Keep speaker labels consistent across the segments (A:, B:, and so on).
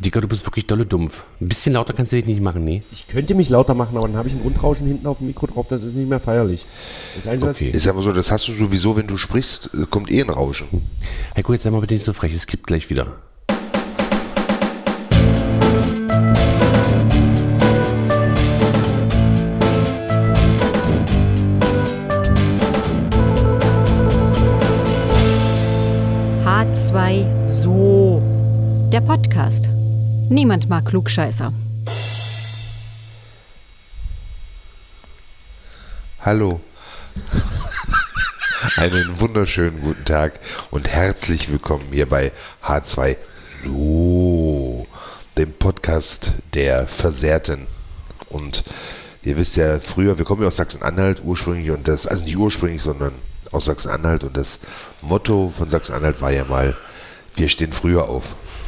A: Dicker, du bist wirklich dolle dumpf. Ein bisschen lauter kannst du dich nicht machen, nee.
B: Ich könnte mich lauter machen, aber dann habe ich ein Grundrauschen hinten auf dem Mikro drauf, das ist nicht mehr feierlich. Das Einzige,
A: Okay.
B: was,
C: Ist aber so, das hast du sowieso, wenn du sprichst, äh, kommt eh ein Rauschen.
A: Heiko, jetzt sei mal bitte nicht so frech, es kippt gleich wieder.
D: H2 So. Der Podcast. Niemand mag Klugscheißer.
C: Hallo. Einen wunderschönen guten Tag und herzlich willkommen hier bei H2 So, dem Podcast der Versehrten. Und ihr wisst ja, früher, wir kommen ja aus Sachsen-Anhalt ursprünglich und das, also nicht ursprünglich, sondern aus Sachsen-Anhalt und das Motto von Sachsen-Anhalt war ja mal, wir stehen früher auf.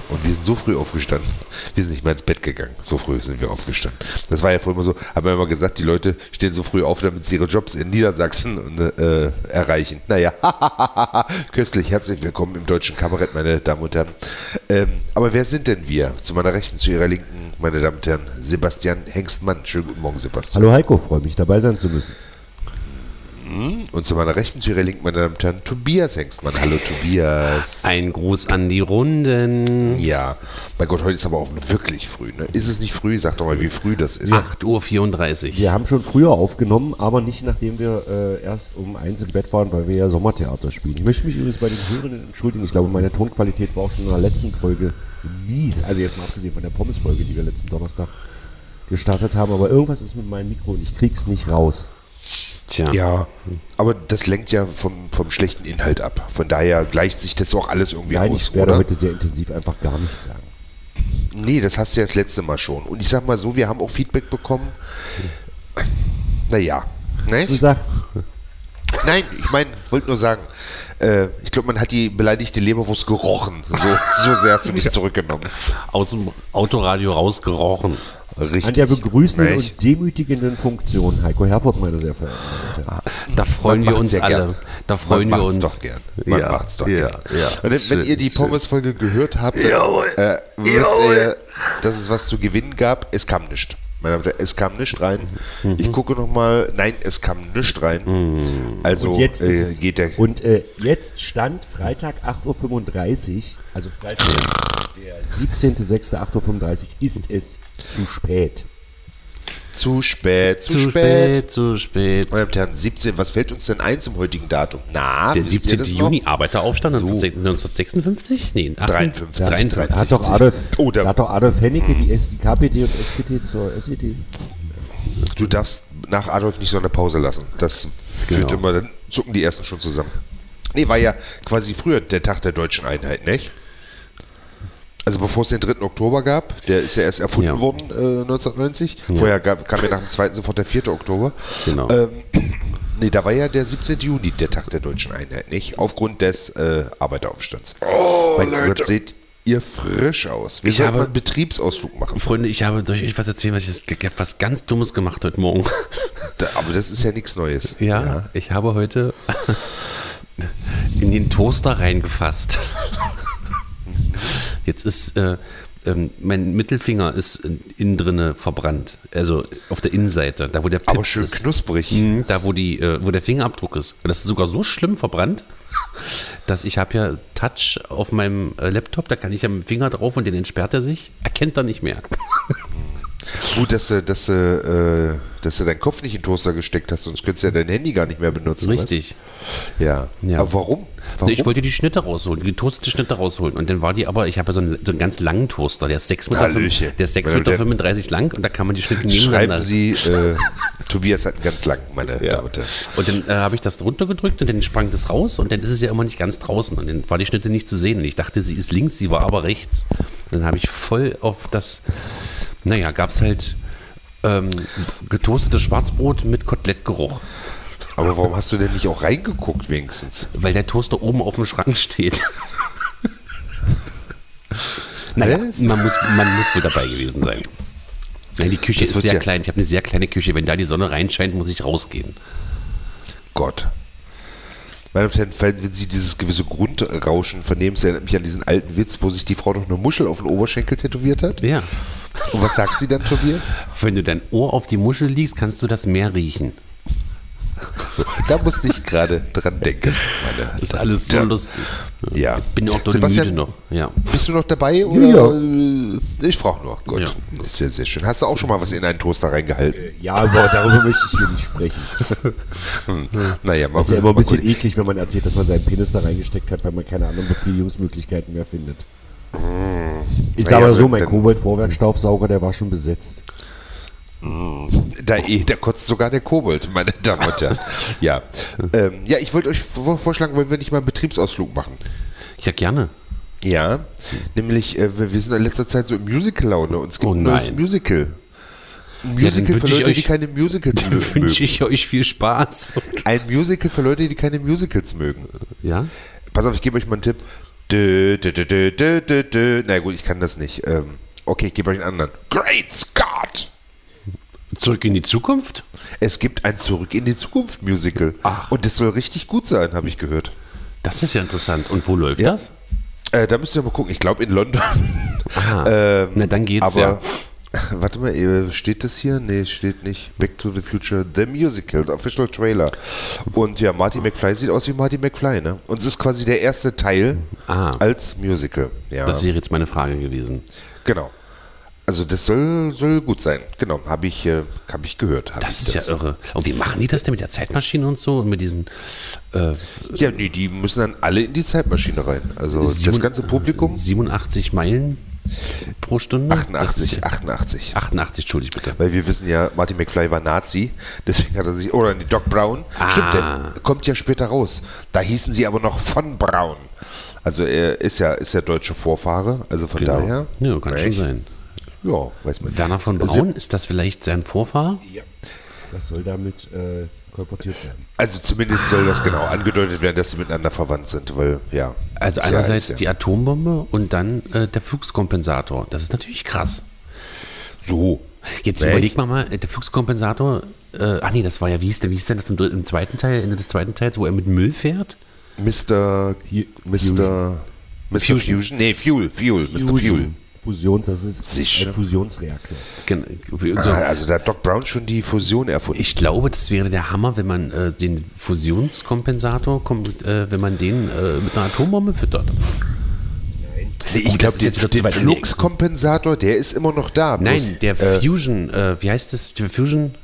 C: Und wir sind so früh aufgestanden. Wir sind nicht mal ins Bett gegangen. So früh sind wir aufgestanden. Das war ja vorher immer so, haben wir immer gesagt, die Leute stehen so früh auf, damit sie ihre Jobs in Niedersachsen äh, erreichen. Naja, köstlich. Herzlich willkommen im deutschen Kabarett, meine Damen und Herren. Ähm, aber wer sind denn wir? Zu meiner Rechten, zu ihrer Linken, meine Damen und Herren, Sebastian Hengstmann. Schönen guten Morgen, Sebastian.
B: hallo Heiko, freue mich dabei sein zu müssen.
C: Und zu meiner Rechten, zu ihrer Linken, meine Damen und Herren, Tobias Hengstmann. Hallo, Tobias.
A: Ein Gruß an die Runden.
C: Ja, mein Gott, heute ist aber auch wirklich früh. Ne? Ist es nicht früh? Sag doch mal, wie früh das ist.
A: 8.34 Uhr.
B: Wir haben schon früher aufgenommen, aber nicht nachdem wir äh, erst um eins im Bett waren, weil wir ja Sommertheater spielen. Ich möchte mich übrigens bei den Hörenden entschuldigen. Ich glaube, meine Tonqualität war auch schon in der letzten Folge mies. Also jetzt mal abgesehen von der Pommes-Folge, die wir letzten Donnerstag gestartet haben. Aber irgendwas ist mit meinem Mikro und ich krieg's nicht raus.
A: Tja.
C: Ja, aber das lenkt ja vom, vom schlechten Inhalt ab. Von daher gleicht sich das auch alles irgendwie
B: Nein,
C: aus,
B: ich werde
C: oder?
B: heute sehr intensiv einfach gar nichts sagen.
C: Nee, das hast du ja das letzte Mal schon. Und ich sag mal so, wir haben auch Feedback bekommen. Naja, ne?
B: Du sagst,
C: Nein, ich meine, wollte nur sagen, äh, ich glaube, man hat die beleidigte Leberwurst gerochen. So, so sehr hast du dich zurückgenommen.
A: Aus dem Autoradio rausgerochen.
C: Richtig. ne?
B: an der begrüßenden
C: Nicht?
B: und demütigenden Funktion, Heiko Herford, meine sehr verehrten Damen und Herren.
A: Da freuen
C: Man
A: wir uns
C: macht's ja
A: alle.
C: gern.
A: Da freuen
C: Man
A: wir
C: macht's
A: uns.
C: Doch gern. Man
A: ja,
C: macht's doch
A: ja,
C: gern.
A: Ja.
C: Und wenn, wenn
A: Schön,
C: ihr die
A: schön.
C: Pommes-Folge gehört habt, dann,
A: Jawohl.
C: äh, wisst
A: Jawohl.
C: ihr, dass es was zu gewinnen gab. Es kam nicht. Meine Damen und Herren, Es kam nicht rein.
A: Mhm.
C: Ich gucke nochmal. Nein, es kam nicht rein. Also
B: Und jetzt,
C: äh,
B: ist,
C: geht der.
B: und, äh, jetzt stand Freitag 8.35 Uhr, also Freitag, der 17.06.8.35 Uhr, ist es zu spät.
C: zu spät, zu,
A: Zu
C: spät. Äh,
A: spät, zu spät.
C: Meine Damen und Herren, 17. Was fällt uns denn ein zum heutigen Datum? Na,
A: Der
C: wisst ihr
A: 17.
C: das noch?
A: Juni, Arbeiteraufstand
C: So.
A: 1956? Nee,
C: 53.
A: 53.
B: Da hat doch Adolf,
C: Oh, da- Hm.
B: da hat doch Adolf Hennecke die, S, die KPD und SPD zur E SED.
C: Du darfst nach Adolf nicht so eine Pause lassen. Das führt
A: Genau.
C: immer, dann zucken die ersten schon zusammen. Nee, war ja quasi früher der Tag der deutschen Einheit, nicht? Also bevor es den 3. Oktober gab, der ist ja erst erfunden
A: Ja.
C: worden äh, 1990. Vorher gab, kam ja nach dem 2. sofort der 4. Oktober.
A: Genau.
C: Ähm, nee, da war ja der 17. Juni der Tag der deutschen Einheit, nicht? Aufgrund des äh, Arbeiteraufstands. Oh, mein Gott, seht ihr frisch aus. Wir
A: Ich
C: sollten
A: habe-
C: mal einen Betriebsausflug machen.
A: Freunde, ich habe durch euch was erzählen, was ich, ich habe was ganz Dummes gemacht heute Morgen.
C: Da, aber das ist ja nichts Neues.
A: Ja, ich habe heute in den Toaster reingefasst. Jetzt ist äh, ähm, mein Mittelfinger ist in- innen drinne verbrannt, also auf der Innenseite, da wo der Pips
C: Aber schön
A: ist.
C: knusprig.
A: Mhm, Da, wo, die, äh, wo der Fingerabdruck ist. Das ist sogar so schlimm verbrannt, dass ich habe ja Touch auf meinem äh, Laptop, da kann ich ja mit dem Finger drauf und den entsperrt er sich, erkennt er nicht mehr.
C: Gut, dass du, dass, du, äh, dass du deinen Kopf nicht in den Toaster gesteckt hast, sonst könntest du ja dein Handy gar nicht mehr benutzen.
A: Richtig.
C: Weißt? Ja.
A: Ja.
C: Aber warum? warum?
A: Ich wollte die Schnitte rausholen, die getoastete Schnitte rausholen. Und dann war die aber, ich habe ja so einen, so einen ganz langen Toaster, der ist 6 Meter,
C: Hallöchen.
A: fünf- der ist sechs
C: Meine Damen und
A: Meter
C: Herren.
A: 35 lang und da kann man die Schnitte nebeneinander.
C: Schreiben Sie, äh, Tobias hat einen ganz langen, meine
A: Ja.
C: Damen und Herren.
A: Und dann äh, habe ich das runtergedrückt und dann sprang das raus und dann ist es ja immer nicht ganz draußen und dann war die Schnitte nicht zu sehen. Und ich dachte, sie ist links, sie war aber rechts. Und dann habe ich voll auf das, naja, gab es halt ähm, getoastetes Schwarzbrot mit Kotelettgeruch,
C: Aber warum hast du denn nicht auch reingeguckt wenigstens?
A: weil der Toaster oben auf dem Schrank steht. Naja,
C: Was?
A: man muss, man muss wohl dabei gewesen sein. Nein, die Küche
C: Das
A: ist
C: wird
A: sehr
C: ja-
A: klein. Ich habe eine sehr kleine Küche. Wenn da die Sonne reinscheint, muss ich rausgehen.
C: Gott. Meine Damen und Herren, wenn Sie dieses gewisse Grundrauschen vernehmen, es erinnert mich an diesen alten Witz, wo sich die Frau doch eine Muschel auf den Oberschenkel tätowiert hat.
A: Ja.
C: Und was sagt sie dann, Tobias?
A: Wenn du dein Ohr auf die Muschel legst, kannst du das Meer riechen.
C: So, da musste ich gerade dran denken. Meine
A: Das ist alles so
C: Ja.
A: lustig.
C: Ja.
A: Bin auch doll
C: Sebastian,
A: müde noch. Ja.
C: Bist du noch dabei?
B: Ja,
C: Oder? Ja. Ich frage nur. Gut.
A: Ja.
C: Ist ja sehr schön. Hast du auch schon mal was in einen Toaster reingehalten?
B: Ja, aber darüber möchte ich hier nicht sprechen.
C: Hm. Naja, mal
B: Das ist ja immer ein
C: mal
B: bisschen
C: gucken.
B: eklig, wenn man erzählt, dass man seinen Penis da reingesteckt hat, weil man keine anderen Befriedigungsmöglichkeiten mehr findet. Ich sag
C: Hm. Naja,
B: mal so,
C: wenn-
B: mein
C: dann-
B: Kobold-Vorwerkstaubsauger, der war schon besetzt.
C: Da, eh, da kotzt sogar der Kobold, meine Damen und Herren. ja. Ähm, ja, ich wollte euch vor- vorschlagen, wollen wir nicht mal einen Betriebsausflug machen?
A: Ja, gerne.
C: Ja, nämlich äh, wir, wir sind in letzter Zeit so im Musical-Laune und es gibt
A: Oh
C: ein neues
A: nein.
C: Musical. Ein
A: Ja, dann
C: Musical für
A: wünsche ich
C: Leute, die
A: euch-
C: keine Musicals
A: Dann
C: mö-
A: wünsche
C: mögen.
A: ich euch viel Spaß.
C: Ein Musical für Leute, die keine Musicals mögen.
A: Ja?
C: Pass auf, ich gebe euch mal einen Tipp. Dö, dö, dö, dö, dö, dö, dö. Na gut, ich kann das nicht. Ähm, okay, ich gebe euch einen anderen. Great Scott!
A: Zurück in die Zukunft?
C: Es gibt ein Zurück in die Zukunft Musical.
A: Ach.
C: Und das soll richtig gut sein, habe ich gehört.
A: Das ist ja interessant. Und wo läuft
C: Ja.
A: das?
C: Äh, da müsst ihr mal gucken. Ich glaube in London.
A: Aha.
C: Ähm,
A: Na, dann geht's
C: aber,
A: ja.
C: Warte mal, äh, steht das hier? Nee, steht nicht. Back to the Future, The Musical, the Official Trailer. Und ja, Marty McFly sieht aus wie Marty McFly, ne? Und es ist quasi der erste Teil
A: Ah.
C: als Musical. Ja,
A: Das wäre jetzt meine Frage gewesen.
C: genau. Also das soll, soll gut sein. Genau, habe ich, äh, hab ich gehört. hab
A: Das
C: ich
A: ist ja irre. Und wie machen die das denn mit der Zeitmaschine und so? Und mit diesen äh,
C: Ja, nee, die müssen dann alle in die Zeitmaschine rein. Also das
A: sieben-
C: ganze Publikum.
A: 87 Meilen pro Stunde? Das ist
C: 88,
A: ja-
C: 88.
A: 88, entschuldigt bitte.
C: Weil wir wissen ja, Martin McFly war Nazi, deswegen hat er sich, oder nee, Doc Brown,
A: Ah.
C: stimmt, der kommt ja später raus. Da hießen sie aber noch von Brown. Also er ist ja, ist ja deutsche Vorfahre, also von
A: Genau.
C: daher.
A: Ja, kann schon
C: Echt?
A: sein.
C: Ja, weiß man nicht.
A: Werner von
C: Also-
A: Braun, ist das vielleicht sein Vorfahrer?
B: Das soll damit äh, kolportiert werden.
C: Also zumindest soll das genau angedeutet werden, dass sie miteinander verwandt sind, weil, ja.
A: Also
C: ist ja-
A: einerseits
C: ist
A: die
C: ja.
A: Atombombe und dann äh, der Flugskompensator. Das ist natürlich krass.
C: So.
A: Jetzt
C: Echt?
A: überleg mal mal, äh, der Flugskompensator, äh, ach nee, das war ja, wie hieß, denn- wie hieß denn das im, dritten- im zweiten Teil, Ende des zweiten Teils, wo er mit Müll fährt?
C: Mr.
B: Fu-
C: Mr. Mr. Fusion. Nee, Fuel, Fuel, Mr. Fuel.
B: Fusions, das ist
C: Sicher.
B: ein Fusionsreaktor.
A: Das kann- wie- so.
C: Ah, also da hat Doc Brown schon die Fusion erfunden.
A: Ich glaube, das wäre der Hammer, wenn man äh, den Fusionskompensator, kom- äh, wenn man den äh, mit einer Atombombe füttert.
C: Nee,
A: Oh, das
C: ich glaube,
A: ist
C: der,
A: jetzt wieder zu
C: der
A: weit in die Ecke.
C: Fluxkompensator, der ist immer noch da.
A: Nein,
C: bloß,
A: der
C: äh,
A: Fusion, äh, wie heißt das? Der Fusion?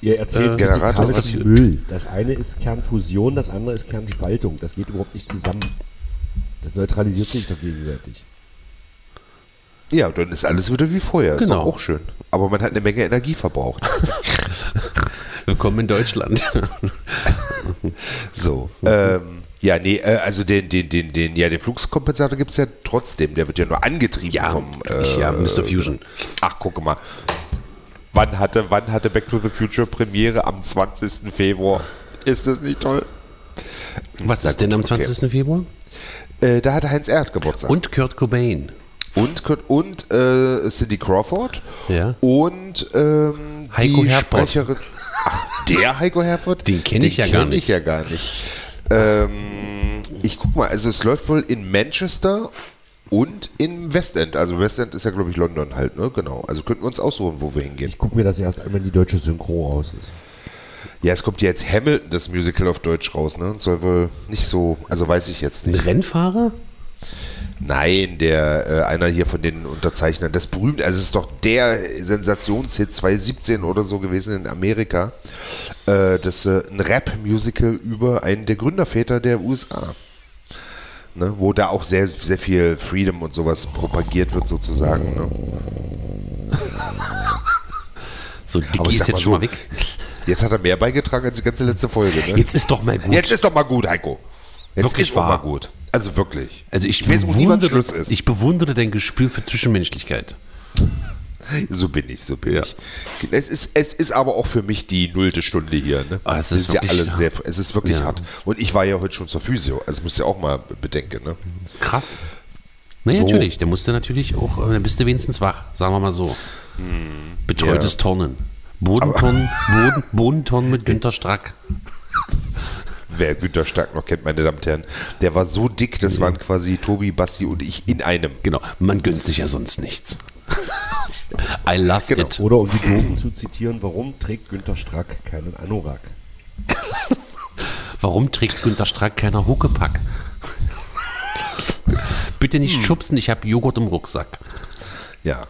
B: Ihr erzählt
C: Äh, Generator-
B: physikalischen Müll. Das eine ist Kernfusion, das andere ist Kernspaltung. Das geht überhaupt nicht zusammen. Das neutralisiert sich doch gegenseitig.
C: ja, dann ist alles wieder wie vorher. Ist
A: Genau.
C: doch auch schön. Aber man hat eine Menge Energie verbraucht.
A: Willkommen in Deutschland.
C: so. ähm, ja, nee, äh, also den, den, den, den, ja, den Flugskompensator gibt es ja trotzdem. Der wird ja nur angetrieben
A: ja,
C: vom. äh,
A: ich, ja, Mr. Fusion.
C: Ach, gucke mal. Wann hatte, wann hatte Back to the Future Premiere? Am 20. Februar. Ist das nicht toll?
A: Was ist denn am 20. Februar?
C: Äh, da hatte Heinz Erhardt Geburtstag.
A: Und Kurt Cobain.
C: Und, Kurt- und äh, Cindy Crawford.
A: Ja.
C: Und ähm,
A: Heiko
C: die
A: Herford.
C: Sprecherin. Ach, der Heiko Herford?
A: Den kenn ich ja gar
C: kenn
A: nicht.
C: ich ja gar nicht. Ähm, ich guck mal, also es läuft wohl in Manchester und in Westend. Also Westend ist ja, glaube ich, London halt, ne? Genau. Also könnten wir uns aussuchen, wo wir hingehen.
B: Ich gucke mir das erst an, wenn die deutsche Synchro raus ist.
C: Ja, es kommt ja jetzt Hamilton, das Musical auf Deutsch raus, ne? Und soll wohl nicht so, also weiß ich jetzt
A: Ein
C: nicht.
A: Rennfahrer?
C: Nein, der äh, einer hier von den Unterzeichnern, das berühmt, also es ist doch der Sensationshit 2017 oder so gewesen in Amerika. Äh, das äh, ein Rap-Musical über einen der Gründerväter der USA. Ne, wo da auch sehr, sehr viel Freedom und sowas propagiert wird, sozusagen. Ne?
A: So, Dicky
C: Aber ich
A: ist
C: sag
A: jetzt
C: mal
A: schon
C: so,
A: mal weg.
C: jetzt hat er mehr beigetragen als die ganze letzte Folge. Ne?
A: Jetzt ist doch mal gut.
C: Jetzt ist doch mal gut, Heiko. Jetzt
A: Wirklich
C: ist doch mal
A: wahr.
C: gut. Also wirklich.
A: also ich,
C: weiß auch nie, wann
A: bewundere,
C: Schluss ist.
A: ich bewundere dein Gespür für Zwischenmenschlichkeit.
C: so bin ich, so bin
A: Ja.
C: ich. Es ist, es ist aber auch für mich die nullte Stunde hier. Ne?
A: Ah, es
C: Wir
A: ist
C: sind ja
A: wirklich-
C: alles sehr, es ist wirklich
A: Ja.
C: hart. Und ich war ja heute schon zur Physio. Also musst du ja auch mal bedenken. Ne?
A: Krass. Naja,
C: So.
A: natürlich. Der musste natürlich auch, äh, dann bist du wenigstens wach, sagen wir mal so. Betreutes
C: Hm. ja.
A: Turnen. Bodenturnen, Boden, Bodenturnen mit Günter Strack.
C: Wer Günter Stark noch kennt, meine Damen und Herren, der war so dick, das waren quasi Tobi, Basti und ich in einem.
A: Genau, man gönnt sich ja sonst nichts. I love
C: Genau.
A: it.
B: Oder um die Dogen zu zitieren, warum trägt Günter Strack keinen Anorak?
A: Warum trägt Günter Strack keiner Huckepack? Bitte nicht schubsen, ich habe Joghurt im Rucksack.
C: Ja,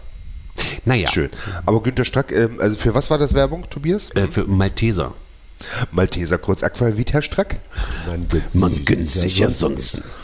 A: Naja,
C: schön. Aber Günter Strack, ähm, also für was war das Werbung, Tobias?
A: Äh, für Malteser.
C: Malteser, kurz Aquavit, Herr Strack.
B: Man gönnt
A: Man gönnt sich ja sonst. nichts.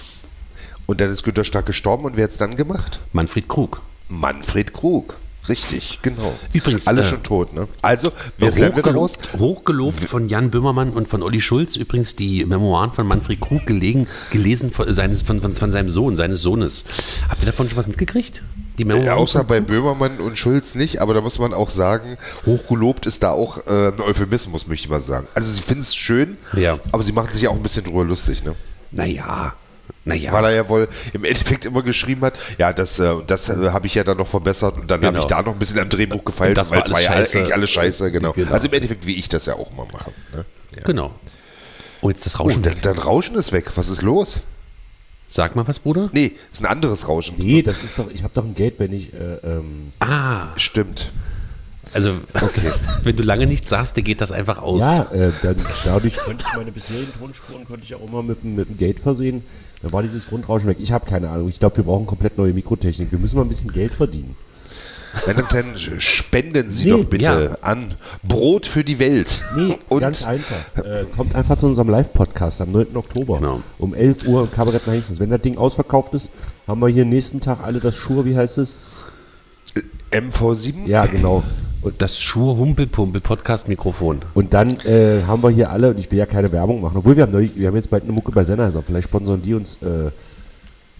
C: Und dann ist Günter Stark gestorben und wer hat's dann gemacht?
A: Manfred Krug.
C: Manfred Krug. Richtig, genau.
A: Übrigens,
C: Alle
A: äh,
C: schon tot, ne? Also, wir lernen wir daraus?
A: Hochgelobt, hochgelobt von Jan Böhmermann und von Olli Schulz. Übrigens die Memoiren von Manfred Krug gelegen, gelesen von, seines, von, von, von seinem Sohn, seines Sohnes. Habt ihr davon schon was mitgekriegt? Die
C: Ja,
A: Memoiren?
C: Äh, außer bei Böhmermann und Schulz nicht, aber da muss man auch sagen, hochgelobt ist da auch äh, ein Euphemismus, möchte ich mal sagen. Also sie finden es schön,
A: Ja.
C: aber sie machen sich ja auch ein bisschen drüber lustig, ne?
A: Naja, naja.
C: Weil er ja wohl im Endeffekt immer geschrieben hat, ja, das, äh, und das äh, habe ich ja dann noch verbessert und dann habe
A: Genau.
C: ich da noch ein bisschen am Drehbuch gefeilt,
A: Das war
C: weil es war
A: alles
C: ja
A: scheiße.
C: eigentlich alles scheiße, genau.
A: Genau.
C: Also im Endeffekt, wie ich das ja auch mal mache. Ne? Ja.
A: Genau. Oh, jetzt das
C: Oh,
A: Rauschen.
C: dann, dann Rauschen ist weg. Was ist los?
A: Sag mal was, Bruder.
C: Nee, ist ein anderes Rauschen.
B: Nee, das ist doch, ich habe doch ein Geld, wenn ich, äh, ähm,
A: Ah,
C: Stimmt.
A: also wenn du lange nichts sagst, dir geht das einfach aus.
B: ja, äh, dann, dadurch konnte ich meine bisherigen Tonspuren, konnte ich auch immer mit, dem- mit dem Geld versehen. Dann war dieses Grundrauschen weg. Ich habe keine Ahnung. Ich glaube, wir brauchen komplett neue Mikrotechnik. Wir müssen mal ein bisschen Geld verdienen.
C: Meine Damen und Herren, spenden Sie
B: Nee,
C: doch bitte an Brot für die Welt.
B: Nee,
C: und
B: ganz einfach. Äh, kommt einfach zu unserem Live-Podcast am 9. Oktober
A: Genau.
B: um 11 Uhr im Kabarett nach Hengstens. Wenn das Ding ausverkauft ist, haben wir hier nächsten Tag alle das Schur, wie heißt es?
C: MV7?
B: Ja, genau. Und,
A: Das Schur-Humpel-Pumpel-Podcast-Mikrofon.
B: und dann äh, haben wir hier alle, und ich will ja keine Werbung machen, obwohl wir haben, neulich, wir haben jetzt bald eine Mucke bei Sennheiser, vielleicht sponsern die uns, äh,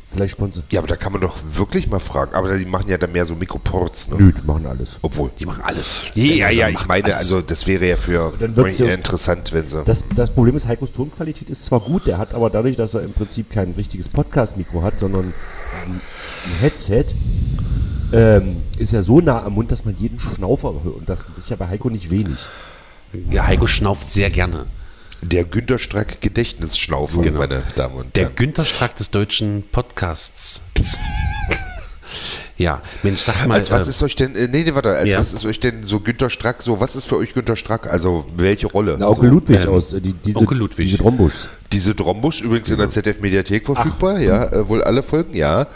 B: vielleicht sponsern.
C: Ja, aber da kann man doch wirklich mal fragen. Aber die machen ja dann mehr so Mikroports. Ne?
B: Nö, die machen alles.
C: Obwohl.
A: Die machen alles.
C: Ja,
A: Sennheiser
C: ja, ich
A: macht
C: meine,
A: alles.
C: also das wäre ja für
B: Dann wird's ja-
C: interessant, wenn sie.
B: Das, das Problem ist, Heikos Tonqualität ist zwar gut, der hat aber dadurch, dass er im Prinzip kein richtiges Podcast-Mikro hat, sondern ein, ein Headset, ähm, ist er so nah am Mund, dass man jeden Schnaufer hört. Und das ist ja bei Heiko nicht wenig.
A: ja, Heiko schnauft sehr gerne.
C: der Günter Strack Gedächtnisschnaufe,
A: Genau.
C: meine Damen und
A: Der
C: Herren.
A: Günter Strack des deutschen Podcasts. ja, Mensch, sag mal.
C: Als was
A: äh,
C: ist euch denn, äh, nee, nee, warte, als
A: Ja.
C: was ist euch denn so Günter Strack, so, was ist für euch Günter Strack? Also, welche Rolle?
B: Na, Onkel Ludwig
A: ähm,
B: aus, äh, die, diese,
A: Onkel Ludwig.
B: diese Trombuschs.
C: Diese Drombusch, übrigens
B: Genau.
C: in der ZDF-Mediathek verfügbar, ja, äh, wohl alle Folgen, ja.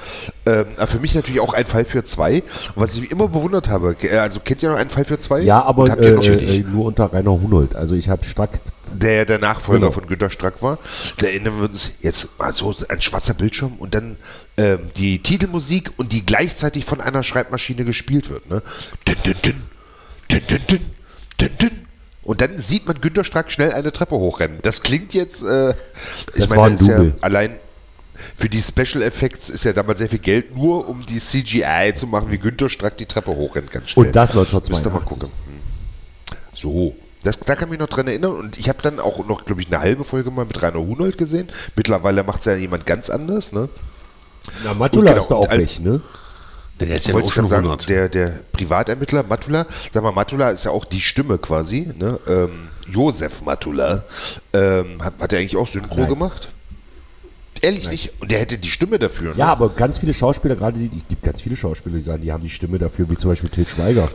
C: Ähm, aber für mich natürlich auch ein Fall für zwei. Und was ich immer bewundert habe, äh, also kennt ihr noch einen Fall für zwei?
B: Ja, aber
C: Habt
B: äh,
C: ihr noch nicht?
B: äh, nur unter Rainer Hunold. Also ich habe stark.
C: der ja der Nachfolger
B: Genau.
C: von Günter Strack war. Da erinnern wir uns jetzt mal so an schwarzer Bildschirm und dann ähm, die Titelmusik und die gleichzeitig von einer Schreibmaschine gespielt wird. Ne? Dün, dün, dün, dün, dün, dün, dün, dün. Und dann sieht man Günter Strack schnell eine Treppe hochrennen. Das klingt jetzt. Äh, ich
B: Das war ein
C: ist ja
B: Double.
C: allein. Für die Special Effects ist ja damals sehr viel Geld, nur um die CGI zu machen, wie Günter Strack die Treppe hochrennt ganz schnell.
B: Und das
C: Müsst ihr mal
B: 1982.
C: gucken. Hm. So. Das, da kann ich mich noch dran erinnern und ich habe dann auch noch, glaube ich, eine halbe Folge mal mit Rainer Hunold gesehen. Mittlerweile macht es ja jemand ganz anders, ne?
B: Na, Matula
C: Und
B: ist da
C: genau,
B: auch
C: und
B: weg, ne?
A: der ist ja
C: Wollte
A: auch
C: ich gerade
A: schon
C: sagen,
A: 100.
C: der, der Privatermittler Matula, sag mal, Matula ist ja auch die Stimme quasi, ne? Ähm, Josef Matula. Ähm, hat, hat er eigentlich auch Synchro
B: Nein.
C: gemacht? Ehrlich nicht? Und der hätte die Stimme dafür.
B: Ja,
C: ne?
B: aber ganz viele Schauspieler, gerade die, es gibt ganz viele Schauspieler, die sagen, die haben die Stimme dafür, wie zum Beispiel Til Schweiger.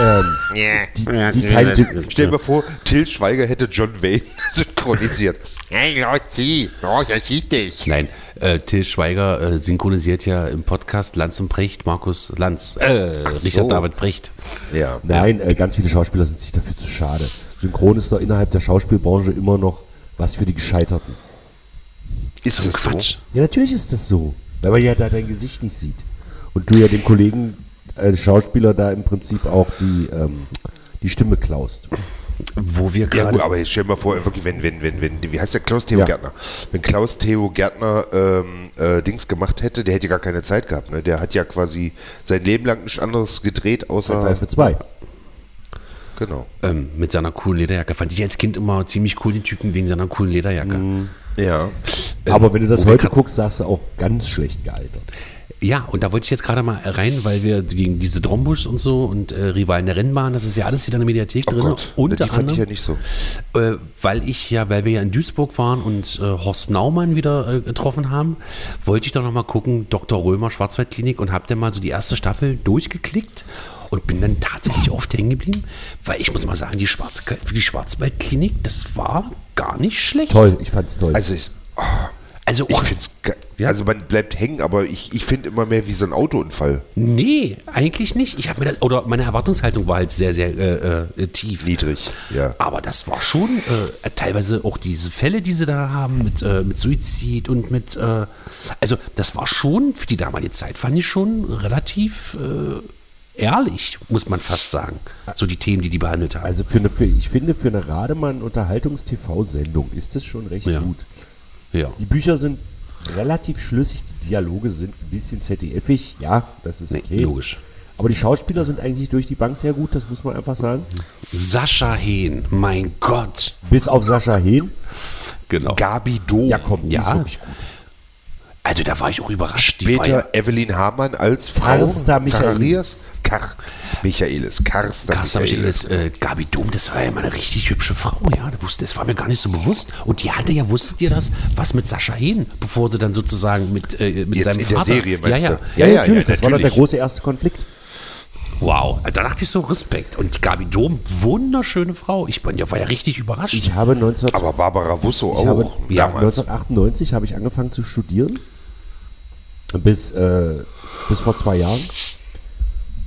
B: ähm, die, die kein Syn
C: Stell dir mal vor, Till Schweiger hätte John Wayne synchronisiert. hey, Leute, oh, ich erschieß dich.
A: Nein, äh, Till Schweiger äh, synchronisiert ja im Podcast Lanz und Precht, Markus Lanz. Äh,
C: Ach so.
A: Richard David Precht.
C: Ja.
B: Nein, äh, ganz viele Schauspieler sind sich dafür zu schade. Synchron ist da innerhalb der Schauspielbranche immer noch was für die Gescheiterten.
C: Ist das
A: Quatsch.
B: Ja, natürlich ist das so, weil man ja da dein Gesicht nicht sieht. Und du ja dem Kollegen äh, Schauspieler da im Prinzip auch die, ähm, die Stimme klaust.
A: Wo wir
C: Ja,
A: gerade.
C: gut, aber jetzt stell dir mal vor, wirklich, wenn, wenn, wenn, wenn, wie heißt der Klaus Theo
B: Ja.
C: Gärtner? Wenn Klaus Theo Gärtner ähm, äh, Dings gemacht hätte, der hätte gar keine Zeit gehabt. Ne? Der hat ja quasi sein Leben lang nichts anderes gedreht, außer.
B: Zwei für zwei.
C: Genau.
A: ähm, mit seiner coolen Lederjacke fand ich als Kind immer ziemlich cool den Typen wegen seiner coolen Lederjacke.
C: Ja.
B: Aber wenn du das
A: wo wir
B: heute
A: grad-
B: guckst, sagst du auch ganz schlecht gealtert.
A: Ja, und da wollte ich jetzt gerade mal rein, weil wir gegen diese Drombus und so und äh, Rivalen der Rennbahn, das ist ja alles wieder in der Mediathek
C: Oh
A: drin.
C: Gott,
A: unter
C: die fand ich
A: anderem,
C: ja nicht so.
A: äh, weil ich ja, weil wir ja in Duisburg waren und äh, Horst Naumann wieder äh, getroffen haben, wollte ich doch nochmal gucken, Dr. Römer Schwarzwaldklinik und hab dann mal so die erste Staffel durchgeklickt und bin dann tatsächlich oft hängen geblieben, weil ich muss mal sagen, die, Schwarz die Schwarzwaldklinik, das war gar nicht schlecht.
B: Toll, ich fand's toll.
C: Also ich, ah,
A: Also,
C: ich
A: oh,
C: find's, ge-
A: Ja.
C: also man bleibt hängen, aber ich, ich finde immer mehr wie so ein Autounfall.
A: nee, eigentlich nicht. Ich habe mir das, oder meine Erwartungshaltung war halt sehr, sehr äh, äh, tief.
C: Niedrig, ja.
A: Aber das war schon äh, teilweise auch diese Fälle, die sie da haben mit, äh, mit Suizid und mit. Äh, also, das war schon für die damalige Zeit, fand ich schon relativ äh, ehrlich, muss man fast sagen. So die Themen, die die behandelt haben.
B: Also für eine, für, ich finde, für eine Rademann-Unterhaltungs-TV-Sendung ist es schon recht
A: Ja.
B: gut.
A: ja.
B: Die Bücher sind relativ schlüssig, die Dialoge sind ein bisschen ZDF-ig, ja, das ist
A: Nee,
B: okay.
A: logisch.
B: Aber die Schauspieler sind eigentlich durch die Bank sehr gut, das muss man einfach sagen.
A: Sascha Hehn, mein Gott.
B: Bis auf Sascha Hehn.
A: Genau.
C: Gabi Dom.
B: Ja, komm, die
A: Ja.
B: ist wirklich gut.
A: Also, da war ich auch überrascht. Die war ja-
C: Später Evelyn Hamann als Frau
B: Karsta
C: Zacharias Kar Michaelis. Karsta
A: Carsten
C: Michaelis.
A: Michaelis, äh, Gabi Dom, das war ja mal eine richtig hübsche Frau, ja. Das, wusste, das war mir gar nicht so bewusst. Und die hatte ja, wusstet ihr das, was mit Sascha Hehn, bevor sie dann sozusagen mit, äh, mit
C: Jetzt
A: seinem
C: in der
A: Vater.
C: Serie,
A: ja,
C: meinst
A: ja.
C: du?
B: Ja,
C: Ja, ja,
B: natürlich,
C: ja,
B: das war doch der
C: natürlich.
B: große erste Konflikt.
A: Wow. Da dachte ich so, Respekt. Und Gabi Dom, wunderschöne Frau. Ich bin ja, war ja richtig überrascht.
B: Ich habe 19...
C: Aber Barbara Wusso
B: Ich habe,
C: auch.
B: ja,
C: damals.
B: 1998 habe ich angefangen zu studieren. Bis, äh, bis vor zwei Jahren.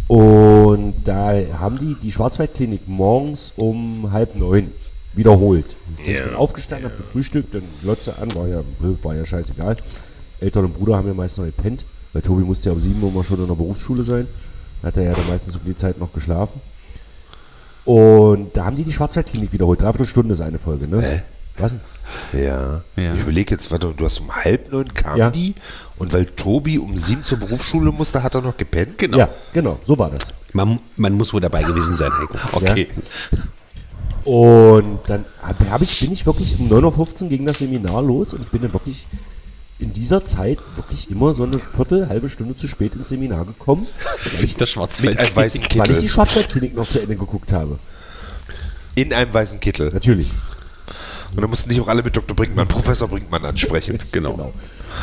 B: Und da haben die die Schwarzwaldklinik morgens um halb neun wiederholt. Ich bin aufgestanden, habe gefrühstückt, dann Glotze an, war ja, war ja scheißegal. Eltern und Bruder haben ja meist noch gepennt, weil Tobi musste ja um sieben Uhr mal schon in der Berufsschule sein. Hat er ja dann meistens um die Zeit noch geschlafen. Und da haben die die Schwarzwaldklinik wiederholt. Dreiviertel Stunde ist eine Folge, ne?
C: Hä?
B: Was denn?
C: Ja.
A: Ja.
C: Ich überlege jetzt, warte, du hast um halb neun kam
B: Ja.
C: die und weil Tobi um sieben zur Berufsschule musste, hat er noch gepennt.
A: genau.
B: Ja, genau, so war das.
A: Man, man muss wohl dabei gewesen sein, Heiko.
C: Okay.
B: Und dann hab, hab ich, bin ich wirklich um 9.15 Uhr ging das Seminar los und ich bin dann wirklich in dieser Zeit wirklich immer so eine Viertel, halbe Stunde zu spät ins Seminar gekommen,
A: Der
C: Mit einem
A: Schwarzwald.
C: weißen
B: weil ich die
C: Kittel.
B: Schwarzwaldklinik noch zu Ende geguckt habe.
C: In einem weißen Kittel.
B: Natürlich.
C: Und dann mussten dich auch alle mit Dr. Brinkmann, Professor Brinkmann ansprechen. Genau.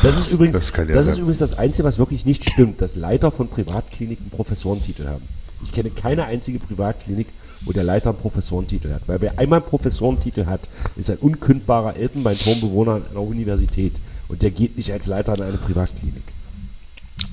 B: Das ist übrigens das,
C: Das kann ja
B: ist
C: sein.
B: übrigens das Einzige, was wirklich nicht stimmt, dass Leiter von Privatkliniken Professorentitel haben. Ich kenne keine einzige Privatklinik, wo der Leiter einen Professorentitel hat. Weil wer einmal einen Professorentitel hat, ist ein unkündbarer Elfenbeinturmbewohner an einer Universität. Und der geht nicht als Leiter an eine Privatklinik.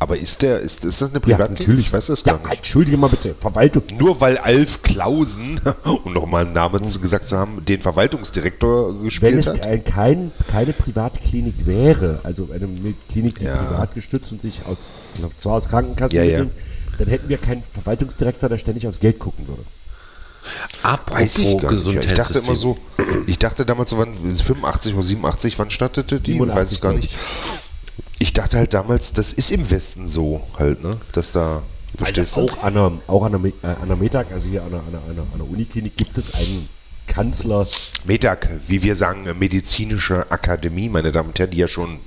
C: Aber ist der, ist, ist das eine Privatklinik? Ich weiß das
B: Ja,
C: gar nicht.
B: entschuldige mal bitte, Verwaltung.
C: Nur weil Alf Klausen, um nochmal einen Namen zu gesagt zu haben, den Verwaltungsdirektor
B: Wenn
C: gespielt
B: es
C: hat.
B: ein, kein, keine Privatklinik wäre, also eine Klinik, die
C: Ja.
B: privat gestützt und sich aus, ich glaub, zwar aus Krankenkassen
C: Ja, ja.
B: mitteln, dann hätten wir keinen Verwaltungsdirektor, der ständig aufs Geld gucken würde.
C: Weiß
A: Apropos
C: ich gar nicht. Ich dachte
A: Gesundheitssystem.
C: immer so, ich dachte damals so, wann, 85 oder 87, wann startete die? weiß
B: 87,
C: ich gar nicht. Ich dachte halt damals, das ist im Westen so halt, ne? Dass da.
A: Also
C: verstehst du?
B: Also auch an der, auch an der, Me- äh, an der Metag, also hier an der, an der, an der, an der Uniklinik, gibt es einen Kanzler.
C: MEDAC, wie wir sagen, medizinische Akademie, meine Damen und Herren, die ja schon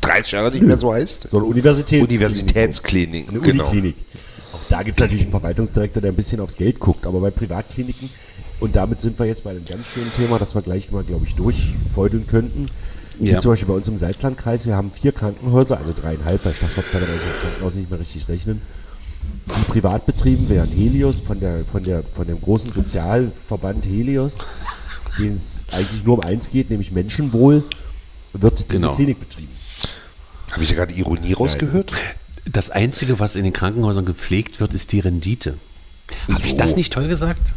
C: 30 Jahre nicht mehr so heißt.
B: So eine Universitätsklinik.
C: Universitätsklinik,
B: Eine
C: genau.
B: Uniklinik. Auch da gibt es natürlich einen Verwaltungsdirektor, der ein bisschen aufs Geld guckt. Aber bei Privatkliniken, und damit sind wir jetzt bei einem ganz schönen Thema, das wir gleich mal, glaube ich, durchfeudeln könnten. Wie
A: Ja.
B: zum Beispiel bei uns im Salzlandkreis, wir haben vier Krankenhäuser, also dreieinhalb, weil Stadtwald kann man als Krankenhaus nicht mehr richtig rechnen. Die privat betrieben wären Helios von, der, von, der, von dem großen Sozialverband Helios, den es eigentlich nur um eins geht, nämlich Menschenwohl, wird diese
A: Genau.
B: Klinik betrieben.
C: Habe ich ja gerade Ironie rausgehört?
A: Das Einzige, was in den Krankenhäusern gepflegt wird, ist die Rendite. Habe ich
C: So.
A: das nicht toll gesagt?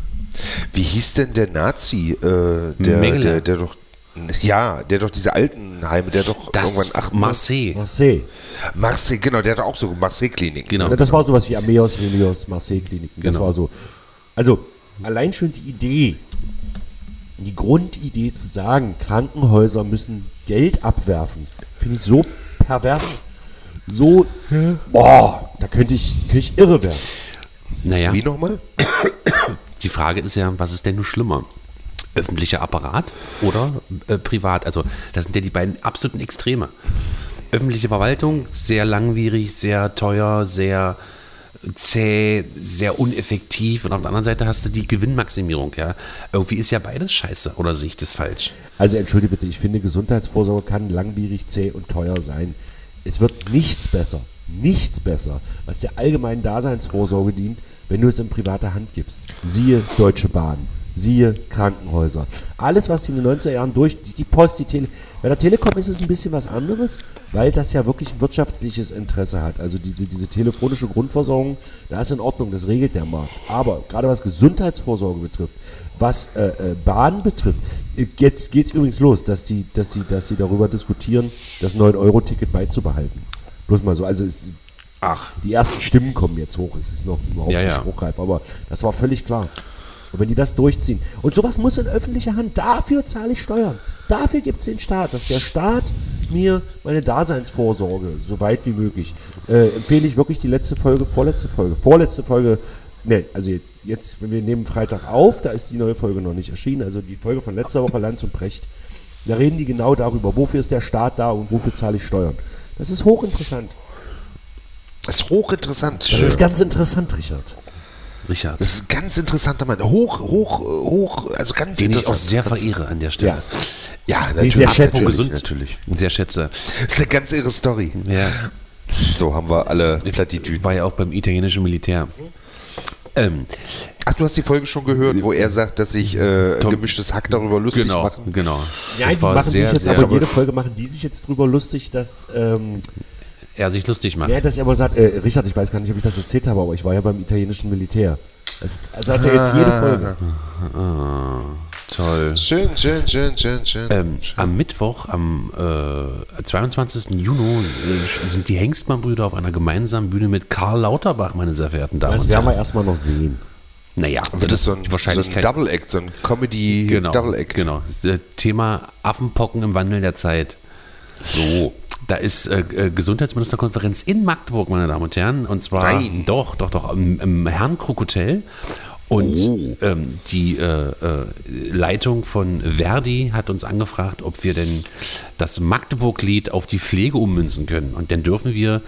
C: Wie hieß denn der Nazi, äh, der,
A: Mengele.
C: der, der doch. Ja, der doch diese Altenheime, der doch
A: Das
C: irgendwann acht
A: Marseille.
B: Marseille.
C: Marseille, genau, der hatte auch so Marseille-Klinik.
A: Genau.
B: Ja, das war sowas wie Ameos, Helios, Marseille-Kliniken. Das
A: Genau.
B: war so. Also, allein schon die Idee, die Grundidee zu sagen, Krankenhäuser müssen Geld abwerfen, finde ich so pervers, so, boah, da könnte ich, könnte ich irre werden.
A: Naja,
C: Wie nochmal?
A: die Frage ist ja, was ist denn nun schlimmer? Öffentlicher Apparat oder äh, privat? Also, das sind ja die beiden absoluten Extreme. öffentliche Verwaltung, sehr langwierig, sehr teuer, sehr äh, zäh, sehr uneffektiv. Und auf der anderen Seite hast du die Gewinnmaximierung, ja. Irgendwie ist ja beides scheiße, oder sehe ich das falsch?
B: Also entschuldige bitte, ich finde, Gesundheitsvorsorge kann langwierig, zäh und teuer sein. Es wird nichts besser, nichts besser, was der allgemeinen Daseinsvorsorge dient, wenn du es in private Hand gibst. Siehe Deutsche Bahn, siehe Krankenhäuser. Alles, was die in den 90er Jahren durch, die, die Post, die Tele... Bei der Telekom ist es ein bisschen was anderes, weil das ja wirklich ein wirtschaftliches Interesse hat. Also diese, diese telefonische Grundversorgung, da ist in Ordnung, das regelt der Markt. Aber gerade was Gesundheitsvorsorge betrifft, was äh, äh, Bahn betrifft, äh, jetzt geht es übrigens los, dass die, dass, die, dass die darüber diskutieren, das 9-Euro-Ticket beizubehalten. Bloß mal so, also es,
A: Ach,
B: die ersten Stimmen kommen jetzt hoch, es ist noch überhaupt
A: Ja,
B: nicht
A: ja.
B: spruchreif, aber das war völlig klar. Und wenn die das durchziehen, und sowas muss in öffentlicher Hand, dafür zahle ich Steuern, dafür gibt es den Staat, dass der Staat mir meine Daseinsvorsorge so weit wie möglich, äh, empfehle ich wirklich die letzte Folge, vorletzte Folge, vorletzte Folge, ne, also jetzt, jetzt, wir nehmen Freitag auf, da ist die neue Folge noch nicht erschienen, also die Folge von letzter Woche Lanz und Precht, da reden die genau darüber, wofür ist der Staat da und wofür zahle ich Steuern. Das ist hochinteressant.
C: Das ist hochinteressant.
B: Das ist ganz interessant, Richard.
A: Richard,
C: Das ist ein ganz interessanter Mann. Hoch, hoch, äh, hoch, also ganz
A: den ich auch
C: interessant.
A: sehr verehre an der Stelle. Oh,
C: ja, natürlich.
B: sehr schätze.
C: natürlich,
A: Gesund.
C: natürlich.
A: Sehr schätze.
C: Ist eine ganz irre Story.
A: Ja.
C: So haben wir alle
A: Ich
C: Plattitüden.
A: War ja auch beim italienischen Militär. Ähm,
C: Ach, du hast die Folge schon gehört, wo er sagt, dass sich äh,
A: Tom-
C: gemischtes Hack darüber lustig
A: genau,
C: machen.
A: genau.
B: Ja,
A: Das
B: die
A: war
B: machen
A: sehr,
B: sich jetzt
A: sehr-
B: aber jede Folge machen die sich jetzt drüber lustig, dass ähm,
A: er sich lustig macht.
B: ja, dass er mal sagt, äh, Richard, ich weiß gar nicht, ob ich das erzählt habe, aber ich war ja beim italienischen Militär. Das, also hat er jetzt jede Folge.
A: Ah, Toll.
C: Schön, schön, schön, schön, schön.
A: Ähm, am Mittwoch, am äh, 22. Juni, äh, sind die Hengstmann-Brüder auf einer gemeinsamen Bühne mit Karl Lauterbach, meine sehr verehrten Damen
B: Das
A: und
B: werden
A: Herren.
B: wir erstmal noch sehen.
A: Naja,
C: Wird
A: das ist
C: so ein,
A: die
C: so ein
A: Wahrscheinlichkeit.
C: Double Act, so ein Comedy
A: genau,
C: Double Act.
A: Genau. Das ist, äh, Thema Affenpocken im Wandel der Zeit. So. Da ist äh, äh, Gesundheitsministerkonferenz in Magdeburg, meine Damen und Herren. Und zwar
C: Nein.
A: doch, doch, doch, im, im Herrenkrug Hotel. Und
C: Oh.
A: ähm, die äh, äh, Leitung von Verdi hat uns angefragt, ob wir denn das Magdeburg-Lied auf die Pflege ummünzen können. Und dann dürfen wir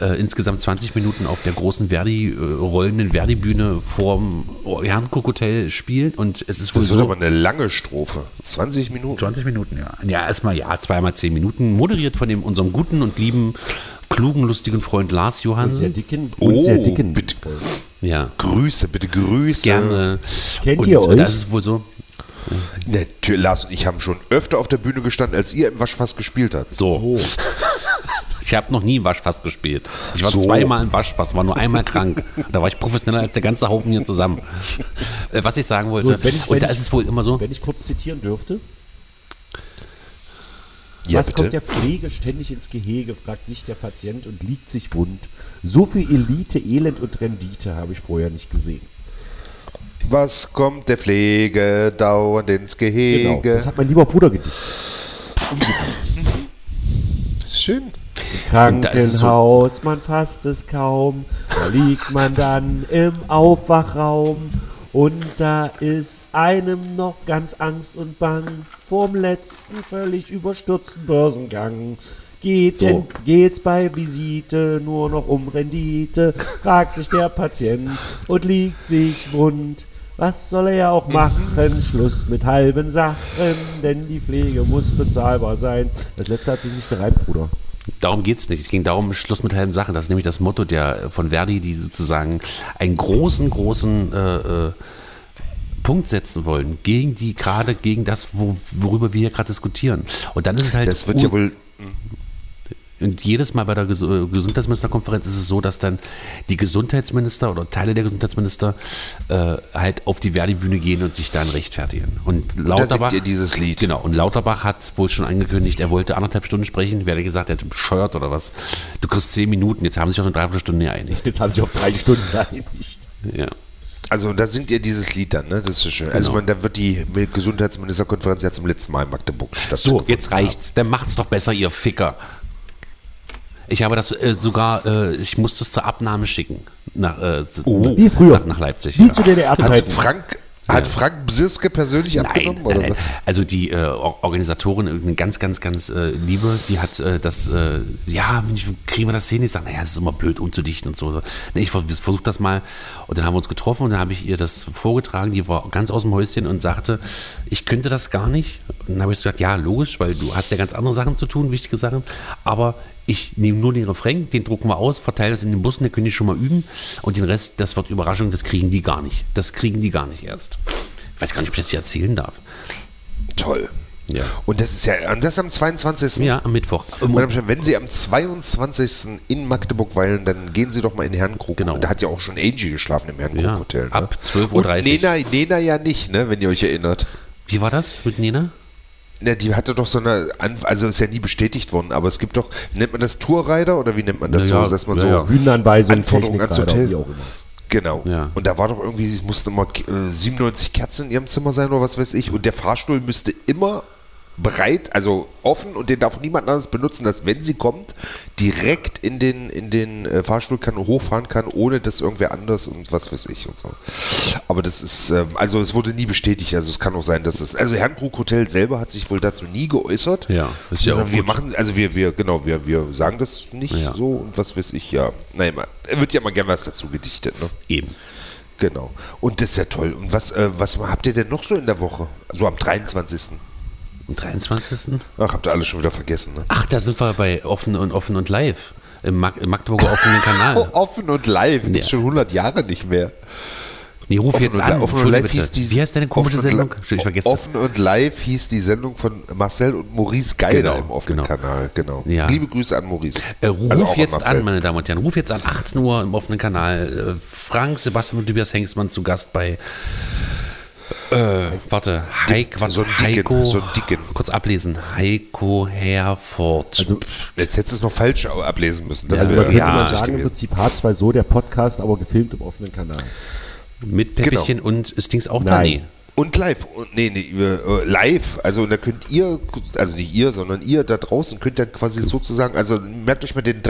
A: äh, insgesamt 20 Minuten auf der großen Verdi, äh, rollenden Verdi-Bühne vorm Herrenkrug Hotel spielen. Und es ist wohl
C: Das
A: so.
C: wird aber eine lange Strophe. 20 Minuten.
A: 20 Minuten, ja. Ja, erstmal ja, zweimal 10 Minuten. Moderiert von dem unserem guten und lieben, klugen, lustigen Freund Lars
B: Und sehr
A: Johansen.
B: dicken. und sehr dicken.
C: Oh, bitte
A: Ja.
C: Grüße, bitte Grüße.
A: Gerne.
B: Kennt
A: und
B: ihr euch?
A: Das ist wohl so.
C: Natürlich, Lars und ich haben schon öfter auf der Bühne gestanden, als ihr im Waschfass gespielt habt.
A: So. Ich habe noch nie im Waschfass gespielt. Ich war
C: So.
A: zweimal im Waschfass, war nur einmal krank. Da war ich professioneller als der ganze Haufen hier zusammen. Äh, Was ich sagen wollte,
B: So, wenn ich- wenn
A: und da
B: ich-
A: ist es wohl immer so,
B: Wenn ich kurz zitieren dürfte,
C: Ja,
B: was
C: bitte.
B: kommt der Pflege ständig ins Gehege, fragt sich der Patient und liegt sich wund. So viel Elite, Elend und Rendite habe ich vorher nicht gesehen.
C: was kommt der Pflege dauernd ins
B: Genau,
C: Gehege?
B: das hat mein lieber Bruder gedichtet.
C: Schön.
A: Und da ist es so-
B: Krankenhaus, man fasst es kaum, da liegt man dann im Aufwachraum und da ist einem noch ganz Angst und Bang vorm letzten völlig überstürzten Börsengang. Geht
A: So.
B: denn, geht's bei Visite nur noch um Rendite, fragt sich der Patient und liegt sich wund. Was soll er ja auch machen? Schluss mit halben Sachen, denn die Pflege muss bezahlbar sein. Das letzte hat sich nicht gereimt, Bruder.
A: Darum geht es nicht. Es ging darum, Schluss mit halben Sachen. Das ist nämlich das Motto der, von Verdi, die sozusagen einen großen, großen äh, äh, Punkt setzen wollen. Gegen die, gerade gegen das, wo, worüber wir hier gerade diskutieren. Und dann ist es halt.
C: Das wird ja
A: un-
C: wohl
A: und jedes Mal bei der Ges äh, Gesundheitsministerkonferenz ist es so, dass dann die Gesundheitsminister oder Teile der Gesundheitsminister äh, halt auf die Verdi-Bühne gehen und sich dann rechtfertigen. Und Lauterbach.
C: singt ihr dieses Lied.
A: Genau. Und Lauterbach hat wohl schon angekündigt, er wollte anderthalb Stunden sprechen. Verdi gesagt, er ist bescheuert oder was. Du kriegst zehn Minuten. Jetzt haben sie sich auf eine Dreiviertelstunde geeinigt.
B: Jetzt haben sie auf drei Stunden geeinigt.
A: Ja.
C: Also da singt ihr dieses Lied dann, ne? Das ist so schön.
A: Genau.
C: Also man, da wird die Gesundheitsministerkonferenz ja zum letzten Mal in Magdeburg
A: So,
C: stattfinden.
A: jetzt reicht's. Dann macht's doch besser, ihr Ficker. Ich habe das äh, sogar, äh, ich musste es zur Abnahme schicken. Nach, äh,
C: Oh.
B: Wie früher.
A: Nach, nach Leipzig.
B: Wie
A: ja.
B: zu DDR-Zeiten.
C: Frank Hat Frank Bsirske persönlich
A: Nein,
C: abgenommen?
A: nein,
C: Oder
A: nein.
C: was?
A: Also die äh, Or- Organisatorin, irgendeine ganz, ganz, ganz äh, Liebe, die hat äh, das, äh, ja, Mensch, wie kriegen wir das hin? Ich sage, naja, es ist immer blöd umzudichten und so. Nee, ich versuche das mal. Und dann haben wir uns getroffen und dann habe ich ihr das vorgetragen. Die war ganz aus dem Häuschen und sagte, ich könnte das gar nicht. Und dann habe ich so gesagt, ja, logisch, weil du hast ja ganz andere Sachen zu tun, wichtige Sachen. Aber ich nehme nur den Refrain, den drucken wir aus, verteile das in den Bussen, den können die schon mal üben. Und den Rest, das wird Überraschung, das kriegen die gar nicht. Das kriegen die gar nicht erst. Ich weiß gar nicht, ob ich das hier erzählen darf.
C: Toll.
A: Ja.
C: Und das ist ja, und das am 22.
A: Ja, am Mittwoch.
C: Meine Damen und Herren, Wenn Sie am 22. in Magdeburg weilen, dann gehen Sie doch mal in Herrenkrug.
A: Genau.
C: Da hat ja auch schon Angie geschlafen im
A: Ja,
C: Herrenkrug-Hotel. ne?
A: ab 12:30
C: Und Nena, Nena ja nicht, ne, wenn ihr euch erinnert.
A: Wie war das mit Nena?
C: Ne, die hatte doch so eine, An- also ist ja nie bestätigt worden, aber es gibt doch, nennt man das Tourrider oder wie nennt man das
A: Ja,
C: so, dass man
A: ja,
C: so,
A: ja.
B: Bühnenanweisung,
C: Anforderung
B: Technik,
C: ans
B: Hotel.
C: Hotel.
B: wie auch immer.
C: Genau.
A: Ja.
C: Und da war doch irgendwie, es mussten immer äh, 97 Kerzen in ihrem Zimmer sein oder was weiß ich. Und der Fahrstuhl müsste immer bereit, also offen und den darf niemand anderes benutzen, dass wenn sie kommt, direkt in den, in den äh, Fahrstuhl kann und hochfahren kann, ohne dass irgendwer anders und was weiß ich und so. Aber das ist, ähm, also es wurde nie bestätigt, also es kann auch sein, dass es, also Herrenkrug Hotel selber hat sich wohl dazu nie geäußert.
A: Ja,
C: ist ja auch wir machen, also wir, wir, genau, wir, wir sagen das nicht
A: Ja.
C: so und was weiß ich, ja. Nein, man- wird ja mal gern was dazu gedichtet, ne?
A: Eben.
C: Genau. Und das ist ja toll. Und was, äh, was habt ihr denn noch so in der Woche? So am 23.
A: Am 23.
C: Ach, habt ihr alle schon wieder vergessen, ne?
A: Ach, da sind wir bei Offen und Offen und Live. Im, Mag im Magdeburger offenen
C: Oh,
A: Kanal.
C: offen und live.
A: Ah.
C: Gibt's
A: Ja.
C: schon 100 Jahre nicht mehr.
A: Nee, ruf
C: Offen
A: jetzt
C: und Li-
A: an.
C: Offen und
A: Entschuldige
C: live
A: bitte.
C: hieß die,
A: Wie heißt deine komische
C: Offen und Li-
A: Sendung? Entschuldigung, ich vergesse.
C: Offen und live hieß die Sendung von Marcel und Maurice Geider
A: Genau,
C: im offenen
A: genau.
C: Kanal. Genau.
A: Ja.
C: Liebe Grüße an Maurice.
A: Äh, ruf
C: Also auch
A: jetzt
C: Marcel.
A: an, meine Damen und Herren. Ruf jetzt an, 18 Uhr im offenen Kanal. Äh, Frank, Sebastian und Tobias Hengstmann zu Gast bei. Äh, warte, Heik, was,
C: so ein Dicken,
A: Heiko,
C: so ein Dicken.
A: kurz ablesen, Heiko Herford.
B: Also,
C: Jetzt hättest du es noch falsch au- ablesen müssen. Das
B: also
C: wäre
B: man könnte
A: Ja,
B: mal
A: ist
B: sagen, im
C: gewesen.
B: Prinzip H2 so der Podcast, aber gefilmt im offenen Kanal.
A: mit Peppichen
C: genau.
A: und Stings auch da?
B: Nein.
A: Nee.
C: Und live, und, nee, nee, äh, live, also und da könnt ihr, also nicht ihr, sondern ihr da draußen könnt dann quasi sozusagen, also merkt euch mal den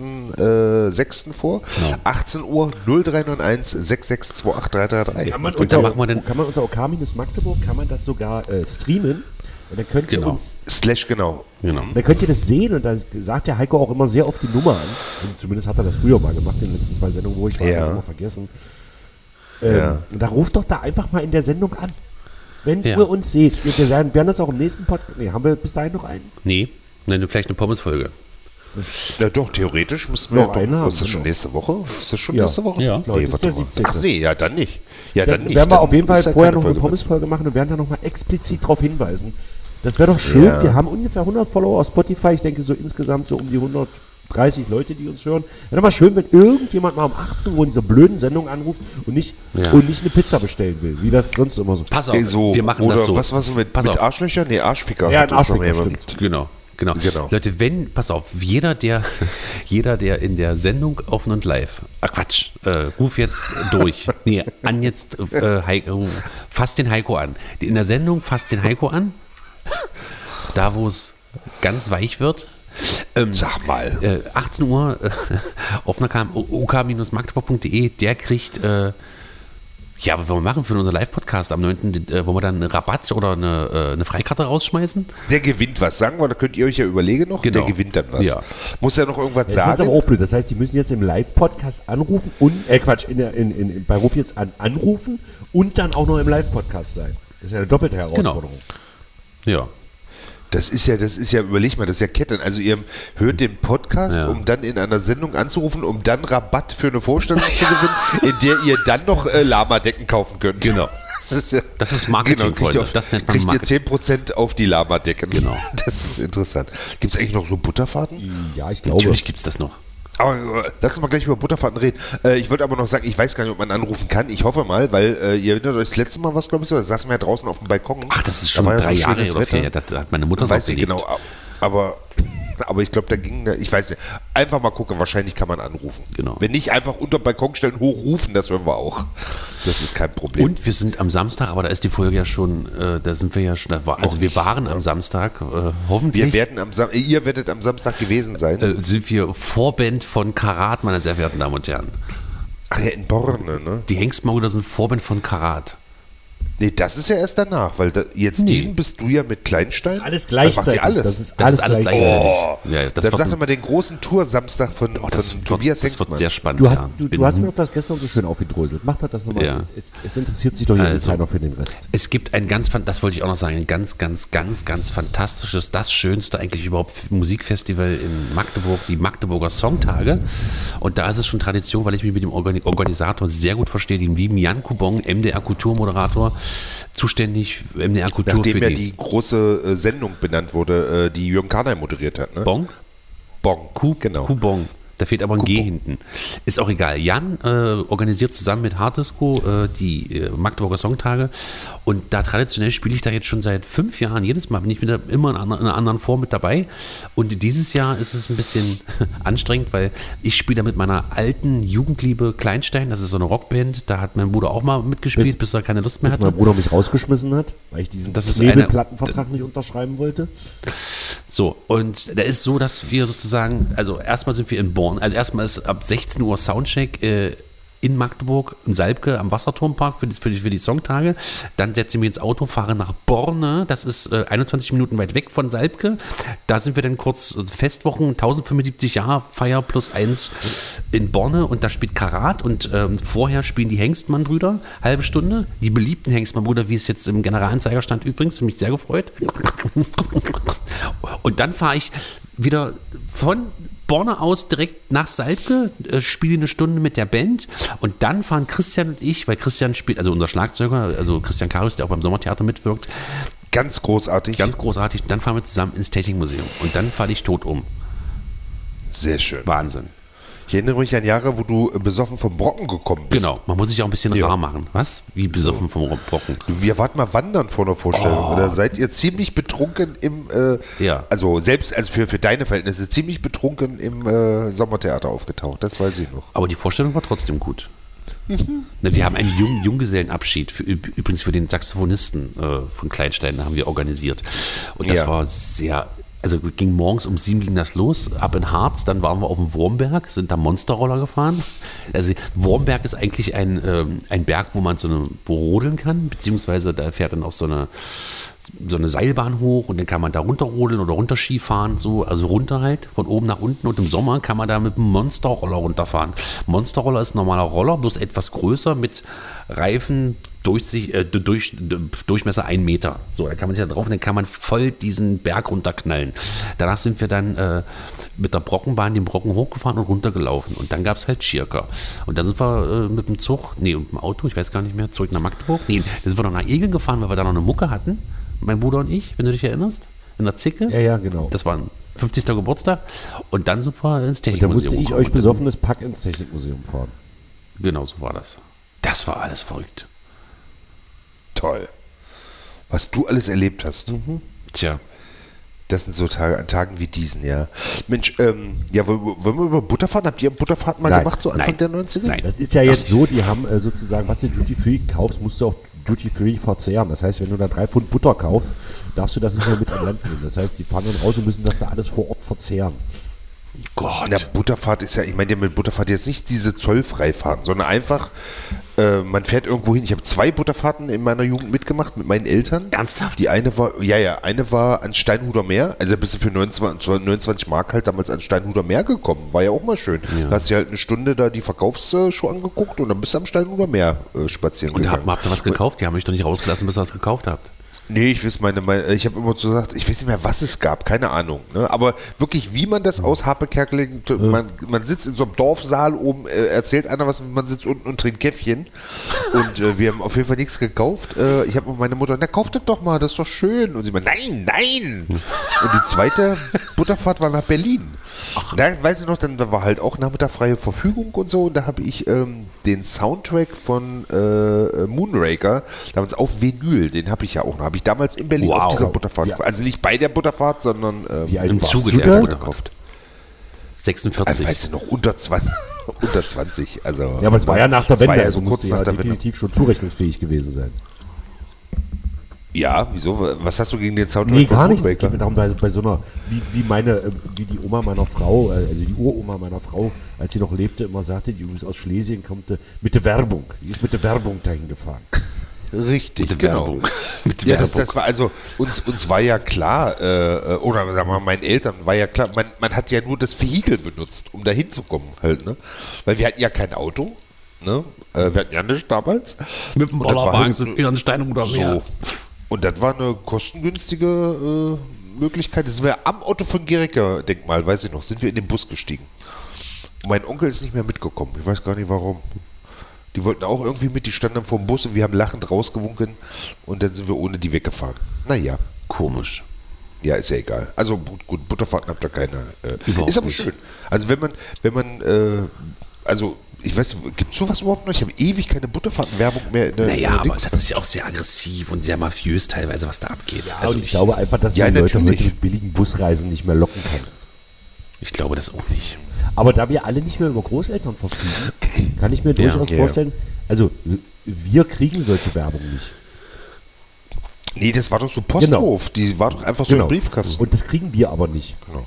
C: 23.06. vor,
A: Genau.
C: 18 Uhr 0391
B: Kann
C: 6628333.
B: man,
A: Und dann
B: unter,
A: machen wir den-
B: kann man unter OK-Magdeburg, kann man das sogar äh, streamen. Und dann könnt,
A: Genau.
B: ihr uns,
C: Slash genau.
A: Genau.
B: dann könnt ihr das sehen und da sagt der Heiko auch immer sehr oft die Nummer an. Also zumindest hat er das früher mal gemacht in den letzten zwei Sendungen, wo ich war,
C: Ja.
B: das immer vergessen. Ähm,
C: Ja.
B: Und da ruft doch da einfach mal in der Sendung an. Wenn
A: Ja.
B: ihr uns seht, wir wir werden das auch im nächsten Podcast. Nee, haben wir bis dahin noch einen?
A: Nee, nein, nur vielleicht eine Pommesfolge.
C: Ja, doch, theoretisch müssten wir
B: Doch, einen haben
C: Ist das
B: wir
C: schon
B: noch. genau.
C: nächste Woche? Ist das schon
B: Ja.
C: nächste Woche?
A: Ja.
B: Leute, ist
C: warte
B: der
C: mal.
B: 17..
C: Ach nee, ja, dann nicht. Ja, dann,
B: Dann
C: nicht.
B: werden wir
C: Dann
B: auf jeden Fall
C: ist ja
B: vorher
C: keine
B: noch eine
C: Folge mehr.
B: Pommesfolge machen und werden da nochmal explizit darauf hinweisen. Das wäre doch schön.
C: Ja.
B: Wir haben ungefähr 100 Follower auf Spotify. Ich denke so insgesamt so um die 130 Leute, die uns hören. Wäre doch mal schön, wenn irgendjemand mal um 18 Uhr in dieser blöden Sendung anruft und nicht,
A: Ja.
B: und nicht eine Pizza bestellen will, wie das sonst immer so.
A: Pass auf,
C: Ey, so,
A: wir machen
C: oder
A: das so.
C: Was war's mit,
A: Pass
C: mit
A: auf.
C: Arschlöcher? Nee, Arschficker.
B: Ja,
C: hat
B: ein
C: uns noch
B: Arschficker,
C: jemand-
A: Genau, genau.
C: Genau.
A: Leute, wenn, pass auf, jeder, der, jeder, der in der Sendung offen und live, ah Quatsch, äh, ruf jetzt durch. Nee, an jetzt, äh, Heiko, fass den Heiko an. In der Sendung fass den Heiko an. Da, wo es ganz weich wird. Ähm,
C: Sag mal.
A: äh, 18 Uhr äh, offener kam ok-magdeburg.de, der kriegt äh, ja, was wollen wir machen für unseren Live-Podcast am 9. D- Äh, wollen wir dann einen Rabatt oder eine, äh, eine Freikarte rausschmeißen?
C: Der gewinnt was, sagen wir, da könnt ihr euch ja überlegen noch.
A: Genau.
C: Der gewinnt dann was.
A: Ja.
C: Muss ja noch irgendwas
B: Das ist jetzt
C: sagen.
B: aber auch blöd. Das heißt, die müssen jetzt im Live-Podcast anrufen und, äh Quatsch, in der, in, in, in, bei Ruf jetzt an anrufen und dann auch noch im Live-Podcast sein. Das ist ja eine doppelte
C: Genau.
B: Herausforderung.
A: Ja.
C: Das ist ja, das ist ja, überleg mal, das ist ja Ketten. Also ihr hört den Podcast,
A: Ja.
C: um dann in einer Sendung anzurufen, um dann Rabatt für eine Vorstellung zu gewinnen, in der ihr dann noch äh, Lama-Decken kaufen könnt. Genau. Das ist, ja, Genau,
A: Das ist Marketing,
C: kriegt
A: Freunde.
C: ihr auf,
A: Das nennt man
C: kriegt ihr
A: Marketing.
C: 10% auf die Lama-Decken.
A: Genau.
C: Das ist interessant. Gibt es eigentlich noch so Butterfahrten?
B: Ja, ich glaube.
A: Natürlich gibt es das noch.
C: Aber äh, lass uns mal gleich über Butterfahrten reden. Äh, ich wollte aber noch sagen, ich weiß gar nicht, ob man anrufen kann. Ich hoffe mal, weil äh, ihr erinnert euch das letzte Mal was, glaube ich, so. Da saßen wir ja draußen auf dem Balkon.
A: Ach, das ist
C: Da
A: schon
C: war ja so
A: drei Jahre
C: schönes
A: oder vier
C: Wetter.
A: Jahre. Da hat meine Mutter
C: weiß
A: drauf
C: nicht genau, ab- aber, aber ich glaube, da ging, ich weiß nicht. Einfach mal gucken, wahrscheinlich kann man anrufen.
A: Genau.
C: Wenn nicht, einfach unter den Balkon stellen, hochrufen, das hören wir auch. Das ist kein Problem.
A: Und wir sind am Samstag, aber da ist die Folge ja schon, äh, da sind wir ja schon, da war, also wir waren am Samstag, äh,
C: wir
A: hoffentlich
C: werden am Sam äh, ihr werdet am Samstag gewesen sein.
A: äh, sind wir Vorband von Karat, meine sehr verehrten Damen und Herren.
C: Ach ja, in Borne, ne?
A: Die Hengstmauer sind Vorband von Karat.
C: Nee, das ist ja erst danach, weil da, jetzt diesen bist du ja mit Kleinstein.
B: Das ist alles
C: Dann macht ihr
B: gleichzeitig.
C: Alles.
B: Das ist
A: Das
B: alles,
A: ist alles
B: gleichzeitig.
A: gleichzeitig.
C: Oh.
A: Ja, das
C: Dann
A: wird-
C: sag doch mal den großen Tour-Samstag von,
A: Oh, das,
C: von
A: wird-
C: Tobias
A: das wird
C: Hengstmann.
A: sehr spannend.
B: Du hast,
A: ja.
B: du,
A: Bin- hm.
B: du hast mir doch das gestern so schön aufgedröselt. Mach doch das nochmal.
A: Ja.
B: Es, es interessiert sich doch hier
A: Also.
B: keiner für den Rest.
A: Es gibt ein ganz, fan- das wollte ich auch noch sagen, ein ganz, ganz, ganz, ganz fantastisches, das schönste eigentlich überhaupt Musikfestival in Magdeburg, die Magdeburger Songtage. Und da ist es schon Tradition, weil ich mich mit dem Organi Organisator sehr gut verstehe, dem lieben Jan Kubong, MDR Kulturmoderator, zuständig MDR Kultur
C: Nachdem
A: für
C: ja
A: die,
C: die große äh, Sendung benannt wurde, äh, die Jürgen Karnay moderiert hat, ne?
A: Bong.
C: Bong.
A: Ku
C: genau.
A: Kubong. Da fehlt aber ein G hinten. Ist auch egal. Jan äh, organisiert zusammen mit Hartdisco äh, die äh, Magdeburger Songtage. Und da traditionell spiele ich da jetzt schon seit fünf Jahren. Jedes Mal bin ich wieder immer in, ander- in einer anderen Form mit dabei. Und dieses Jahr ist es ein bisschen anstrengend, weil ich spiele da mit meiner alten Jugendliebe Kleinstein. Das ist so eine Rockband. Da hat mein Bruder auch mal mitgespielt, bis,
B: Bis-
A: er keine Lust mehr
B: Bis
A: hatte.
B: mein Bruder mich rausgeschmissen hat, weil ich diesen
A: Das ist
B: Knebelplattenvertrag nicht unterschreiben wollte.
A: So, und da ist so, dass wir sozusagen, also erstmal sind wir in Born, also erstmal ist ab 16 Uhr Soundcheck äh, in Magdeburg, in Salbke am Wasserturmpark für die, für, die, für die Songtage. Dann setze ich mich ins Auto, fahre nach Borne, das ist äh, 21 Minuten weit weg von Salbke. Da sind wir dann kurz äh, Festwochen, 1075 Jahre Feier plus eins in Borne und da spielt Karat und ähm, vorher spielen die Hengstmann-Brüder, halbe Stunde. Die beliebten Hengstmann-Brüder, wie es jetzt im Generalanzeiger stand übrigens, mich sehr gefreut. Und dann fahre ich wieder von Borne aus direkt nach Salbke, äh, spiele eine Stunde mit der Band und dann fahren Christian und ich, weil Christian spielt, also unser Schlagzeuger, also Christian Karius, der auch beim Sommertheater mitwirkt,
C: Ganz großartig.
A: ganz großartig, und dann fahren wir zusammen ins Technikmuseum und dann falle ich tot um.
C: sehr schön.
A: Wahnsinn.
C: Ich erinnere mich an Jahre, wo du äh, besoffen vom Brocken gekommen bist.
A: Genau, man muss sich auch ein bisschen
C: Ja.
A: rar machen. Was? Wie besoffen vom Rockbrocken.
C: Wir warten mal wandern vor einer Vorstellung. Oder seid ihr ziemlich betrunken im, äh,
A: Oh. Ja.
C: also selbst also für, für deine Verhältnisse, ziemlich betrunken im äh, Sommertheater aufgetaucht. Das weiß ich noch.
A: Aber die Vorstellung war trotzdem gut. Ne, wir haben einen Jung Junggesellenabschied, für, üb- übrigens für den Saxophonisten äh, von Kleinstein, haben wir organisiert. Und das
C: Ja.
A: war sehr, also ging morgens um sieben ging das los, ab in Harz, dann waren wir auf dem Wurmberg, sind da Monsterroller gefahren. Also Wurmberg ist eigentlich ein, ähm, ein Berg, wo man so eine, wo rodeln kann, beziehungsweise da fährt dann auch so eine, so eine Seilbahn hoch und dann kann man da runterrodeln oder runter Ski fahren, so, also runter halt, von oben nach unten und im Sommer kann man da mit einem Monsterroller runterfahren. Monsterroller ist ein normaler Roller, bloß etwas größer mit Reifen, Durchsicht, äh, durch, Durchmesser 1 Meter. So, da kann man sich da drauf und dann kann man voll diesen Berg runterknallen. Danach sind wir dann äh, mit der Brockenbahn den Brocken hochgefahren und runtergelaufen und dann gab es halt Schirker. Und dann sind wir äh, mit dem Zug, nee, mit dem Auto, ich weiß gar nicht mehr, zurück nach Magdeburg. Nee, dann sind wir noch nach Egeln gefahren, weil wir da noch eine Mucke hatten mein Bruder und ich, wenn du dich erinnerst, in der Zicke.
B: Ja, ja, genau.
A: Das war ein 50. Geburtstag. Und dann sind wir ins
B: Da
A: Technikmuseum.
B: musste ich
A: gekommen.
B: euch besoffenes Pack ins Technikmuseum fahren.
A: Genau so war das. Das war alles verrückt.
C: Toll. Was du alles erlebt hast.
A: Tja,
C: Das sind so Tage, an Tagen wie diesen, ja. Mensch, ähm, ja, wollen wir wollen wir über Butterfahrt? Habt ihr Butterfahrt mal
B: Nein.
C: gemacht, so Anfang
A: Nein.
C: der 90er?
A: Nein.
B: Das ist ja jetzt so, die haben äh, sozusagen, was du Duty Free kaufst, musst du auch Duty Free verzehren. Das heißt, wenn du da drei Pfund Butter kaufst, darfst du das nicht mehr mit an Land nehmen. Das heißt, die fahren dann raus und müssen das da alles vor Ort verzehren.
A: Gott.
C: Na, Butterfahrt ist ja, ich meine ja mit Butterfahrt jetzt nicht diese zollfrei fahren, sondern einfach, äh, man fährt irgendwo hin. Ich habe zwei Butterfahrten in meiner Jugend mitgemacht mit meinen Eltern.
A: Ernsthaft?
C: Die eine war, ja, ja, eine war ans Steinhuder Meer, also da bist du für 29, 29 Mark halt damals ans Steinhuder Meer gekommen, war ja auch mal schön. Da hast du dir halt eine Stunde da die Verkaufsschuhe angeguckt und dann bist du am Steinhuder Meer äh, spazieren
A: Und
C: gegangen.
A: habt, habt ihr was gekauft? Die haben mich doch nicht rausgelassen, bis ihr was gekauft habt.
C: Nee, ich weiß meine, meine ich habe immer so gesagt, ich weiß nicht mehr, was es gab, keine Ahnung. Ne? Aber wirklich, wie man das aus Hapekerkeling, man, man sitzt in so einem Dorfsaal oben, äh, erzählt einer was, man sitzt unten und trinkt Käffchen. Und äh, wir haben auf jeden Fall nichts gekauft. Äh, ich habe meine Mutter, na kauft das doch mal, das ist doch schön. Und sie meinte, nein, nein. Und die zweite Butterfahrt war nach Berlin. Da weiß ich noch, dann da war halt auch Nachmittag freie Verfügung und so. Und da habe ich ähm, den Soundtrack von äh, Moonraker, damals auf Vinyl, den habe ich ja auch noch. Habe ich damals in Berlin
A: Wow.
C: auf dieser Butterfahrt,
B: Wie-
C: also nicht bei der Butterfahrt, sondern ähm,
B: Wie alt
A: Im
B: warst
A: Zuge
B: du
A: der
B: da?
A: Butterfahrt.
C: gekauft. Also,
A: 46.
C: weißt du noch, unter 20. unter 20 also,
B: Ja, aber es war ja nach der
C: es war
B: Wende,
C: ja
B: also
C: so kurz
B: musste
C: nach
B: ja
C: der Wende.
B: definitiv schon zurechnungsfähig gewesen sein.
C: Ja, wieso? Was hast du gegen den Soundtrack?
B: Nee, gar
C: von
B: nichts. Es geht
C: Brubaker?
B: mir darum, bei, bei so einer, wie, wie meine, äh, wie die Oma meiner Frau, äh, also die Uroma meiner Frau, als sie noch lebte, immer sagte, die übrigens aus Schlesien kommt, äh, mit der Werbung. Die ist mit der Werbung dahin gefahren. Also
C: Richtig,
A: Mit
C: genau.
A: Werbung. Mit
C: ja, das,
A: Werbung.
C: das war also, uns, uns war ja klar, äh, äh, oder sagen wir mal, meinen Eltern war ja klar, man, man hat ja nur das Vehikel benutzt, um da hinzukommen halt, ne? Weil wir hatten ja kein Auto, ne? Äh, wir hatten ja nichts damals.
A: Mit dem
C: Und das war
A: Bollerwagen
C: halt
A: sind wir an Steinruder
C: So.
A: mehr.
C: Und das war eine kostengünstige äh, Möglichkeit. Das wäre am Otto von Gericke Denkmal, weiß ich noch, sind wir in den Bus gestiegen. Und mein Onkel ist nicht mehr mitgekommen. Ich weiß gar nicht warum. Die wollten auch irgendwie mit, die standen dann vor dem Bus und wir haben lachend rausgewunken und dann sind wir ohne die weggefahren. Naja,
A: Komisch.
C: ja, ist ja egal. Also gut, gut Butterfahrten habt ihr keine. Äh,
A: Überhaupt
C: ist aber
A: nicht.
C: schön. Also wenn man, wenn man, äh, also ich weiß, gibt es sowas überhaupt noch? Ich habe ewig keine Butterfahrtenwerbung mehr in der in
A: Naja,
C: der
A: aber
C: Dings-
A: das ist ja auch sehr aggressiv und sehr mafiös teilweise, was da abgeht.
B: Also ich, glaube einfach, dass
C: Ja,
B: du die Leute
C: natürlich.
B: heute mit billigen Busreisen nicht mehr locken kannst.
A: ich glaube das auch nicht.
B: Aber da wir alle nicht mehr über Großeltern verfügen, kann ich mir durchaus
C: ja.
B: vorstellen, also wir kriegen solche Werbung nicht.
C: Nee, das war doch so Posthof. Die war doch einfach so im Genau. Briefkasten.
B: Genau. Und das kriegen wir aber nicht.
C: Genau. Hm.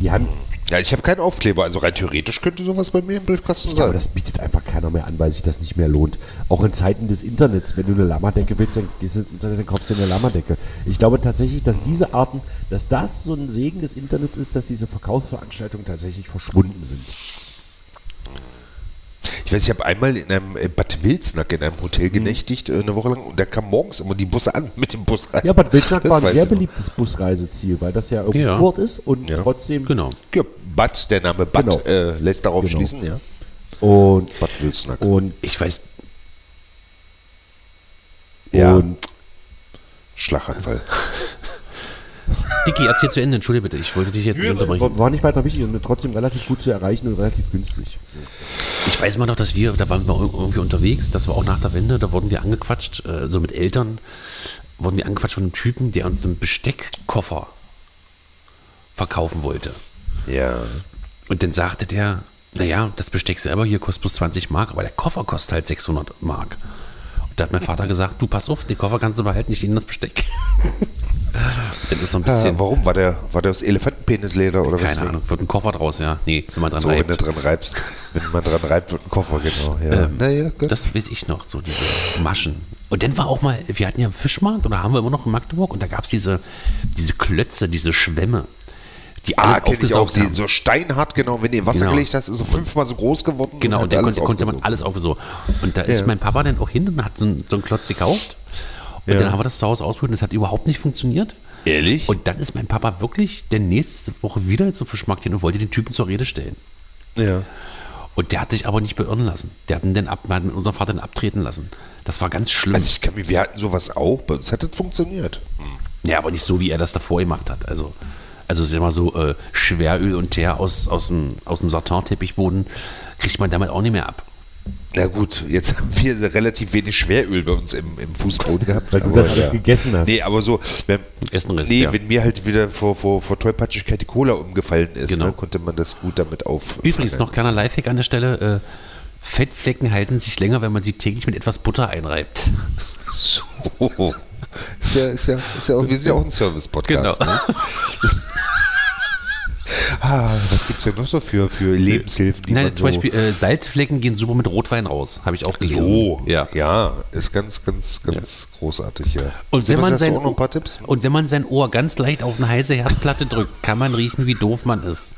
B: Die haben,
C: ja, ich habe keinen Aufkleber. Also rein theoretisch könnte sowas bei mir im Briefkasten
B: ich
C: sein.
B: glaube, das bietet einfach keiner mehr an, weil sich das nicht mehr lohnt. Auch in Zeiten des Internets, wenn du eine Lamadecke willst, dann gehst du ins Internet und kaufst dir eine Lamadecke. Ich glaube tatsächlich, dass diese Arten, dass das so ein Segen des Internets ist, dass diese Verkaufsveranstaltungen tatsächlich verschwunden sind.
C: ich weiß, ich habe einmal in einem äh, Bad Wilsnack in einem
B: Mhm.
C: Hotel genächtigt, äh, eine Woche lang. Und da kam morgens immer die Busse an mit dem Busreisen.
B: Ja, Bad Wilsnack
C: Das
B: war ein
C: weiß
B: sehr
C: ich noch.
B: beliebtes Busreiseziel, weil das ja irgendwie
A: Ja.
B: kurz ist und
C: Ja.
B: trotzdem.
A: Genau.
C: Ja, Bad, der Name Bad
B: Genau.
C: äh, lässt darauf
B: Genau.
C: schließen, ja.
B: Und,
C: Bad Wilsnack.
B: und,
A: Ich weiß,
C: ja,
B: und
C: Schlaganfall.
A: Dicky, erzähl zu Ende, entschuldige bitte, ich wollte dich jetzt nicht unterbrechen.
B: war nicht weiter wichtig und trotzdem relativ gut zu erreichen und relativ günstig.
A: Ich weiß mal noch, dass wir, da waren wir irgendwie unterwegs, das war auch nach der Wende, da wurden wir angequatscht, äh, so mit Eltern, wurden wir angequatscht von einem Typen, der uns einen Besteckkoffer verkaufen wollte.
C: Ja.
A: Und dann sagte der, naja, das Besteck selber hier kostet bloß 20 Mark, aber der Koffer kostet halt 600 Mark. Und da hat mein Vater gesagt, du pass auf, den Koffer kannst du behalten, ich nehme das Besteck. das ist so ein bisschen,
C: Ah, warum? War der, war der aus Elefantenpenisleder oder
A: keine
C: weswegen?
A: Ahnung, wird ein Koffer draus, ja. Nee, wenn man dran
C: So, wenn du
A: reibt.
C: dran reibst. Wenn man dran reibt, wird ein Koffer, genau. Ja.
B: Ähm,
C: naja, gut.
A: Das weiß ich noch, so diese Maschen. Und dann war auch mal, wir hatten ja einen Fischmarkt oder haben wir immer noch in Magdeburg und da gab es diese, diese Klötze, diese Schwämme, die alles
C: Ah, kenne ich auch.
A: aufgesaugt
C: Die,
A: haben.
C: so steinhart, genau. Wenn du in Wasser
A: Genau.
C: gelegt hast, ist so fünfmal so groß geworden.
A: Genau,
C: hat
A: und da
C: alles
A: konnte, konnte man
C: aufgesogen.
A: alles auch so. Und da ist
C: Ja.
A: mein Papa dann auch hin und hat so, einen- so einen Klotz gekauft. Und
C: Ja.
A: dann haben wir das zu Hause ausprobiert und es hat überhaupt nicht funktioniert.
C: Ehrlich?
A: Und dann ist mein Papa wirklich der nächste Woche wieder zum Fischmarkt hin und wollte den Typen zur Rede stellen.
C: ja.
A: Und der hat sich aber nicht beirren lassen. Der hat ihn dann ab, hat mit unserem Vater dann abtreten lassen. Das war ganz schlimm.
C: Also ich kann mir, wir hatten sowas auch. Bei uns hat das funktioniert.
A: ja, aber nicht so, wie er das davor gemacht hat. Also, also ist immer so äh, Schweröl und Teer aus, aus dem, aus dem Satin-Teppichboden kriegt man damit auch nicht mehr ab.
C: Na gut, jetzt haben wir relativ wenig Schweröl bei uns im, im Fußboden gehabt.
B: Weil du
C: aber
B: das alles
C: ja.
B: gegessen hast.
C: Nee, aber so, wenn,
A: Essen Rest,
C: nee,
A: ja.
C: wenn mir halt wieder vor, vor, vor Tollpatschigkeit die Cola umgefallen ist,
A: Genau.
C: ne, konnte man das gut damit auf.
A: Übrigens noch kleiner Lifehack an der Stelle. Äh, Fettflecken halten sich länger, wenn man sie täglich mit etwas Butter einreibt.
C: So. Ist ja, ist ja, ist ja auch, wir sind ja auch ein Service-Podcast.
A: Genau.
C: Ne? ah, was gibt es denn noch so für, für Lebenshilfen? Die
A: Nein,
C: man
A: zum
C: so
A: Beispiel äh, Salzflecken gehen super mit Rotwein raus. Habe ich auch gelesen.
C: So,
A: ja.
C: ja. ja, ist ganz, ganz, ganz großartig, ja.
A: Und wenn
C: Sebastian,
A: man
C: hast du
A: sein
C: auch noch ein paar Tipps?
A: Und wenn man sein Ohr ganz leicht auf eine heiße Herdplatte drückt, kann man riechen, wie doof man ist.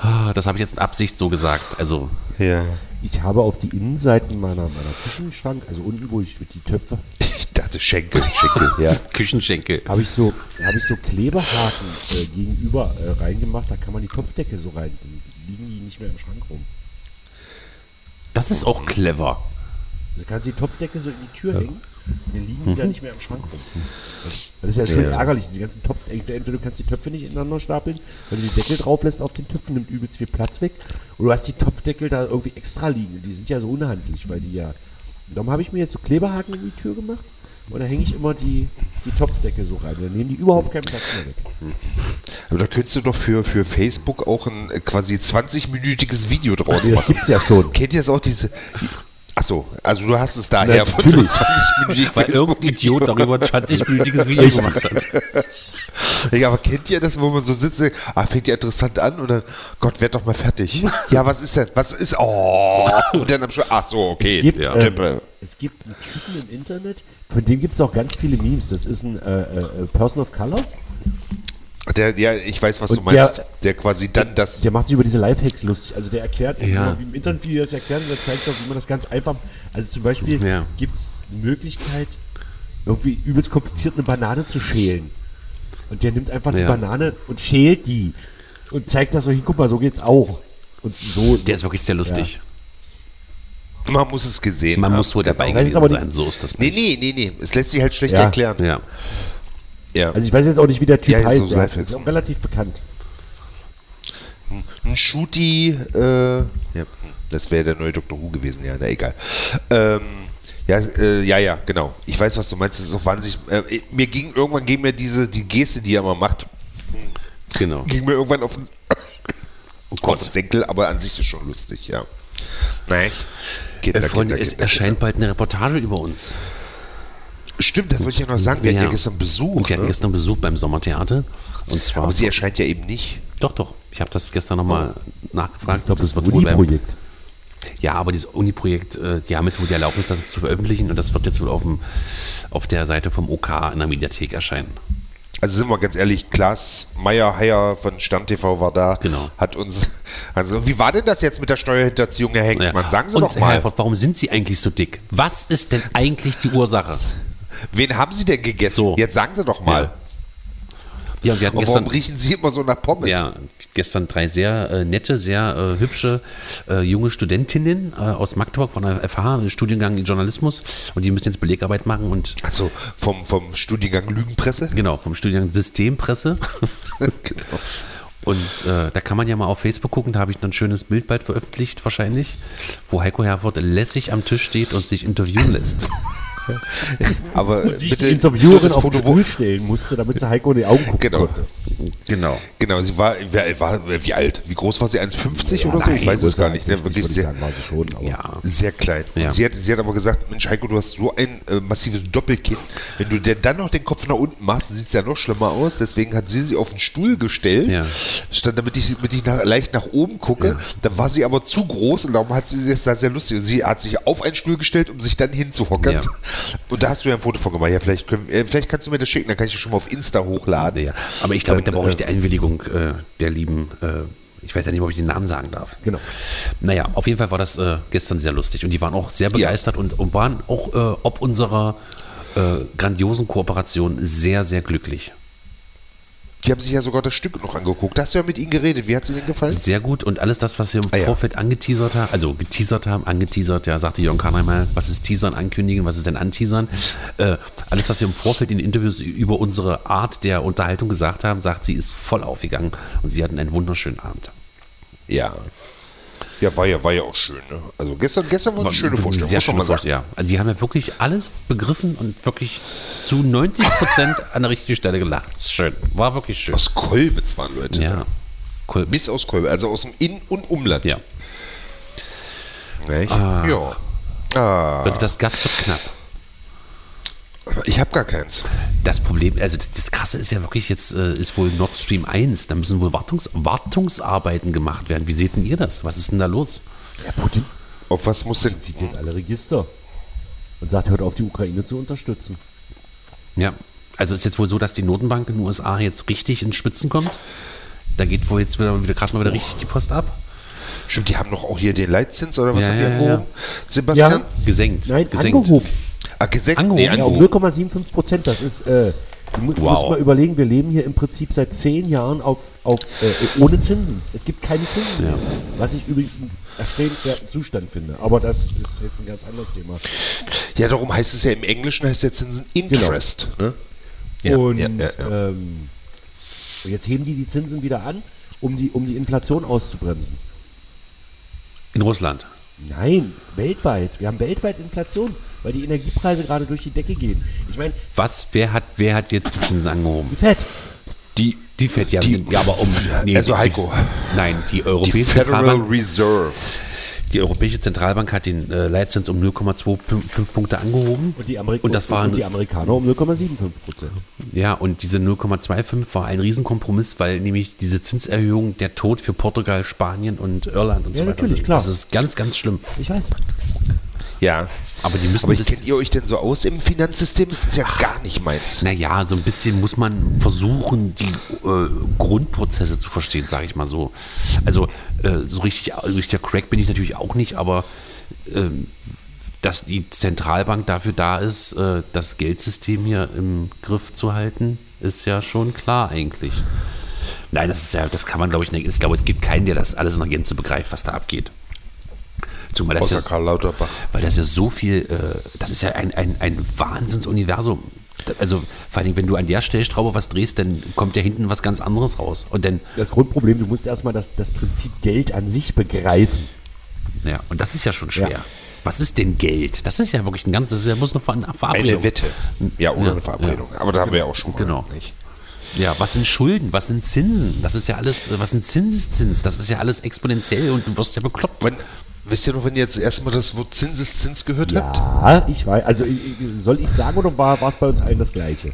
A: Ah, Das habe ich jetzt mit Absicht so gesagt. Also,
C: Ja.
B: Ich habe auf die Innenseiten meiner, meiner Küchenschrank, also unten, wo ich die Töpfe,
C: Ich dachte Schenkel, Schenkel, ja. Also
A: Küchenschenkel.
B: habe ich so, habe ich so Klebehaken äh, gegenüber äh, reingemacht. Da kann man die Topfdecke so rein. Dann liegen die nicht mehr im Schrank rum.
A: Das ist auch clever.
B: Also kannst du die Topfdecke so in die Tür hängen. Dann liegen die da nicht mehr im Schrank rum. Das ist ja schön
C: Ja.
B: ärgerlich, diese ganzen Topf. Entweder entweder du kannst die Töpfe nicht ineinander stapeln, wenn du die Deckel drauf lässt auf den Töpfen, nimmt übelst viel Platz weg. Und du hast die Topfdeckel da irgendwie extra liegen. Die sind ja so unhandlich, weil die ja. Und Darum habe ich mir jetzt so Klebehaken in die Tür gemacht und da hänge ich immer die, die Topfdecke so rein. Dann nehmen die überhaupt keinen Platz mehr weg.
C: Aber da könntest du doch für, für Facebook auch ein äh, quasi 20-minütiges Video draus machen.
B: gibt's ja schon.
C: Kennt ihr das auch, diese... Achso, also du hast es daher
B: Natürlich.
C: von 20
A: Weil irgendein Idiot darüber ein 20-minütiges Video gemacht hat.
C: Ja, aber kennt ihr das, wo man so sitzt, ah, fängt ja interessant an und dann, Gott, werd doch mal fertig. Ja, was ist denn? Was ist, oh, und dann am Schluss, ach so, okay.
B: Es gibt,
C: ja.
B: ähm, es gibt einen Typen im Internet, von dem gibt es auch ganz viele Memes. Das ist ein äh, äh, äh, Person of Color.
C: der, ja, ich weiß, was du
B: Und der-
C: meinst. Der, quasi dann das,
B: Der macht sich über diese Lifehacks lustig. Also der erklärt,
A: Ja.
B: wie im Internet wie die das erklären, und der zeigt auch, wie man das ganz einfach. Also zum Beispiel
A: Ja.
B: gibt es eine Möglichkeit, irgendwie übelst kompliziert eine Banane zu schälen. Und der nimmt einfach die
A: Ja.
B: Banane und schält die. Und zeigt das so hin, guck mal, so geht's auch. Und so.
A: Der ist wirklich sehr lustig.
C: man muss es gesehen
A: Man
C: haben.
A: muss wohl dabei
B: Das ist
A: gewesen
B: aber die-
A: sein, so ist das
C: Nee,
A: nicht.
C: nee, nee, nee, es lässt sich halt schlecht
B: Ja.
C: erklären.
A: Ja.
C: Ja.
B: also ich weiß jetzt auch nicht, wie der Typ
C: Ja, ja, so
B: heißt. der
C: Lifehacks.
B: ist auch relativ bekannt.
C: Ein Shooty, äh, ja, das wäre der neue Dr. Who gewesen, ja, na egal. Ähm, ja, äh, ja, ja, genau. Ich weiß, was du meinst. Das ist auch wahnsinnig. Äh, mir ging irgendwann ging mir diese die Geste, die er immer macht,
A: Genau.
C: ging mir irgendwann auf den,
A: Oh
C: auf
A: Gott.
C: den Senkel, aber an sich ist schon lustig, ja. Nein. Kinder,
A: Äh, Freunde,
C: Kinder,
A: es
C: Kinder,
A: erscheint bald eine Reportage über uns.
C: Kinder. Stimmt, das wollte ich ja noch sagen. Wir hatten ja
A: Ja.
C: gestern Besuch.
A: Wir hatten
C: Ne?
A: gestern Besuch beim Sommertheater. Und zwar.
C: Aber sie Oh. erscheint ja eben nicht.
A: doch, doch. Ich habe das gestern nochmal nachgefragt. beim,
B: Uni-Projekt.
A: Ja, aber dieses Uni-Projekt, äh, die haben jetzt wohl die Erlaubnis, das zu veröffentlichen. Und das wird jetzt wohl auf, dem, auf der Seite vom OK in der Mediathek erscheinen.
C: Also sind wir ganz ehrlich, Klaas Meyer-Heyer von StammTV war da.
A: Genau.
C: Hat uns. Also, wie war denn das jetzt mit der Steuerhinterziehung, Herr Hengstmann?
A: Ja.
C: Sagen Sie
A: und
C: doch
A: Herr
C: mal,
A: Herford, warum sind Sie eigentlich so dick? Was ist denn eigentlich die Ursache?
C: wen haben Sie denn gegessen?
A: So.
C: Jetzt sagen Sie doch mal.
A: Ja. Ja, wir hatten
C: Und
A: gestern.
C: warum riechen Sie immer so nach Pommes?
A: Ja, gestern drei sehr äh, nette, sehr äh, hübsche äh, junge Studentinnen äh, aus Magdeburg von der FH, Studiengang in Journalismus. Und die müssen jetzt Belegarbeit machen und
C: Also vom, vom Studiengang Lügenpresse?
A: genau, vom Studiengang Systempresse.
C: genau.
A: Und äh, da kann man ja mal auf Facebook gucken, da habe ich noch ein schönes Bild bald veröffentlicht wahrscheinlich, wo Heiko Herford lässig am Tisch steht und sich interviewen lässt.
C: Aber
B: Und sich
C: Äh, bitte
B: die Interviewerin
C: das
B: auf den
C: Foto-
B: Stuhl stellen musste, damit sie Heiko in die Augen gucken
C: Genau.
B: konnte.
A: Genau.
C: Genau, sie war, wer- war wie alt? Wie groß war sie? 1,50 oder so?
B: nein,
C: Ich weiß es
B: größer
C: gar
B: als
C: nicht. ne?
B: 60
C: Wirklich
B: würde ich
C: sehr-
B: sagen, war sie schon, aber
A: Ja.
C: Sehr klein.
A: Ja.
C: Und sie hat, sie hat aber gesagt, Mensch Heiko, du hast so ein äh, massives Doppelkinn. Wenn du dir dann noch den Kopf nach unten machst, sieht es ja noch schlimmer aus. Deswegen hat sie sie auf den Stuhl gestellt,
A: Ja.
C: statt damit ich, damit ich nach, leicht nach oben gucke. Dann war sie aber zu groß und darum hat sie das sah sehr lustig. Und Sie hat sich auf einen Stuhl gestellt, um sich dann hinzuhockern.
A: Ja.
C: Und da hast du ja ein Foto von gemacht. Ja, vielleicht, können, äh, vielleicht kannst du mir das schicken, dann kann ich das schon mal auf Insta hochladen.
A: Ja, aber ich glaube, da
C: Dann,
A: brauche ich
C: äh,
A: die Einwilligung äh, der lieben, äh, ich weiß ja nicht, ob ich den Namen sagen darf.
B: Genau.
A: Naja, auf jeden Fall war das äh, gestern sehr lustig und die waren auch sehr begeistert und, und waren auch äh, ob unserer äh, grandiosen Kooperation sehr, sehr glücklich.
C: Die haben sich ja sogar das Stück noch angeguckt. Da hast du ja mit ihnen geredet. Wie hat es ihnen gefallen?
A: Sehr gut und alles das, was wir im
C: Ah, ja.
A: Vorfeld angeteasert haben, also geteasert haben, angeteasert, ja, sagte Jörn Kahn einmal, was ist teasern, ankündigen, was ist denn anteasern, äh, alles, was wir im Vorfeld in Interviews über unsere Art der Unterhaltung gesagt haben, sagt sie, ist voll aufgegangen und sie hatten einen wunderschönen Abend.
C: Ja. Ja, war ja, war ja auch schön. Ne? Also gestern, gestern war eine schöne Vorstellung.
A: Sehr
C: muss man
A: schöne
C: mal sagen.
A: Vorstellung, ja. Also die haben ja wirklich alles begriffen und wirklich zu 90 Prozent an der richtigen Stelle gelacht. Ist schön. War wirklich schön.
C: Aus Kolbitz waren Leute.
A: Ja.
C: da.
A: Cool.
C: Bis aus Kolbitz, also aus dem In- und Umland.
A: Ja.
C: Nicht? Ja. Ah,
A: Leute, Das Gast wird knapp.
C: ich habe gar keins.
A: Das Problem, also das, das Krasse ist ja wirklich jetzt, äh, ist wohl Nord Stream 1. Da müssen wohl Wartungs, Wartungsarbeiten gemacht werden. Wie seht denn ihr das? Was ist denn da los?
B: Ja, Putin
C: Auf was muss denn.
B: zieht jetzt alle Register und sagt, hört auf, die Ukraine zu unterstützen.
A: Ja. Also ist jetzt wohl so, dass die Notenbank in den USA jetzt richtig in Spitzen kommt. Da geht wohl jetzt wieder, wieder gerade mal wieder richtig die Post ab.
C: Stimmt, die haben doch auch hier den Leitzins oder was
A: Ja,
C: haben die
A: ja, ja,
C: angehoben? Sebastian?
A: Gesenkt.
B: Nein,
A: gesenkt.
B: angehoben.
C: Ah, gesenkt?
A: Angehoben.
C: Nee,
A: Ja,
B: Ja, um
C: angehoben.
B: 0,75 Prozent. Das ist, äh, du mu- du
A: Wow.
B: musst mal überlegen, wir leben hier im Prinzip seit zehn Jahren auf, auf, äh, ohne Zinsen. Es gibt keine Zinsen
A: Ja.
B: mehr. Was ich übrigens einen erstrebenswerten Zustand finde. Aber das ist jetzt ein ganz anderes Thema.
C: Ja, darum heißt es ja im Englischen heißt der Zinsen
A: Genau.
C: Interest. Ne? Ja,
B: und
C: ja, ja,
B: Ähm, und jetzt heben die die Zinsen wieder an, um die, um die Inflation auszubremsen.
A: In Russland.
B: Nein, weltweit. Wir haben weltweit Inflation, weil die Energiepreise gerade durch die Decke gehen. Ich meine,
A: Was, wer hat, wer hat jetzt die Zinsen angehoben?
B: die Fett.
A: Die, die fährt ja,
C: die-
A: ja aber um. nee,
C: Also
A: die-
C: Heiko.
A: Nein, die
C: Die
A: Europäische
C: Federal
A: Zentralbank,
C: Reserve.
A: Die Europäische Zentralbank hat den äh, Leitzins um 0,25 Punkte angehoben.
B: Und die, Amerik
A: Und das waren-
B: und die Amerikaner um 0,75 Prozent.
A: Ja, und diese 0,25 war ein Riesenkompromiss, weil nämlich diese Zinserhöhung der Tod für Portugal, Spanien und Irland und
B: Ja,
A: so weiter
B: natürlich,
A: sind.
B: klar.
A: Das ist ganz, ganz schlimm.
B: Ich weiß.
C: Ja.
A: Aber die müssen
C: Aber ich,
A: das...
C: kennt ihr euch denn so aus im Finanzsystem? Das ist ja gar nicht meins.
A: Naja, so ein bisschen muss man versuchen, die äh, Grundprozesse zu verstehen, sage ich mal so. Also äh, so richtig, richtiger Crack bin ich natürlich auch nicht, aber ähm, dass die Zentralbank dafür da ist, äh, das Geldsystem hier im Griff zu halten, ist ja schon klar eigentlich. Nein, das ist ja, das kann man, glaube ich, nicht. Ich glaube, es gibt keinen, der das alles in der Gänze begreift, was da abgeht. Zumal das ja
C: Außer Karl Lauterbach.
A: weil das ja so viel, äh, das ist ja ein, ein, ein Wahnsinnsuniversum. Da- Also vor allem, wenn du an der Stellschraube was drehst, dann kommt ja hinten was ganz anderes raus. Und dann,
B: Das Grundproblem, du musst erstmal das, das Prinzip Geld an sich begreifen.
A: ja, und das ist ja schon schwer.
B: Ja.
A: Was ist denn Geld? Das ist ja wirklich ein ganz, das ist ja bloß eine Ver- eine Verabredung.
C: Eine Wette. Ja, ohne
A: Ja,
C: eine Verabredung. Aber da haben wir ja auch schon mal.
A: Genau.
C: Nicht?
A: Ja, was sind Schulden? Was sind Zinsen? Das ist ja alles, äh, was sind Zinseszins? Das ist ja alles exponentiell und du wirst ja bekloppt.
C: Wann, wisst ihr noch, wenn ihr jetzt erstmal das Wort Zinseszins gehört habt?
B: Ja, ich weiß. Also ich, ich- soll ich sagen oder war war es bei uns allen das Gleiche?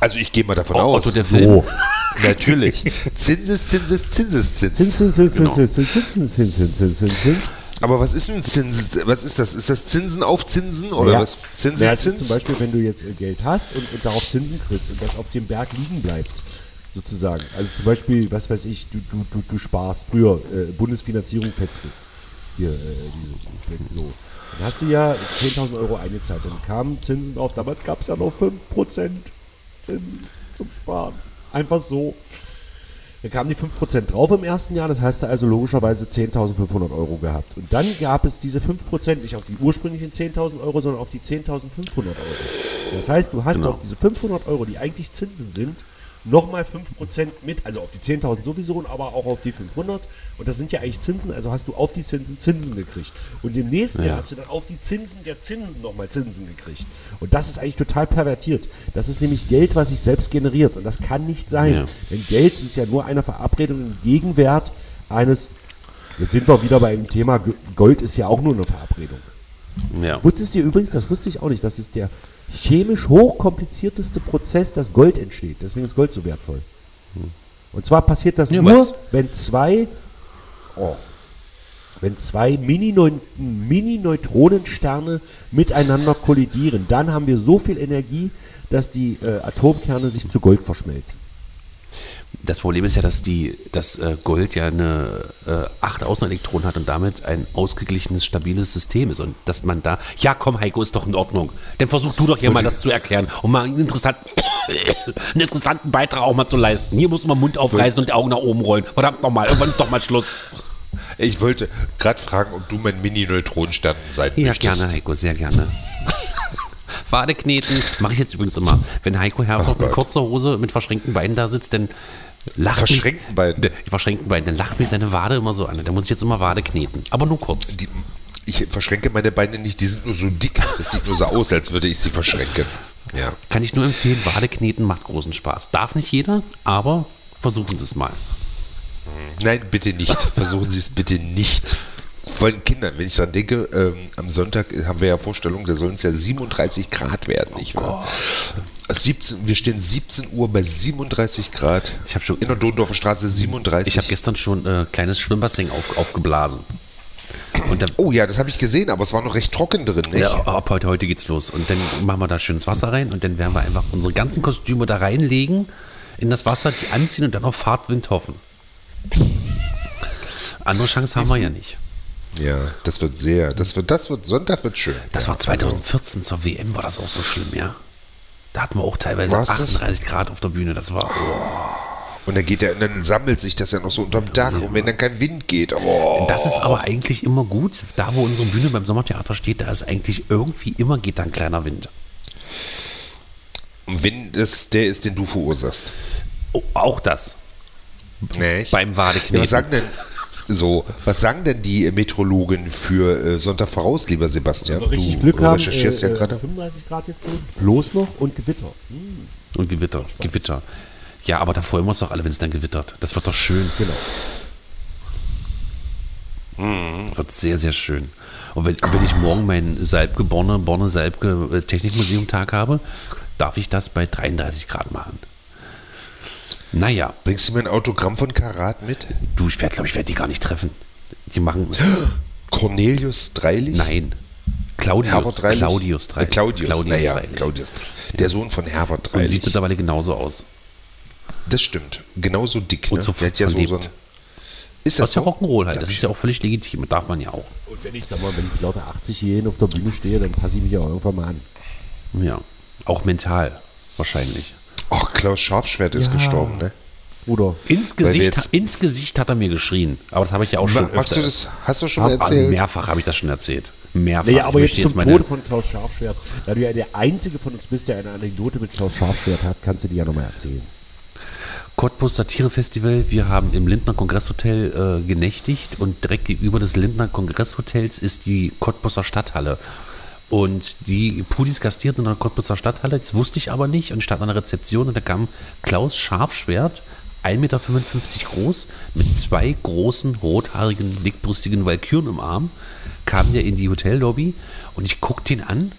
C: Also ich gehe mal davon aus.
A: Oh, Otto der Film.
C: Natürlich. Zinses, Zinses, Zinseszins.
B: Zins, Zins, Zins,
A: Genau.
B: Zins, Zins, Zins, Zins, Zins, Zins, Zins, Zins, Zins.
C: Aber was ist ein Zins? Was ist das? Ist das Zinsen auf Zinsen oder
B: Ja.
C: was?
B: Ja, das ist
C: Zinseszins?
B: zum Beispiel, wenn du jetzt äh, Geld hast und, und darauf Zinsen kriegst und das auf dem Berg liegen bleibt, sozusagen. Also zum Beispiel, was weiß ich, du, du, du, du sparst früher äh, Bundesfinanzierung Fetzkes. Hier, äh, diese, so. Dann hast du ja 10.000 Euro eingezahlt. Dann kamen Zinsen drauf. Damals gab es ja noch 5% Zinsen zum Sparen. Einfach so. Da kamen die 5% drauf im ersten Jahr, das heißt da also logischerweise 10.500 Euro gehabt. Und dann gab es diese 5% nicht auf die ursprünglichen 10.000 Euro, sondern auf die 10.500 Euro. Das heißt, du hast
A: Genau.
B: auf diese 500 Euro, die eigentlich Zinsen sind, nochmal 5% mit, also auf die 10.000 sowieso, aber auch auf die 500. Und das sind ja eigentlich Zinsen, also hast du auf die Zinsen Zinsen gekriegt. Und im nächsten Jahr hast du dann auf die Zinsen der Zinsen nochmal Zinsen gekriegt. Und das ist eigentlich total pervertiert. Das ist nämlich Geld, was sich selbst generiert. Und das kann nicht sein.
A: Ja.
B: Denn Geld ist ja nur eine Verabredung im Gegenwert eines. Jetzt sind wir wieder bei dem Thema, G- Gold ist ja auch nur eine Verabredung.
A: Ja.
B: Wusstest du übrigens, das wusste ich auch nicht, das ist der chemisch hochkomplizierteste Prozess, dass Gold entsteht. Deswegen ist Gold so wertvoll. Und zwar passiert das
A: Ja,
B: nur,
A: weil's-
B: wenn zwei, oh, wenn zwei Mini-Neu- Mini-Neutronensterne miteinander kollidieren. Dann haben wir so viel Energie, dass die äh, Atomkerne sich zu Gold verschmelzen.
A: Das Problem ist ja, dass die, dass äh, Gold ja eine äh, acht Außenelektronen hat und damit ein ausgeglichenes, stabiles System ist. Und dass man da, ja komm, Heiko, ist doch in Ordnung. Dann versuch du doch hier mal das zu erklären und mal einen interessanten, einen interessanten Beitrag auch mal zu leisten. Hier muss man Mund aufreißen und die Augen nach oben rollen. Verdammt nochmal, irgendwann ist doch mal Schluss.
C: Ich wollte gerade fragen, ob du mein Mini-Neutronenstern sein
A: Ja,
C: möchtest.
A: gerne, Heiko, sehr gerne. Wade kneten, mache ich jetzt übrigens immer. Wenn Heiko Herford
C: Oh
A: mit
C: Gott.
A: kurzer Hose mit verschränkten Beinen da sitzt, dann lacht
C: Verschränkten
A: mich,
C: Beinen?
A: Ne, Verschränkten Beinen, dann lacht mich seine Wade immer so an. Da muss ich jetzt immer Wade kneten, aber nur kurz.
C: Die, ich verschränke meine Beine nicht, die sind nur so dick. Das sieht nur so aus, als würde ich sie verschränken. Ja.
A: Kann ich nur empfehlen, Wade kneten macht großen Spaß. Darf nicht jeder, aber versuchen Sie es mal.
C: Nein, bitte nicht. Versuchen Sie es bitte nicht. Vor allem Kindern, wenn ich dran denke, ähm, am Sonntag haben wir ja Vorstellung, da sollen es ja 37 Grad werden, nicht
A: Oh
C: wahr? 17, wir stehen 17 Uhr bei 37 Grad.
A: Ich hab schon-
C: in der Dodendorfer Straße 37.
A: Ich habe gestern schon ein äh, kleines Schwimmbassin auf, aufgeblasen. Und da,
C: oh ja, das habe ich gesehen, aber es war noch recht trocken drin, nicht?
A: Ja, Ne, ab heute, heute geht's los. Und dann machen wir da schönes Wasser rein und dann werden wir einfach unsere ganzen Kostüme da reinlegen, in das Wasser, die anziehen und dann auf Fahrtwind hoffen. Andere Chance haben wir ja nicht.
C: Ja, das wird sehr, das wird, das wird, Sonntag wird schön.
A: Das
C: ja, also
A: war 2014 zur WM, war das auch so schlimm, ja? Da hatten wir auch teilweise
C: War's das?
A: 38 Grad auf der Bühne. Das war.
C: Also, und dann geht der, dann sammelt sich das ja noch so unterm Dach und wenn dann kein Wind geht, oh.
A: Das ist aber eigentlich immer gut. Da, wo unsere Bühne beim Sommertheater steht, da ist eigentlich irgendwie immer geht da ein kleiner Wind.
C: Und wenn das der ist, den du verursachst.
A: Oh, auch das.
C: Nicht?
A: Beim Wadekneten.
C: Ja, was sagen denn, so, was sagen denn die Metrologen für äh, Sonntag voraus, lieber Sebastian?
B: Wenn wir richtig Glück haben, äh,
C: recherchierst ja
B: äh,
C: gerade.
B: 35 Grad jetzt bloß, bloß noch und Gewitter.
A: Und Gewitter. Gewitter. Ja, aber da freuen wir uns doch alle, wenn es dann gewittert. Das wird doch schön.
B: Genau.
A: Wird sehr, sehr schön. Und wenn, wenn ich morgen meinen Salbke Bonne, Bonne Salbke äh, Technikmuseum Tag habe, darf ich das bei 33 Grad machen. Naja,
C: Bringst du mir ein Autogramm von Karat mit?
A: du, ich werde, glaube ich, werde die gar nicht treffen. Die machen.
C: Cornelius Dreilich?
A: Nein. Claudius.
C: Herbert Dreilich?
A: Claudius
C: Äh,
A: Dreilich.
C: Claudius, naja,
A: Dreilich.
C: Claudius. Der Sohn von Herbert
A: Und sieht
C: Dreilich.
A: mittlerweile genauso aus.
C: Das stimmt. Genauso dick.
A: Und
C: Ne?
A: so
C: Der hat ja so,
A: verlebt.
C: so ein, ist
A: Das
C: das
A: ist ja
C: so?
A: Rock'n'Roll halt. Das ist ja auch völlig legitim. Darf man ja auch.
B: Und wenn ich, sag mal, wenn ich mit lauter 80-Jährigen auf der Bühne stehe, dann passe ich mich auch irgendwann mal an.
A: Ja. Auch mental. Wahrscheinlich.
C: Ach, Klaus Scharfschwert ist
B: Ja.
C: gestorben, ne?
B: Bruder,
A: Ins
C: wir
A: Gesicht,
C: jetzt-
A: ins Gesicht hat er mir geschrien. Aber das habe ich ja auch schon
C: Ma- Machst du
A: öfter-
C: das? Hast du schon
A: Hab- also
C: mal erzählt?
A: Mehrfach habe ich das schon erzählt. Mehrfach.
B: Naja, aber
A: Ich
B: jetzt
A: möchte
B: zum
A: meine-
B: Tode von Klaus Scharfschwert. Da du ja der Einzige von uns bist, der eine Anekdote mit Klaus Scharfschwert hat, kannst du die ja nochmal erzählen.
A: Cottbus Satirefestival. Wir haben im Lindner Kongresshotel äh, genächtigt und direkt gegenüber des Lindner Kongresshotels ist die Cottbuser Stadthalle. Und die Pudis gastierten in der Cottbuser Stadthalle, das wusste ich aber nicht, und stand an der Rezeption und da kam Klaus Scharfschwert, 1,55 Meter groß, mit zwei großen, rothaarigen, dickbrüstigen Walküren im Arm, kam der in die Hotellobby und ich guckte ihn an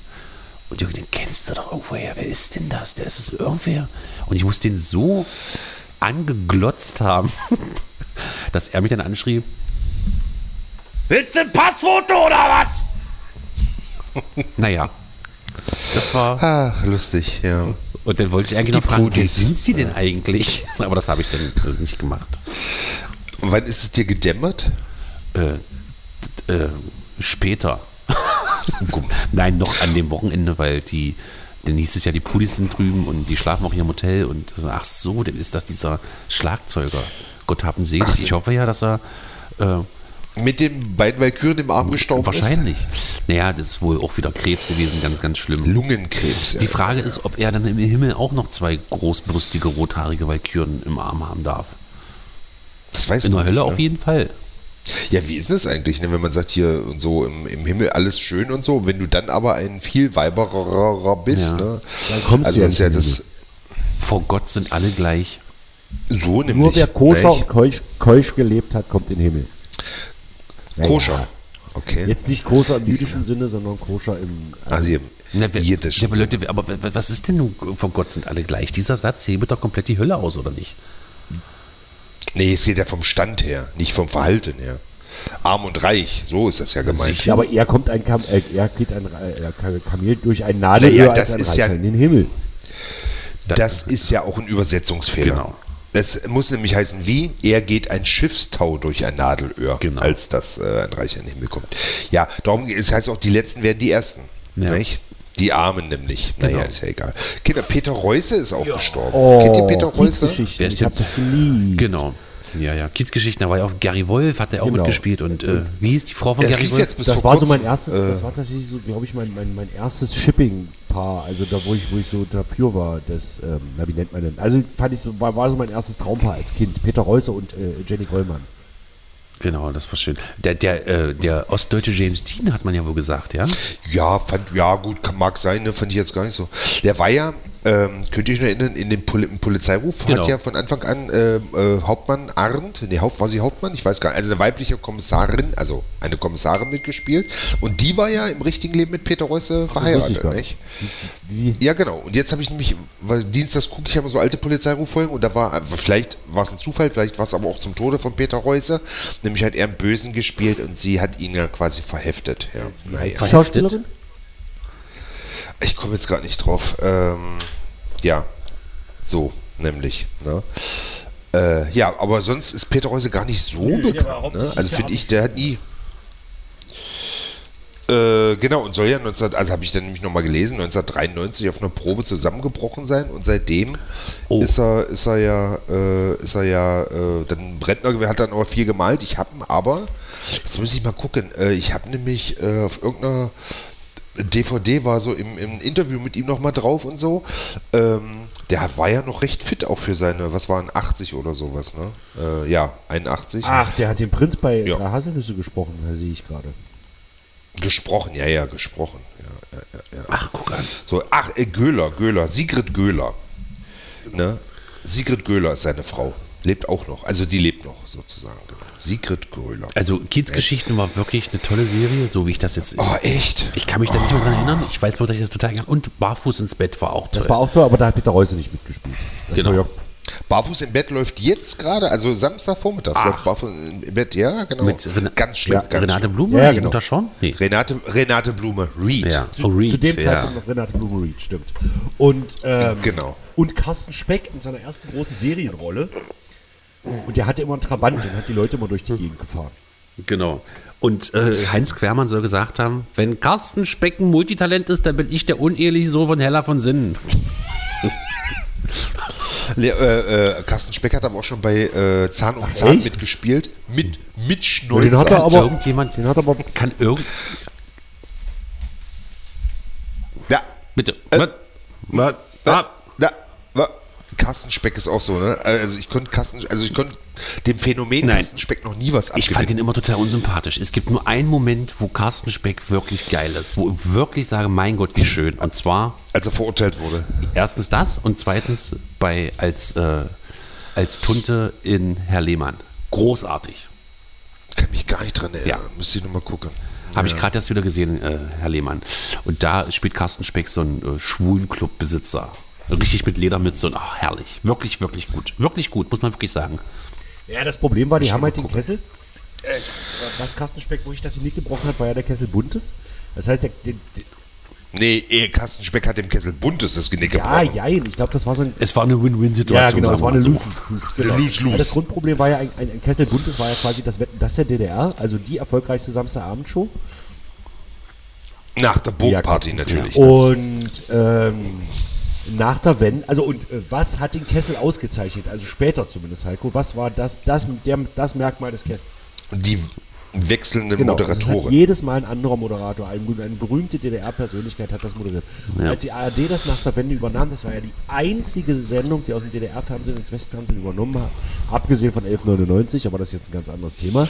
A: und Jürgen, den kennst du doch irgendwoher. Wer ist denn das? Der ist es irgendwer. Und ich muss den so angeglotzt haben, dass er mich dann anschrieb. Willst du ein Passfoto oder was? naja. Das war.
C: Ach, lustig, ja.
A: Und dann wollte ich eigentlich
C: Die
A: noch fragen, wer
C: Pudis.
A: sind sie denn eigentlich? Aber das habe ich dann äh, nicht gemacht.
C: Und wann ist es dir gedämmert?
A: Äh, d- äh, später. Nein, noch an dem Wochenende, weil die, denn nächstes Jahr die Pudis sind drüben und die schlafen auch hier im Hotel und so, ach so, dann ist das dieser Schlagzeuger. Gott hab ihn selig. Ich hoffe ja, dass er äh,
C: Mit den beiden Walküren im Arm gestorben
A: wahrscheinlich. Naja, das ist wohl auch wieder Krebs gewesen, ganz, ganz
C: ist?
A: schlimm.
C: Lungenkrebs. Ja.
A: Die Frage ist, ob er dann im Himmel auch noch zwei großbrüstige, rothaarige Walküren im Arm haben darf.
C: Das weiß
A: In
C: man
A: der Hölle
C: nicht,
A: auf
C: ne?
A: jeden Fall.
C: Ja, wie ist das eigentlich, ne? wenn man sagt, hier und so im, im Himmel alles schön und so, wenn du dann aber ein viel weiberer bist,
A: Ja.
C: ne?
B: Dann kommst
C: also
B: du ja
C: ist ja
B: ins
C: das
A: Vor Gott sind alle gleich.
C: so nämlich.
B: Nur wer koscher
C: ne?
B: und keusch, keusch gelebt hat, kommt in den Himmel. Naja.
C: Koscher. Okay.
B: Jetzt nicht koscher im jüdischen Sinne, sondern koscher im.
C: also hier,
A: Na, wer,
C: jiddisch.
A: ja, aber Leute, wer- aber w- w- was ist denn nun, von Gott sind alle gleich? Dieser Satz hebelt doch komplett die Hölle aus, oder nicht?
C: nee, es geht ja vom Stand her, nicht vom Verhalten her. Arm und reich, so ist das ja gemeint.
A: Sicher.
B: Ja, aber er kommt ein Kam äh, er geht ein Ra- äh, Ka- Kamel durch ein Nadelöhr
C: Naja,
B: als
C: das
B: ein
C: ist ja-
B: Reiter in den Himmel.
C: Das ist ja auch ein Übersetzungsfehler.
A: Genau.
C: Es muss nämlich heißen, wie er geht ein Schiffstau durch ein Nadelöhr,
A: Genau.
C: als dass äh, ein Reicher in den Himmel kommt. Ja, darum es heißt auch, die Letzten werden die Ersten.
A: Ja.
C: Nicht? Die Armen nämlich.
B: Genau.
C: Naja, ist ja egal. Kinder, Peter Reuße ist auch gestorben. Kennt ihr
B: Oh,
C: Peter ne? Reuße?
B: Kiezgeschichten.
A: Wer ist
B: Ich habe
A: denn-
B: das geliebt.
A: Genau. Ja, ja. Kiezgeschichten, da war ja auch Gary Wolf, hat er auch
B: Genau.
A: mitgespielt. Und äh, wie hieß die Frau von
C: Ja, es
A: Gary
C: lief
A: Wolf?
C: jetzt bis
B: Das
C: vor
B: war so
C: kurzem. Äh.
B: mein erstes, das war tatsächlich so, glaube ich, mein, mein, mein erstes Shipping-Paar, also da wo ich, wo ich so dafür war, das, ähm, na, wie nennt man denn? Also fand ich so, war, war so mein erstes Traumpaar als Kind. Peter Reuße und äh, Jenny Gollmann.
A: Genau, das war schön. Der, der, äh, der ostdeutsche James Dean hat man ja wohl gesagt, ja?
C: Ja, fand, ja gut, kann, mag sein, ne, fand ich jetzt gar nicht so. Der war ja, ähm, könnt ihr euch noch erinnern, in dem Poli im Polizeiruf
A: Genau.
C: hat ja von Anfang an ähm, äh, Hauptmann Arndt, nee, Haupt, war sie Hauptmann? Ich weiß gar nicht, also eine weibliche Kommissarin, also eine Kommissarin mitgespielt und die war ja im richtigen Leben mit Peter Reusse
B: wusste ich
C: verheiratet,
B: gar
C: nicht?
B: Wie,
C: Ja, genau. Und jetzt habe ich nämlich, weil dienstags gucke ich immer so alte Polizeiruffolgen und da war, vielleicht war es ein Zufall, vielleicht war es aber auch zum Tode von Peter Reuße, nämlich hat er einen Bösen gespielt und sie hat ihn ja quasi verheftet. Ja, naja.
A: Verheftet?
B: Schauspielerin?
C: Ich komme jetzt gerade nicht drauf. Ähm, ja, so nämlich. Ne? Äh, ja, aber sonst ist Peter Reuse gar nicht so bekannt. Ne? Also finde ich, der hat nie. Äh, genau, und soll ja 19, also habe ich dann nämlich nochmal gelesen, 1993 auf einer Probe zusammengebrochen sein und seitdem
A: Oh.
C: ist er, ist er ja, äh, ist er ja, äh, dann Brentner gewesen, hat dann aber viel gemalt. Ich habe ihn aber, jetzt muss ich mal gucken, äh, ich habe nämlich äh, auf irgendeiner DVD war so im, im Interview mit ihm nochmal drauf und so. Ähm, der hat- war ja noch recht fit auch für seine, was waren 80 oder sowas, ne? Äh, ja, 81.
A: Ah.
B: Ach, der hat den Prinz bei
C: Ja.
B: Drei Haselnüsse gesprochen, da sehe ich gerade.
C: Gesprochen, ja, ja, gesprochen. Ja, ja, ja, ja.
A: Ach, guck an.
C: So,
A: Genau.
C: ach, äh, Göhler, Göhler, Sigrid Göhler. Ne? Sigrid Göhler ist seine Frau. Lebt auch noch. Also die lebt noch sozusagen. Genau. Sigrid Gröler.
A: Also Kids-Geschichten war wirklich eine tolle Serie, so wie ich das jetzt.
C: Oh, echt?
A: Ich kann mich da nicht mehr dran erinnern. Ich weiß bloß, dass ich das total gern. Und Barfuß ins Bett war auch toll.
B: Oh. Das war auch toll, aber da hat Peter Reuse nicht mitgespielt. Das
A: Genau.
B: war ja
C: Barfuß im Bett läuft jetzt gerade, also Samstagvormittags läuft Barfuß im Bett, ja, genau.
A: Mit Ren
C: ganz schlimm,
A: Ja,
C: ganz
A: Renate
C: schlimm.
A: Blume,
B: Ja, ja,
A: die
B: genau.
A: Mutter Sean? Nee.
C: Renate, Renate Blume, Reed.
A: Ja.
B: zu,
A: Oh, Reed,
B: zu dem
A: ja.
B: Zeitpunkt noch Renate Blume Reed, stimmt. Und, ähm,
C: Genau.
B: und Carsten Speck in seiner ersten großen Serienrolle. Und der hatte immer einen Trabant und hat die Leute immer durch die Gegend gefahren.
A: Genau. Und äh, Heinz Quermann soll gesagt haben, wenn Carsten Specken Multitalent ist, dann bin ich der uneheliche Sohn von Hella von Sinnen.
C: Le äh, äh, Carsten Speck hat aber auch schon bei äh, Zahn um Zahn
B: echt?
C: mitgespielt. Mit,
A: Hm.
C: mit Schnäuzer.
B: Den hat er aber.
A: Irgendjemand-
B: den hat er aber.
A: Kann irgend...
C: Ja,
A: Bitte.
C: Äh,
A: Was? Was?
C: ja,
B: Äh.
A: Was?
C: ja, ja. Carsten Speck ist auch so, ne? Also ich konnte Carsten, also ich konnte dem Phänomen
A: Nein.
C: Carsten Speck noch nie was
A: Ich fand
C: abgewinnen.
A: ihn immer total unsympathisch. Es gibt nur einen Moment, wo Carsten Speck wirklich geil ist, wo ich wirklich sage, mein Gott, wie schön. Und zwar
C: als er verurteilt wurde.
A: erstens das und zweitens bei als, äh, als Tunte in Herr Lehmann. Großartig.
C: Kann mich gar nicht dran erinnern.
A: Ja.
C: Müsste ich nochmal gucken.
A: Habe ich gerade erst wieder gesehen, äh, Herr Lehmann. Und da spielt Carsten Speck so einen äh, Schwulenclub-Besitzer. Richtig mit Ledermütze und ach, herrlich. Wirklich, wirklich gut. Wirklich gut, muss man wirklich sagen.
B: Ja, das Problem war, die haben halt den Kessel. Äh, was Carsten Speck, wo ich das nicht gebrochen hat, war ja der Kessel buntes. Das heißt, der, der, der,
C: Nee, eh, Carsten Speck hat dem Kessel buntes das Genick
B: ja,
C: gebrochen.
B: jein, ich glaube, das war so ein
A: Es war eine Win-Win-Situation.
B: Ja, genau,
A: sagen
B: es
A: wir
B: war
A: mal
B: eine
A: so.
B: Lose. Genau.
C: Lose, lose.
B: Ja, das Grundproblem war ja, ein, ein, ein Kessel Buntes war ja quasi das Wetten, das der DDR, also die erfolgreichste Samstagabendshow.
C: Nach der Burgparty
B: Ja, genau. Oh.
C: natürlich. ne?
B: Und ähm, nach der Wenn, also und äh, was hat den Kessel ausgezeichnet? Also später zumindest, Heiko, was war das, das, der, das Merkmal des Kessels?
C: Die wechselnde
B: Genau, das halt hat
C: Genau. Moderatorin.
B: jedes Mal ein anderer Moderator, ein, eine berühmte DDR-Persönlichkeit hat das moderiert. Und
A: Ja.
B: als die ARD das nach der Wende übernahm, das war ja die einzige Sendung, die aus dem DDR-Fernsehen ins Westfernsehen übernommen hat, abgesehen von 1199, aber das ist jetzt ein ganz anderes Thema,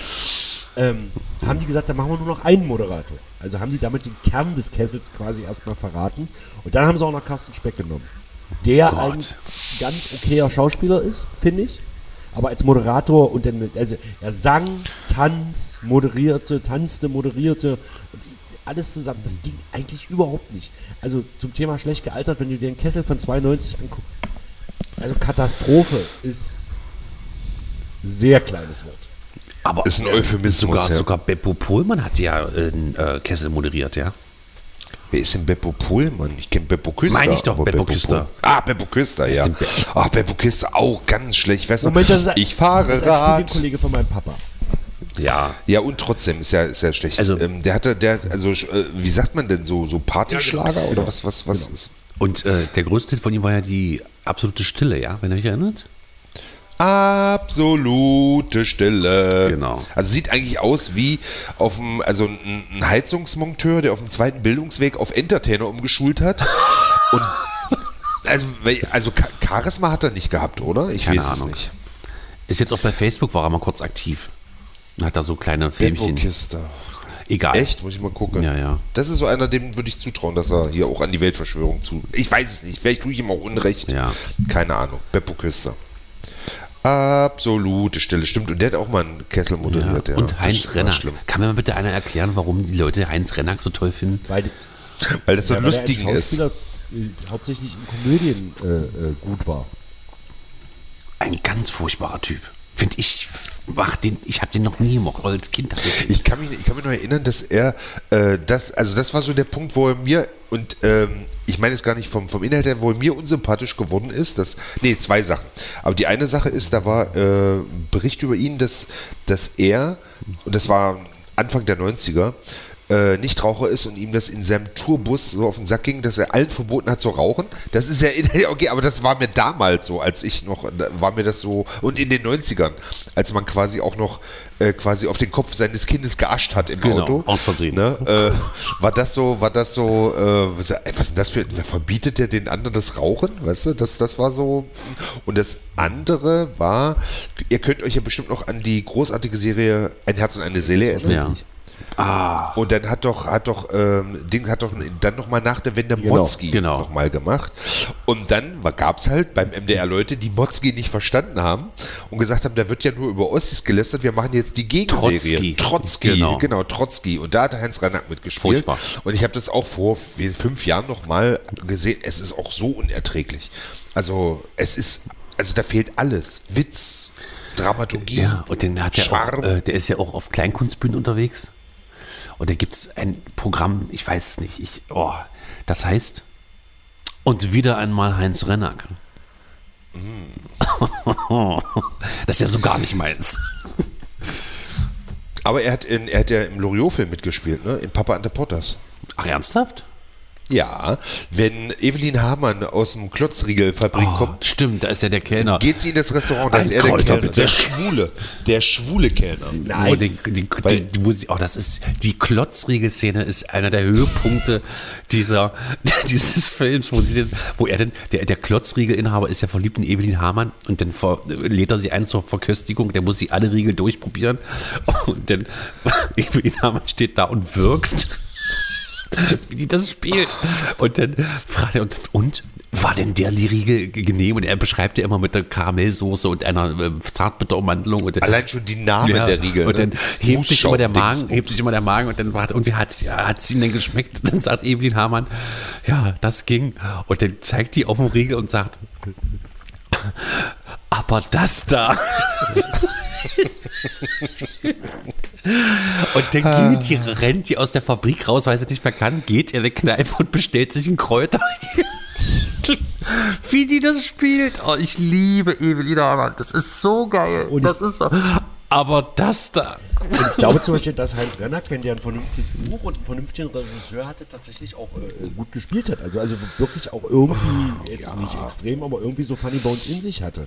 B: ähm, haben die gesagt, da machen wir nur noch einen Moderator. Also haben die damit den Kern des Kessels quasi erstmal verraten. Und dann haben sie auch noch Carsten Speck genommen, der
A: Gott.
B: ein ganz okayer Schauspieler ist, finde ich. Aber als Moderator und dann, also er sang, tanz, moderierte, tanzte, moderierte und alles zusammen. Das ging eigentlich überhaupt nicht. Also zum Thema schlecht gealtert, wenn du dir den Kessel von 92 anguckst. Also Katastrophe ist sehr kleines Wort.
A: Aber
C: Ist ein Euphemismus,
A: Sogar,
C: ja.
A: sogar Beppo Pohlmann hat ja einen äh, Kessel moderiert, ja.
C: Wer ist denn Beppo Pohlmann? Ich kenne Beppo Küster.
A: Meine ich doch,
C: aber
A: Beppo Küster.
C: Pohl- Ah, Beppo Küster, ja.
A: denn Be-
C: Ach, Beppo Küster, auch ganz schlecht. Weißt du,
B: ein-
C: ich fahre
B: das ist ein
C: Rad.
B: Studienkollege von meinem Papa.
A: Ja.
C: Ja, und trotzdem ist ja, ist ja schlecht.
A: Also-
C: ähm, der hatte, der, also, äh, wie sagt man denn so, so Partyschlager
B: genau.
C: oder was, was, was ist?
A: Und äh, der größte Hit von ihm war ja die absolute Stille, ja, wenn ihr euch erinnert.
C: Absolute Stille.
A: Genau.
C: Also sieht eigentlich aus wie auf dem, also ein, ein Heizungsmonteur, der auf dem zweiten Bildungsweg auf Entertainer umgeschult hat. und also, weil- also Cha- Charisma hat er nicht gehabt, oder? Ich
A: Keine
C: weiß
A: Ahnung.
C: es nicht.
A: Ist jetzt auch bei Facebook, war er mal kurz aktiv. Und hat da so kleine
C: Beppo
A: Filmchen.
C: Küster.
A: Egal.
C: Echt? Muss ich mal gucken.
A: Ja, ja.
C: Das ist so einer, dem würde ich zutrauen, dass er hier auch an die Weltverschwörung zu. Ich weiß es nicht. Vielleicht tue ich ihm auch Unrecht.
A: Ja.
C: Keine Ahnung. Beppo Küster. Absolute Stille. Stimmt. Und der hat auch mal einen Kessel
A: Ja.
C: moderiert. Ja.
A: Und
C: Das war
A: Heinz Rennack.
C: Schlimm.
A: Kann mir mal bitte einer erklären, warum die Leute Heinz Rennack so toll finden?
B: Weil,
C: Weil das so
B: weil er als
C: lustig ist.
B: Schauspieler äh, hauptsächlich in Komödien äh, äh, gut war.
A: Ein ganz furchtbarer Typ. Finde ich, mach den, ich habe den noch nie gemocht, als Kind. hab Ich,
C: Ich kann mich, ich kann mich noch erinnern, dass er äh, das, also das war so der Punkt, wo er mir und ähm, ich meine es gar nicht vom, vom Inhalt her, wo er mir unsympathisch geworden ist. Dass, nee, zwei Sachen. Aber die eine Sache ist, da war äh, ein Bericht über ihn, dass, dass er, und das war Anfang der 90er, äh, Nichtraucher ist und ihm das in seinem Tourbus so auf den Sack ging, dass er allen verboten hat zu rauchen. Das ist ja, in- okay, aber das war mir damals so, als ich noch, da war mir das so, und in den 90ern, als man quasi auch noch äh, quasi auf den Kopf seines Kindes geascht hat im
A: Genau,
C: Auto.
A: aus Versehen.
C: Ne? Äh, war das so, war das so, äh, was ey, was ist denn das für, wer verbietet der den anderen das Rauchen? Weißt du, das, das war so. Und das andere war, ihr könnt euch ja bestimmt noch an die großartige Serie Ein Herz und eine Seele erinnern.
A: ja.
B: Richtig.
C: Und dann hat doch, hat doch, ähm, Ding hat doch dann nochmal nach der Wende
B: Genau,
C: Motzki
A: genau.
C: nochmal gemacht. Und dann gab es halt beim MDR Leute, die Motzki nicht verstanden haben und gesagt haben, da wird ja nur über Ossis gelästert, wir machen jetzt die
A: Trotzki.
C: Gegenserie. Trotzki.
A: Genau.
C: Genau, genau Trotzki. Und da hat Heinz Ranack mitgespielt.
A: Furchtbar.
C: Und ich habe das auch vor wie- fünf Jahren nochmal gesehen. Es ist auch so unerträglich. Also, es ist, also da fehlt alles. Witz, Dramaturgie.
A: Ja, und den hat der auch,
C: Charme.
A: äh, der ist ja auch auf Kleinkunstbühnen unterwegs. Und da gibt es ein Programm, ich weiß es nicht, ich, oh, das heißt, und wieder einmal Heinz Rennack.
C: Mm.
A: das ist ja so gar nicht meins.
C: Aber er hat, in, er hat ja im Loriot-Film mitgespielt, ne? In Papa Ante Potters.
A: Ach, ernsthaft?
C: Ja, wenn Evelyn Hamann aus dem Klotzriegelfabrik
A: Oh,
C: kommt,
A: stimmt, da ist ja der Kellner.
C: geht sie in das Restaurant. Da
A: Ein
C: ist er der
A: Kräuter,
C: Kellner.
A: bitte.
C: Der schwule, der schwule Kellner.
A: Oh, die, die, die,
C: Weil-
A: die, wo sie, oh, das ist, die Klotzriegel-Szene ist einer der Höhepunkte dieser, dieses Films, wo, sie, wo er denn, der, der Klotzriegel-Inhaber ist ja verliebt in Evelyn Hamann und dann ver, lädt er sie ein zur Verköstigung, der muss sie alle Riegel durchprobieren und dann Evelyn Hamann steht da und wirkt, wie die das spielt. Und dann fragt er, und, und war denn der Riegel genehm? Und er beschreibt ja immer mit der Karamellsoße und einer äh, Zartbitterummantelung und dann-
C: Allein schon die Namen
A: ja,
C: der Riegel.
A: Und dann
C: ne?
A: hebt sich immer der
C: Musschaum-Dings.
A: Magen, hebt sich immer der Magen und dann hat, und wie hat es ihnen denn geschmeckt? Dann sagt Evelyn Hamann, ja, das ging. Und dann zeigt die auf den Riegel und sagt, aber das da. und
C: Ah.
A: dann geht die, rennt die aus der Fabrik raus, weil sie nicht mehr kann, geht in eine Kneipe und bestellt sich einen Kräuter. Wie die das spielt. Oh, ich liebe Evelina Hamann. Das ist so geil. Äh, das ist so. Aber das da.
B: Und ich glaube zum Beispiel, dass Heinz Rennack, wenn der ein vernünftiges Buch und einen vernünftigen Regisseur hatte, tatsächlich auch äh, gut gespielt hat. Also, also wirklich auch
C: Oh,
B: irgendwie, jetzt nicht extrem, aber irgendwie so Funny Bones in sich hatte.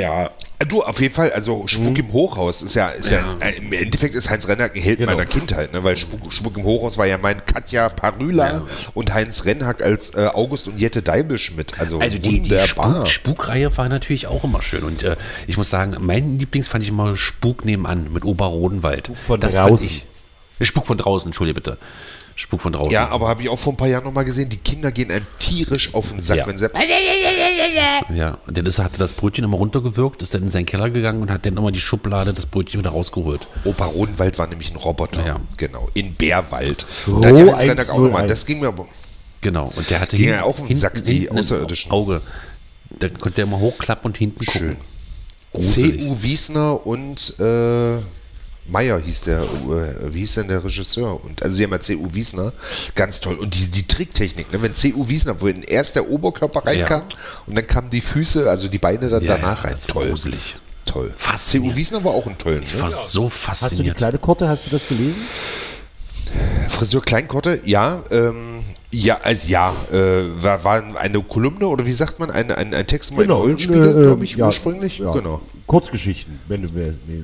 C: Ah, Du, auf jeden Fall, also
A: Mhm.
C: Spuk im Hochhaus ist ja, ist ja. äh, im Endeffekt ist Heinz Rennack ein Held
A: Genau.
C: meiner Kindheit, ne? weil Spuk, Spuk im Hochhaus war ja mein Katja Parüla und Heinz Rennack als äh, August und Jette Deibischmidt. Also,
A: Also die, die
C: wunderbar.
A: Spuk, Spukreihe war natürlich auch immer schön. Und äh, ich muss sagen, mein Lieblings fand ich immer Spuk nebenan mit Oberrodenwald. Spuk
B: von draußen.
A: Spuk von draußen, entschuldige bitte. Spuk von draußen.
C: ja, aber habe ich auch vor ein paar Jahren nochmal gesehen, die Kinder gehen einem tierisch auf den Sack,
A: Ja.
C: wenn sie
A: Ja, und dann ist, hatte das Brötchen immer runtergewirkt, ist dann in seinen Keller gegangen und hat dann immer die Schublade das Brötchen wieder rausgeholt.
C: Opa Rodenwald war nämlich ein Roboter.
A: Ja.
C: Genau, in Bärwald.
B: Roh
C: da hat Hans Rennack auch
B: 101.
C: nochmal. oh Das ging mir aber.
A: Genau. Und der hatte
C: Ging
A: hin-
C: ja auch auf den Sack, die
A: hinten ein
C: Außerirdischen.
A: Auge. Da konnte er immer hochklappen und hinten
C: Schön.
A: gucken. Gruselig.
C: C.U. Wiesner und äh, Meyer hieß der, äh, wie hieß denn der Regisseur? Und also sie haben ja C.U. Wiesner, ganz toll. Und die, die Tricktechnik, ne? wenn C.U. Wiesner, wo erst der Oberkörper reinkam und dann kamen die Füße, also die Beine dann
A: Ja,
C: danach
A: ja,
C: rein.
A: das war
C: Toll.
A: gruselig.
C: Toll.
A: Faszinierend.
C: C.U. Wiesner war auch ein toller.
A: Ich war
C: Ne?
A: so
B: Hast du die
A: fasziniert.
B: kleine Korte, hast du das gelesen?
C: Friseur Kleinkotte, ja, ähm, ja, also ja, äh, war, war eine Kolumne oder wie sagt man, ein, ein, ein Text mal in Eulenspiegel,
B: äh,
C: glaube ich,
B: ja,
C: ursprünglich.
B: ja.
C: Genau.
B: Kurzgeschichten, wenn du willst. Nee.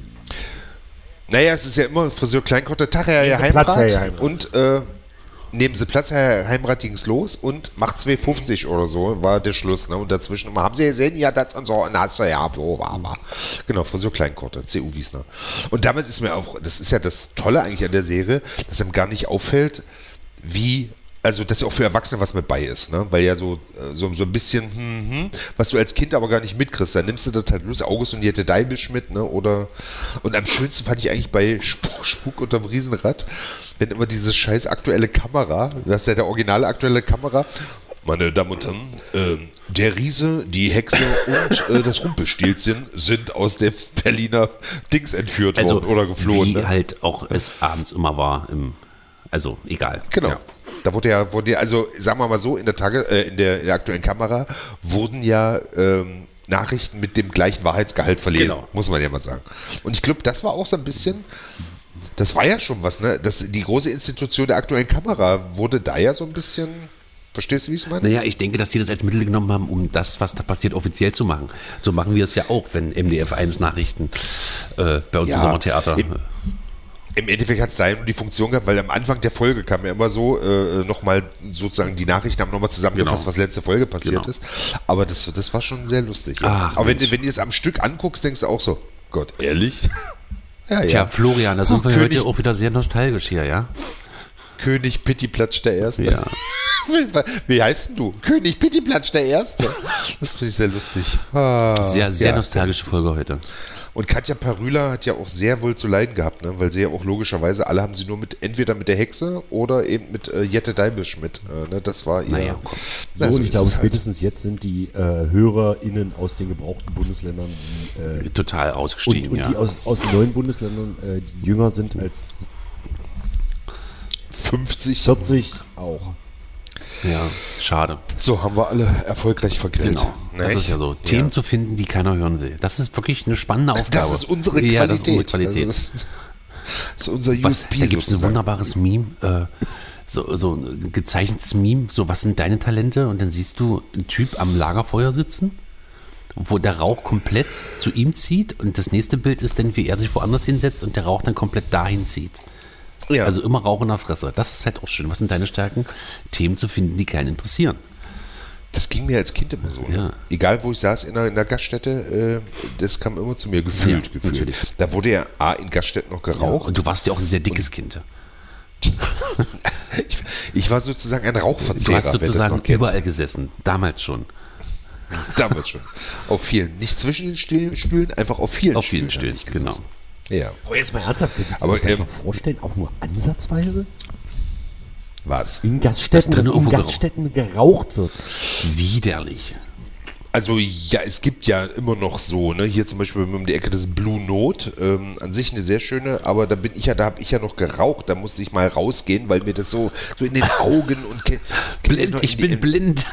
C: Naja, es ist ja immer Friseur Kleinkotte, Tag, Herr, Herr
B: Sie Platz,
C: Heimrat.
B: Herr Heimrat.
C: Und äh, nehmen Sie Platz, Herr Heimrat, ging's los und macht 2,50 oder so, war der Schluss. Ne? Und dazwischen immer, haben Sie gesehen, ja, das und so, und hast du ja, blo, war, war. Genau, Friseur Kleinkotte, CU Wiesner. Und damit ist mir auch, das ist ja das Tolle eigentlich an der Serie, dass einem gar nicht auffällt, wie. Also, dass ja auch für Erwachsene was mit bei ist, ne? Weil ja so, äh, so, so ein bisschen, hm, hm, was du als Kind aber gar nicht mitkriegst, dann nimmst du das halt los, August und Jette Deibisch mit, ne? Oder und am schönsten fand ich eigentlich bei Spuk, Spuk unterm Riesenrad, wenn immer diese scheiß aktuelle Kamera, das ist ja der originale aktuelle Kamera, meine Damen und Herren, ähm, der Riese, die Hexe und äh, das Rumpelstilzchen sind aus der Berliner Dings entführt worden oder geflohen.
A: Also Wie
C: Ne?
A: halt auch es abends immer war. Im, also, egal.
C: Genau.
A: Ja.
C: Da wurde ja, wurde ja, also sagen wir mal so, in der Tage, äh, in, der, in der aktuellen Kamera wurden ja ähm, Nachrichten mit dem gleichen Wahrheitsgehalt verlesen,
A: Genau.
C: muss man ja mal sagen. Und ich glaube, das war auch so ein bisschen, das war ja schon was, ne? Das, die große Institution der aktuellen Kamera wurde da ja so ein bisschen, verstehst du, wie ich es meine?
A: Naja, ich denke, dass die das als Mittel genommen haben, um das, was da passiert, offiziell zu machen. So machen wir es ja auch, wenn MDF 1 Nachrichten äh, bei uns
C: Ja,
A: im Sommertheater.
C: im- Im Endeffekt hat es da ja nur die Funktion gehabt, weil am Anfang der Folge kam ja immer so, äh, nochmal sozusagen die Nachrichten haben nochmal zusammengefasst,
A: Genau.
C: was letzte Folge passiert
A: Genau.
C: ist. Aber das, das war schon sehr lustig. ja.
A: Ach,
C: Aber wenn,
A: Mensch.
C: du- wenn du es am Stück anguckst, denkst du auch so, Gott, ehrlich? Ja,
A: äh, Tja,
C: ja.
A: Florian, da sind
C: Oh,
A: wir
C: König-
A: heute um- auch wieder sehr nostalgisch hier, ja?
C: König Pittiplatsch der Erste. Wie, wie heißt denn du? König Pittiplatsch der Erste. Das finde ich sehr lustig. Ah,
A: Sehr, sehr
C: ja.
A: nostalgische Folge heute.
C: Und Katja Parüla hat ja auch sehr wohl zu leiden gehabt, ne? weil sie ja auch logischerweise, alle haben sie nur mit, entweder mit der Hexe oder eben mit äh, Jette Daibisch mit. Äh, ne? Das war ihr.
A: Naja, komm.
C: Na,
B: So,
C: so
B: und ich
C: ist
B: glaube,
C: es halt.
B: spätestens jetzt sind die äh, HörerInnen aus den gebrauchten Bundesländern, die, äh,
A: Total
B: und,
A: ausgestiegen,
B: und die
A: ja.
B: aus, aus den neuen Bundesländern, äh, die jünger sind als
C: 50.
B: 40, auch.
A: ja. Schade.
C: So haben wir alle erfolgreich vergrillt.
A: Genau. Das
C: Ne?
A: ist ja so. Themen zu finden, die keiner hören will. Das ist wirklich eine spannende Aufgabe.
C: Das ist unsere Qualität. Also,
A: Ja, das ist unsere Qualität.
C: Das ist, das ist unser
A: was,
C: USP.
A: da gibt es ein
C: sozusagen.
A: wunderbares Meme, äh, so, so ein gezeichnetes Meme, so was sind deine Talente? Und dann siehst du einen Typ am Lagerfeuer sitzen, wo der Rauch komplett zu ihm zieht und das nächste Bild ist dann, wie er sich woanders hinsetzt und der Rauch dann komplett dahin zieht.
C: ja.
A: Also immer Rauch in der Fresse. Das ist halt auch schön. Was sind deine Stärken? Themen zu finden, die keinen interessieren.
C: Das ging mir als Kind immer so. Ne?
A: Ja.
C: Egal, wo ich saß in einer, in einer Gaststätte, äh, das kam immer zu mir gefühlt.
A: Ja,
C: gefühlt.
A: natürlich.
C: Da wurde ja A, in Gaststätten noch geraucht.
A: Und du warst ja auch ein sehr dickes Kind.
C: Ich, ich war sozusagen ein
A: Du
C: Rauchverzehrer,
A: hast
C: wer das
A: sozusagen
C: noch kennt.
A: überall gesessen. Damals schon.
C: Damals schon. Auf vielen. Nicht zwischen den Stühlen, Stühlen, einfach auf vielen
A: Auf vielen
C: Stühlen habe
A: Stühlen,
C: ich
A: genau.
C: gesessen. Ja.
B: Aber Oh, jetzt mal ernsthaft, könnt ihr
C: Aber,
B: euch das
C: ähm,
B: mal vorstellen, auch nur ansatzweise?
C: Was?
B: In Gaststätten,
A: Dass
B: dass
A: drin
B: in
A: irgendwo
B: Gaststätten geraucht wird.
A: Genau. Widerlich.
C: Also ja, es gibt ja immer noch so, ne? Hier zum Beispiel um die Ecke das Blue Note, ähm, an sich eine sehr schöne, aber da bin ich ja, da habe ich ja noch geraucht, da musste ich mal rausgehen, weil mir das so, so in den Augen und ke-
A: Blind, ich bin blind.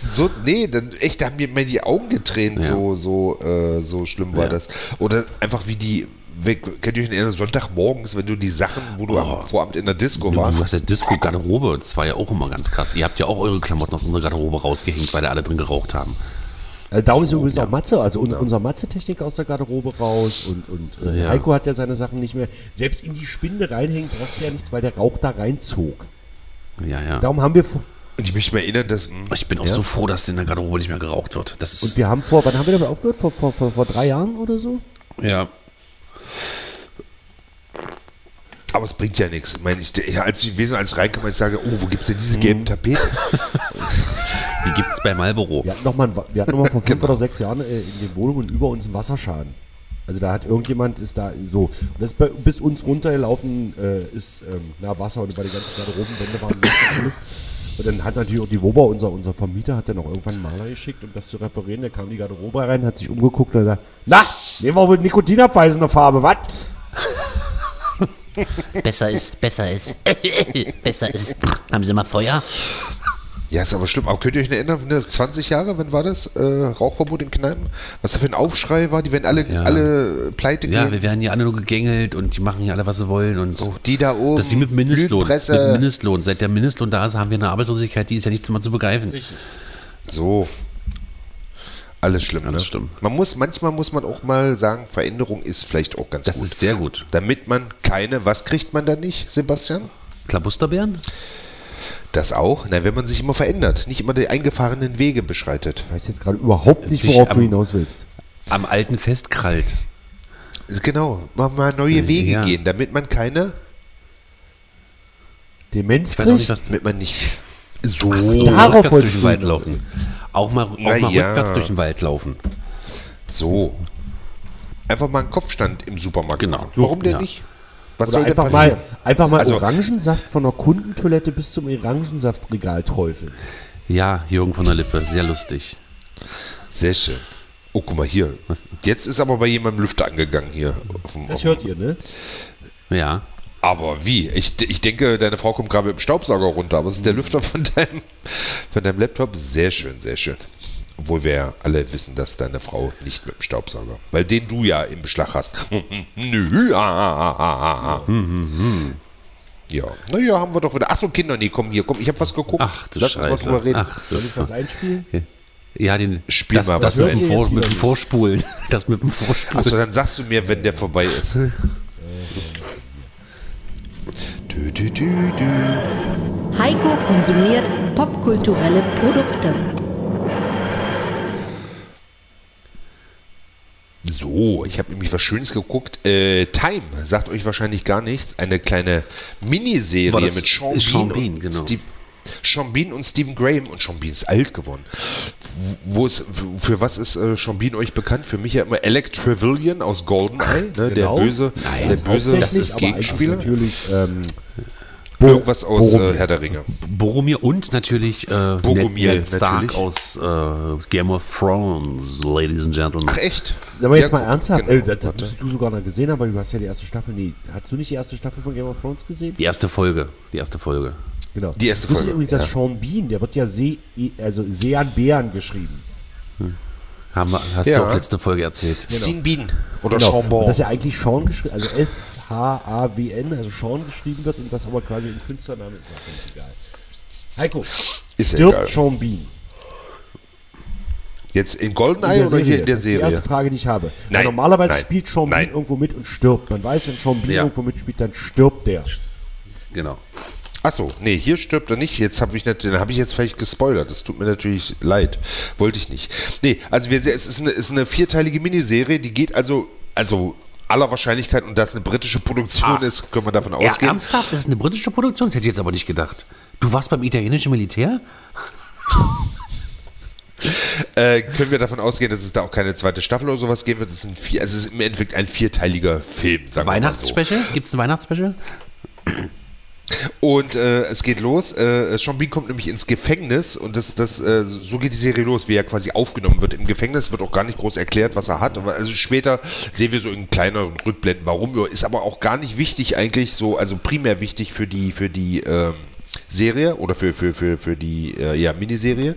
C: so, nee, dann echt, da haben mir mir die Augen getränt, so, so, äh, so schlimm war
A: Ja.
C: das. Oder einfach wie die, weg, könnt ihr euch erinnern, Sonntagmorgens, wenn du die Sachen, wo du am Vorabend in der Disco
A: Oh. Du,
C: warst,
A: du hast ja Disco-Garderobe, das war ja auch immer ganz krass. Ihr habt ja auch eure Klamotten aus unserer Garderobe rausgehängt, weil da alle drin geraucht haben.
B: Also darum ist übrigens auch Matze, also un unser Matze-Techniker aus der Garderobe raus und, und äh,
A: Ja.
B: Heiko hat ja seine Sachen nicht mehr. Selbst in die Spinde reinhängen braucht er nichts, weil der Rauch da reinzog.
A: Ja, ja.
B: Darum haben wir vor,
C: und ich möchte mich erinnern, dass, hm, mh,
A: Ich bin auch so froh, dass in der Garderobe nicht mehr geraucht wird. Das
B: und
A: ist,
B: wir haben vor, wann haben wir damit aufgehört? Vor, vor, vor, vor drei Jahren oder so?
A: ja.
C: aber es bringt ja nichts. Ich meine, ich, ja, als ich gewesen, als ich reinkam, ich sage, oh, wo gibt's denn diese
A: Mhm.
C: gelben Tapeten?
A: Die gibt's bei Marlboro.
B: Wir hatten nochmal noch mal vor
A: Genau.
B: fünf oder sechs Jahren äh, in den Wohnungen über uns einen Wasserschaden. Also da hat irgendjemand, ist da so, und das ist bei, bis uns runtergelaufen äh, ist, ähm, na Wasser und über die ganzen Garderobenwände waren Wasser und alles. Und dann hat natürlich auch die Woba, unser, unser Vermieter, hat dann auch irgendwann einen Maler geschickt, um das zu reparieren. Der kam in die Garderobe rein, hat sich umgeguckt und hat gesagt, na, nehmen wir wohl nikotinabweisende Farbe, was?
E: Besser ist, besser ist. besser ist. Haben Sie mal Feuer?
C: Ja, ist aber schlimm. Aber könnt ihr euch erinnern, ne, 20 Jahre, wann war das? Äh, Rauchverbot in Kneipen? Was da für ein Aufschrei war, die werden alle,
A: Ja.
C: alle pleite
A: Ja,
C: gehen.
A: wir werden hier alle nur gegängelt und die machen hier alle, was sie wollen. Und
C: So, die da oben.
A: Das ist wie mit Mindestlohn. Mit
C: Lügenpresse.
A: Mindestlohn. Seit der Mindestlohn da ist, haben wir eine Arbeitslosigkeit, die ist ja nichts mehr zu begreifen.
C: so. Alles schlimm,
A: Alles
C: ne?
A: schlimm.
C: Man muss, manchmal muss man auch mal sagen, Veränderung ist vielleicht auch ganz
A: Das
C: gut.
A: ist sehr gut.
C: damit man keine, was kriegt man da nicht, Sebastian?
A: Klabusterbeeren?
C: Das auch? Na, wenn man sich immer verändert, nicht immer die eingefahrenen Wege beschreitet.
B: Ich weiß jetzt gerade überhaupt nicht,
A: Äh, Sich
B: worauf du
A: am-
B: hinaus willst.
A: Am alten Fest krallt.
C: Genau, mal, mal neue Wege
A: ja.
C: gehen, damit man keine,
B: Demenz
A: weiß auch nicht,
B: kriegt?
A: was-
C: damit man nicht so.
A: So,
B: darauf
A: rückwärts durch
B: wolltest
A: den
B: du
A: Wald
B: hinaus
A: laufen.
B: jetzt.
A: Auch mal, auch
C: Na
A: mal
C: ja.
A: rückwärts durch den Wald laufen.
C: So. Einfach mal einen Kopfstand im Supermarkt.
A: Genau.
C: machen. Warum denn
A: Ja.
C: nicht? Was
B: Oder
C: soll denn
B: einfach
C: passieren?
B: mal, einfach mal
C: Also-
B: Orangensaft von der Kundentoilette bis zum Orangensaftregal träufeln.
A: Ja, Jürgen von der Lippe, sehr lustig.
C: Sehr schön. Oh, guck mal hier.
A: Was?
C: Jetzt ist aber bei jemandem Lüfter angegangen hier. Auf dem, auf dem-
B: ihr, ne?
A: Ja.
C: Aber wie? Ich, ich denke, deine Frau kommt gerade mit dem Staubsauger runter, aber es ist der Lüfter von deinem, von deinem Laptop. Sehr schön, sehr schön. Obwohl wir ja alle wissen, dass deine Frau nicht mit dem Staubsauger, weil den du ja im Beschlag hast. Nö. ah, ah, ah, ah, ah. ja, naja, haben wir doch wieder. Achso, Kinder, nee, komm hier, komm, ich habe was geguckt.
A: Ach du
C: Lass uns mal drüber
A: Scheiße.
C: reden.
A: Ach, du
B: Soll ich was einspielen?
A: Ja, den
C: Spiel
A: das,
C: mal
A: das
C: was
A: mit,
B: rein.
A: dem
B: Hört ihr
A: Vor,
B: jetzt
A: mit
B: wieder
A: dem
B: nicht?
A: Vorspulen. Das mit dem Vorspulen.
C: Achso, dann sagst du mir, wenn der vorbei ist. Dü, dü, dü, dü.
F: Heiko konsumiert popkulturelle Produkte.
C: So, ich habe nämlich was Schönes geguckt. Äh, Time sagt euch wahrscheinlich gar nichts. Eine kleine
A: War
C: Miniserie
A: das-
C: mit Sean Bean,
A: ist Sean Bean,
C: und
A: genau.
C: Steve. Sean Bean und Stephen Graham und Sean Bean ist alt geworden. Wo ist, für was ist äh, Sean Bean euch bekannt? Für mich ja immer Alec Trevelyan aus GoldenEye, ne,
B: Genau.
C: der böse,
A: Nein,
C: der
A: das ist
C: böse
A: hauptsächlich,
B: Technisch, aber eigentlich
C: Gegenspieler.
B: Natürlich, ähm,
C: Irgendwas aus äh,
B: Boromir.
C: Herr der Ringe.
A: Boromir und natürlich äh,
C: Boromir,
A: Ned, Ned Stark
C: natürlich.
A: aus äh, Game of Thrones, Ladies and Gentlemen.
C: Ach echt?
B: Aber jetzt
C: Ja,
B: mal ernsthaft,
C: genau.
B: äh, das, das müsstest du sogar noch gesehen haben, weil du hast ja die erste Staffel nie. Hast du nicht die erste Staffel von Game of Thrones gesehen?
A: Die erste Folge, die erste Folge.
B: Genau.
C: Die erste
B: Wisst ihr
C: Folge,
B: übrigens, dass Sean Bean, der wird ja See, also Sean Bean geschrieben.
A: Haben wir, hast
C: Ja.
A: du auch letzte Folge erzählt.
C: Sean Bean oder Sean
B: Genau. Und
C: Bean.
B: Dass er eigentlich Sean geschrieben, also S-H-A-W-N, also Sean geschrieben wird und das aber quasi ein Künstlername ist, ja völlig egal. Heiko,
C: Ist ja
B: stirbt
C: egal.
B: Sean Bean?
C: Jetzt in
B: In
C: Goldeneye
B: der
C: oder hier in der
B: Das ist Die
C: Serie?
B: erste Frage, die ich habe. Weil
C: Nein,
B: normalerweise
C: nein,
B: spielt Sean
C: nein.
B: Bean irgendwo mit und stirbt. Man weiß, wenn Sean Bean
A: Ja.
B: irgendwo mitspielt, dann stirbt der.
A: Genau.
C: Achso, nee, hier stirbt er nicht. Jetzt habe ich natürlich, habe ich jetzt vielleicht gespoilert. Das tut mir natürlich leid. Wollte ich nicht. Nee, also wir, es ist eine, ist eine vierteilige Miniserie, die geht also, also aller Wahrscheinlichkeit, und dass eine britische Produktion
A: Ah.
C: ist, können wir davon
A: Ja,
C: ausgehen.
A: ernsthaft, das ist eine britische Produktion? Das hätte ich jetzt aber nicht gedacht. Du warst beim italienischen Militär?
C: Äh, können wir davon ausgehen, dass es da auch keine zweite Staffel oder sowas geben wird. Es ist, ein vier, es ist im Endeffekt ein vierteiliger Film, sagen wir mal so.
A: Weihnachtsspecial? Gibt es ein Weihnachtsspecial?
C: Und äh, es geht los. Äh, Sean Bean kommt nämlich ins Gefängnis und das, das, äh, so geht die Serie los, wie er quasi aufgenommen wird. Im Gefängnis wird auch gar nicht groß erklärt, was er hat. Aber Also später sehen wir so in kleineren Rückblenden, warum. Ja, Ist aber auch gar nicht wichtig eigentlich so, also primär wichtig für die, für die ähm, Serie oder für, für, für, für die äh, ja, Miniserie.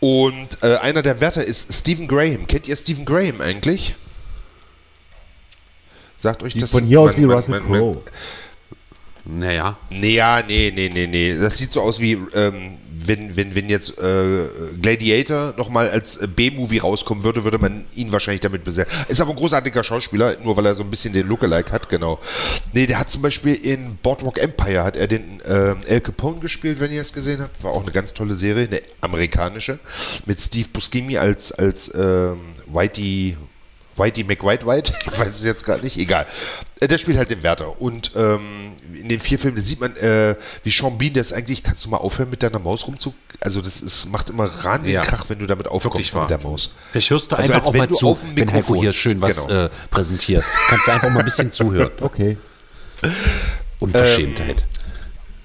C: Und äh, einer der Wärter ist Stephen Graham. Kennt ihr Stephen Graham eigentlich? Sagt euch
B: Sieht
C: das
B: von hier aus
C: man-
B: wie
C: man-
B: Russell
C: man- man-
B: Crowe.
A: Naja.
C: Nee, ja, nee, nee, nee, nee. Das sieht so aus wie, ähm, wenn, wenn, wenn jetzt äh, Gladiator nochmal als äh, B-Movie rauskommen würde, würde man ihn wahrscheinlich damit besetzen. Ist aber ein großartiger Schauspieler, nur weil er so ein bisschen den Lookalike hat, genau. Nee, der hat zum Beispiel in Boardwalk Empire, hat er den ähm, El Capone gespielt, wenn ihr es gesehen habt. War auch eine ganz tolle Serie, eine amerikanische, mit Steve Buscemi als, als ähm, Whitey... Whitey McWhite White, ich weiß es jetzt gerade nicht, egal. Äh, Der spielt halt den Wärter. Und ähm, in den vier Filmen sieht man, äh, wie Sean Bean das eigentlich, kannst du mal aufhören mit deiner Maus rumzu... Also das ist, macht immer
A: Ja.
C: wahnsinnig Krach, wenn du damit aufkommst mit der Maus.
A: Vielleicht hörst du
C: Also,
A: einfach
C: als
A: auch
C: wenn
A: mal
C: du
A: zu,
C: auf dem
A: wenn Heiko
C: Mikrofon-
A: hier schön was
C: Genau.
A: äh, präsentiert. Kannst du einfach mal ein bisschen zuhören.
B: Okay.
A: Unverschämtheit.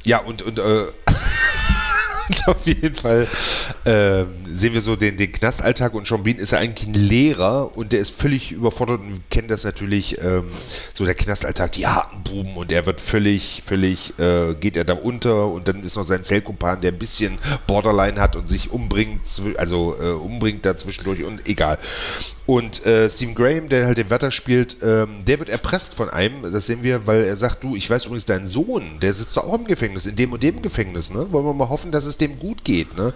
C: Ja, und, und, äh, und auf jeden Fall ähm, sehen wir so den, den Knastalltag und Sean Bean ist ja eigentlich ein Lehrer und der ist völlig überfordert und wir kennen das natürlich, ähm, so der Knastalltag, die harten Buben und er wird völlig, völlig, äh, geht er da unter und dann ist noch sein Zellkumpan, der ein bisschen Borderline hat und sich umbringt, zw- also äh, umbringt da zwischendurch und egal. Und äh, Stephen Graham, der halt den Wetter spielt, ähm, der wird erpresst von einem, das sehen wir, weil er sagt, du, ich weiß übrigens, dein Sohn, der sitzt doch auch im Gefängnis, in dem und dem Gefängnis, ne? Wollen wir mal hoffen, dass es dem gut geht, ne?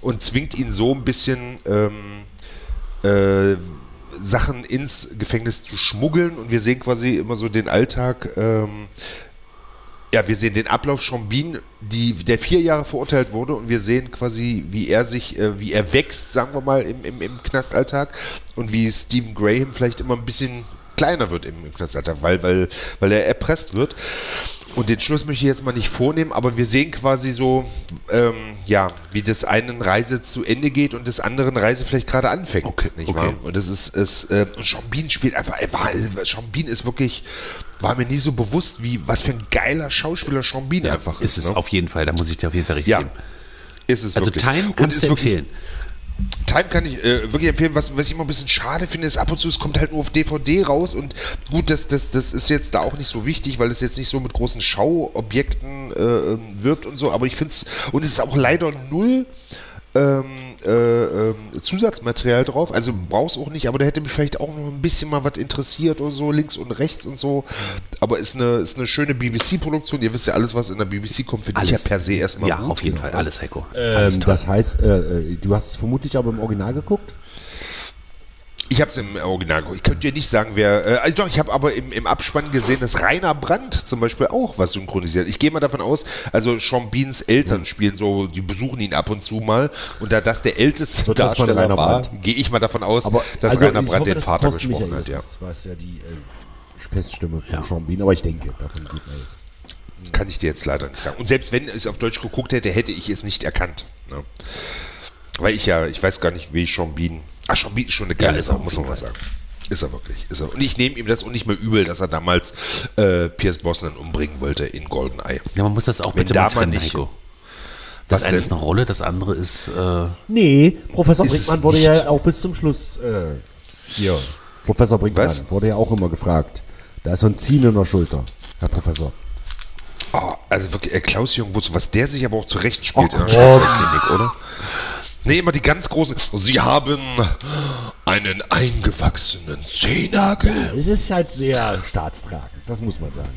C: Und zwingt ihn so ein bisschen, ähm, äh, Sachen ins Gefängnis zu schmuggeln und wir sehen quasi immer so den Alltag, ähm, ja, wir sehen den Ablauf Sean Bean, die, der vier Jahre verurteilt wurde und wir sehen quasi, wie er sich, äh, wie er wächst, sagen wir mal, im, im, im Knastalltag und wie Stephen Graham vielleicht immer ein bisschen kleiner wird im, im Knastalltag, weil, weil, weil er erpresst wird. Und den Schluss möchte ich jetzt mal nicht vornehmen, aber wir sehen quasi so, ähm, ja, wie des einen Reise zu Ende geht und des anderen Reise vielleicht gerade anfängt.
A: Okay,
C: nicht
A: okay.
C: wahr? Und das ist, ist äh, und Sean Bean spielt einfach, er war, Sean Bean ist wirklich, war mir nie so bewusst, wie, was für ein geiler Schauspieler Sean Bean
A: Ja,
C: einfach
A: ist
C: ist.
A: es
C: ne?
A: auf jeden Fall, da muss ich dir auf jeden Fall recht
C: ja.
A: geben.
C: Ist es
A: Also
C: wirklich.
A: Time
C: Und
A: kannst
C: ist
A: du
C: wirklich-
A: empfehlen.
C: Time kann ich äh, wirklich empfehlen. Was, was ich immer ein bisschen schade finde, ist ab und zu, es kommt halt nur auf DVD raus und gut, das, das, das ist jetzt da auch nicht so wichtig, weil es jetzt nicht so mit großen Schauobjekten äh, ähm, wirbt und so, aber ich finde es, und es ist auch leider null ähm, äh, ähm, Zusatzmaterial drauf, also brauchst auch nicht, aber da hätte mich vielleicht auch noch ein bisschen mal was interessiert oder so, links und rechts und so, aber ist eine, ist eine schöne BBC-Produktion, ihr wisst ja, alles, was in der BBC kommt, finde ich ja
A: Alles.
C: per se erstmal
A: Ja,
C: gut.
A: auf jeden Fall. Alles,
B: Äh,
A: Heiko.
B: Ähm, das heißt, äh, äh, du hast es vermutlich aber im Original geguckt?
C: Ich habe es im Original geguckt. Ich könnte dir nicht sagen, wer. Äh, also doch, ich habe aber im, im Abspann gesehen, dass Rainer Brandt zum Beispiel auch was synchronisiert. Ich gehe mal davon aus, also Sean Beans Eltern spielen so, die besuchen ihn ab und zu mal. Und da das der älteste
B: Wird das von
C: Darsteller
B: Rainer
C: war,
B: Brandt?
C: gehe ich mal davon aus,
B: Aber
C: dass
B: also,
C: Rainer
B: ich
C: Brandt
B: hoffe,
C: den
B: dass
C: Vater
B: Thorsten
C: gesprochen
B: Michael
C: hat. Ja.
B: ist, war es ja die äh, Feststimme von
A: Ja.
B: Sean Bean, aber ich denke, davon geht man jetzt.
C: Kann ich dir jetzt leider nicht sagen. Und selbst wenn ich es auf Deutsch geguckt hätte, hätte ich es nicht erkannt. Ne? Weil ich ja, ich weiß gar nicht, wie Sean Bean. Ach, Sean Bean ist schon eine geile
A: ist
C: Sau,
A: auch
C: muss
A: ein
C: man mal sagen. Ist er wirklich. Ist er. Und ich nehme ihm das auch nicht mehr übel, dass er damals äh, Pierce Brosnan umbringen wollte in GoldenEye.
A: Ja, man muss das auch
C: Wenn
A: bitte mal
C: da mal
A: trennen,
C: nicht-
A: Heiko.
C: Was
A: Das eine
C: denn?
A: ist eine Rolle, das andere ist. Äh,
B: Nee, Professor
C: Ist es
B: Brinkmann wurde
C: nicht.
B: ja auch bis zum Schluss äh, hier. Professor Brinkmann
C: Was?
B: wurde ja auch immer gefragt. Da ist so ein Ziehen in der Schulter, Herr Professor.
C: Oh, also wirklich, äh, Klaus Jung Wutz, was der sich aber auch zurecht spielt
B: Oh,
C: in der Schwarzwaldklinik, oder? Nee, immer die ganz großen. Sie haben einen eingewachsenen Zehnagel.
B: Es ist halt sehr staatstragend, das muss man sagen.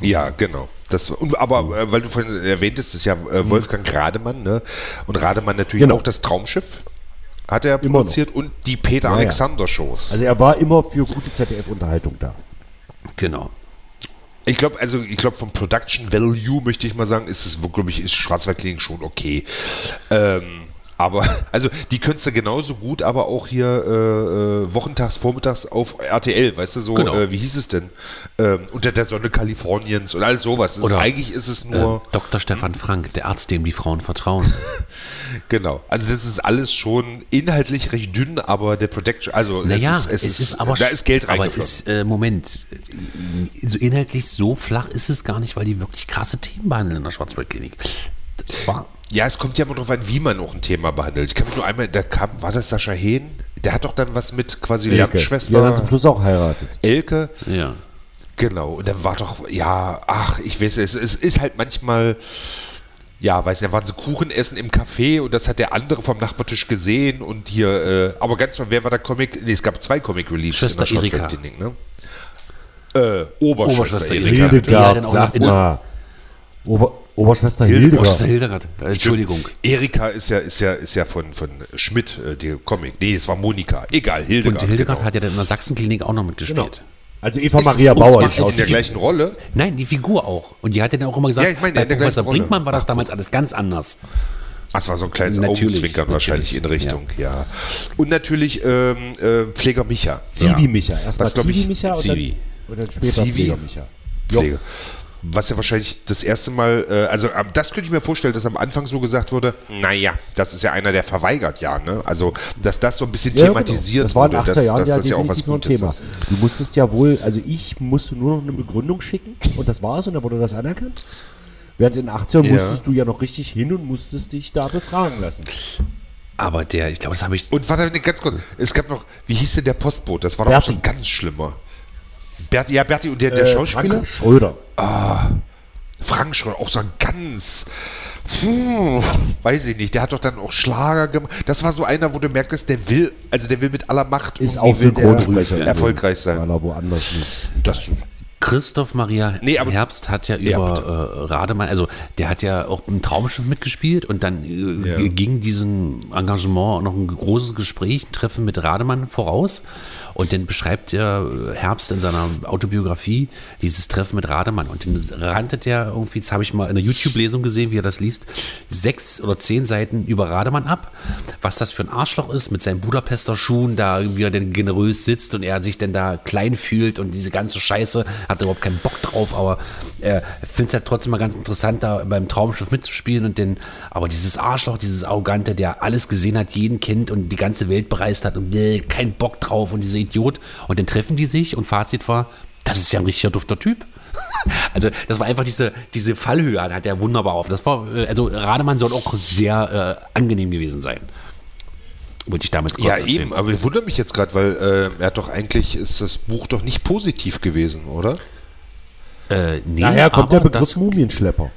C: Ja, genau. Das, und, aber äh, weil du vorhin erwähntest, ist ja äh, Wolfgang Rademann, ne? Und Rademann natürlich
B: Mhm. Genau.
C: auch das Traumschiff hat er
B: Immer noch.
C: produziert und die Peter
B: Ja, ja.
C: Alexander Shows.
B: Also er war immer für gute ZDF-Unterhaltung da.
A: genau.
C: ich glaube, also ich glaube vom Production Value möchte ich mal sagen, ist es glaube ich ist Schwarzwaldklinik schon okay. Ähm, aber also die könntest du genauso gut, aber auch hier äh, äh, wochentags, vormittags auf RTL, weißt du so,
A: Genau.
C: äh, wie hieß es denn? Ähm, unter der Sonne Kaliforniens und alles sowas. Es Ist,
A: Oder,
C: eigentlich ist es
A: Äh,
B: ähm,
C: nur
A: Dr. Stefan Frank, der Arzt, dem die Frauen vertrauen.
C: Genau. Also das ist alles schon inhaltlich recht dünn, aber der Protection, also
A: Naja,
C: es, ist, es, ist,
A: aber
C: da
A: sch-
C: ist Geld
A: Aber ist,
C: reingeflossen.
A: äh, Moment, so inhaltlich so flach ist es gar nicht, weil die wirklich krasse Themen behandeln in der Schwarzwaldklinik. War,
C: Ja, es kommt ja immer darauf an, wie man auch ein Thema behandelt. Ich kann mich nur einmal, da kam, war das Sascha Hehn? Der hat doch dann was mit quasi
B: Die hat
C: Lernschwester
B: dann zum Schluss auch heiratet.
C: Elke.
A: ja.
C: Genau. Und dann war doch, ja, ach, ich weiß, es, es ist halt manchmal. Ja, weiß nicht, da waren sie Kuchen essen im Café und das hat der andere vom Nachbartisch gesehen und hier, äh, aber ganz von wer war der Comic? Nee, es gab zwei Comic Reliefs
A: Schwester Erika.
C: Schwarzwaldklinik, ne? Äh, Oberschwester,
A: Oberschwester
C: Erika.
A: Erika.
C: natürlich.
A: Die ja dann
B: Hildegard,
A: auch
B: sag
A: noch in-
B: mal. Ober Oberschwester
C: Hildegard.
A: Schwester
B: Hildegard.
A: Hildegard, äh, Entschuldigung.
C: Erika ist ja, ist ja, ist ja von, von Schmidt, äh, der Comic. Nee, es war Monika. Egal, Hildegard.
A: Und Hildegard
C: genau.
A: hat ja dann in der Sachsenklinik auch noch
B: Genau.
A: mitgespielt.
B: Also Eva
C: Ist es-
B: Maria
C: und
B: Bauer.
C: zwar
B: die
C: in der
B: Schauspielerin.
C: gleichen Rolle.
A: Nein, die Figur auch. Und die hat ja dann auch immer gesagt,
C: Ja, ich meine,
A: bei
C: in der
A: Professor
C: gleichen Rolle.
A: Brinkmann war das
C: Ach,
A: damals alles ganz anders.
C: Ach, es war so ein kleines
A: Natürlich,
C: Augenzwinkern wahrscheinlich in
A: natürlich,
C: Richtung, ja. Und natürlich ähm, äh, Pfleger Micha.
B: Zivi Micha. Erstmal
C: Was, glaub ich,
B: Zivi Micha und dann,
A: Zivi.
B: und dann später
C: Zivi.
B: Pfleger Micha.
C: Ja. Pflege. Was ja wahrscheinlich das erste Mal, äh, also ähm, das könnte ich mir vorstellen, dass am Anfang so gesagt wurde, naja, das ist ja einer, der verweigert ja, ne? Also, dass das so ein bisschen thematisiert
B: genau. Das war in den
C: wurde,
B: 80er
C: dass,
B: Jahren
C: dass
B: ja
C: das ja auch was
B: definitiv noch ein
C: Gutes
B: Thema.
C: ist.
B: Du musstest ja wohl, also ich musste nur noch eine Begründung schicken und das war's und dann wurde das anerkannt. Während in den 80ern
C: Ja.
B: musstest du ja noch richtig hin und musstest dich da befragen lassen.
A: Aber der, ich glaube, das habe ich.
C: Und warte, nee, ganz kurz. Es gab noch, wie hieß denn der Postbote? Das war doch auch
B: Berti.
C: schon ganz schlimmer. Berti, ja, Berti und der, der
B: Äh,
C: Schauspieler?
B: Frank Schröder.
C: Frank schon, auch so ein ganz. Hm, weiß ich nicht. Der hat doch dann auch Schlager gemacht. Das war so einer, wo du merktest, der will, also der will mit aller Macht
B: Ist
C: irgendwie
B: auch
C: will der
B: Synchronsprecher. übrigens,
C: erfolgreich
B: Weil
C: sein.
B: er woanders nicht.
C: Das,
A: Christoph Maria
C: Nee, aber-
A: Herbst hat ja über äh, Rademann, also der hat ja auch im Traumschiff mitgespielt und dann äh,
C: Ja.
A: ging diesem Engagement noch ein großes Gespräch, ein Treffen mit Rademann voraus. Und dann beschreibt der Herbst in seiner Autobiografie dieses Treffen mit Rademann. Und dann rantet er irgendwie, das habe ich mal in der YouTube-Lesung gesehen, wie er das liest, sechs oder zehn Seiten über Rademann ab, was das für ein Arschloch ist mit seinen Budapester Schuhen, da wie er denn generös sitzt und er sich denn da klein fühlt und diese ganze Scheiße, hat er überhaupt keinen Bock drauf, aber äh, finde es ja trotzdem mal ganz interessant, da beim Traumschiff mitzuspielen und den, aber dieses Arschloch, dieses Arrogante, der alles gesehen hat, jeden kennt und die ganze Welt bereist hat und äh, keinen Bock drauf und dieser Idiot und dann treffen die sich und Fazit war, das ist ja ein richtiger dufter Typ. Also das war einfach diese, diese Fallhöhe, hat er wunderbar auf. Das war, äh, also Rademann soll auch sehr äh, angenehm gewesen sein. Wollte ich damit kurz
C: ja,
A: erzählen.
C: eben, aber ich wundere mich jetzt gerade, weil äh, er hat doch eigentlich ist das Buch doch nicht positiv gewesen, oder?
A: Äh, nee,
B: Daher kommt der
A: aber
B: Begriff
A: das-
B: Mumienschlepper.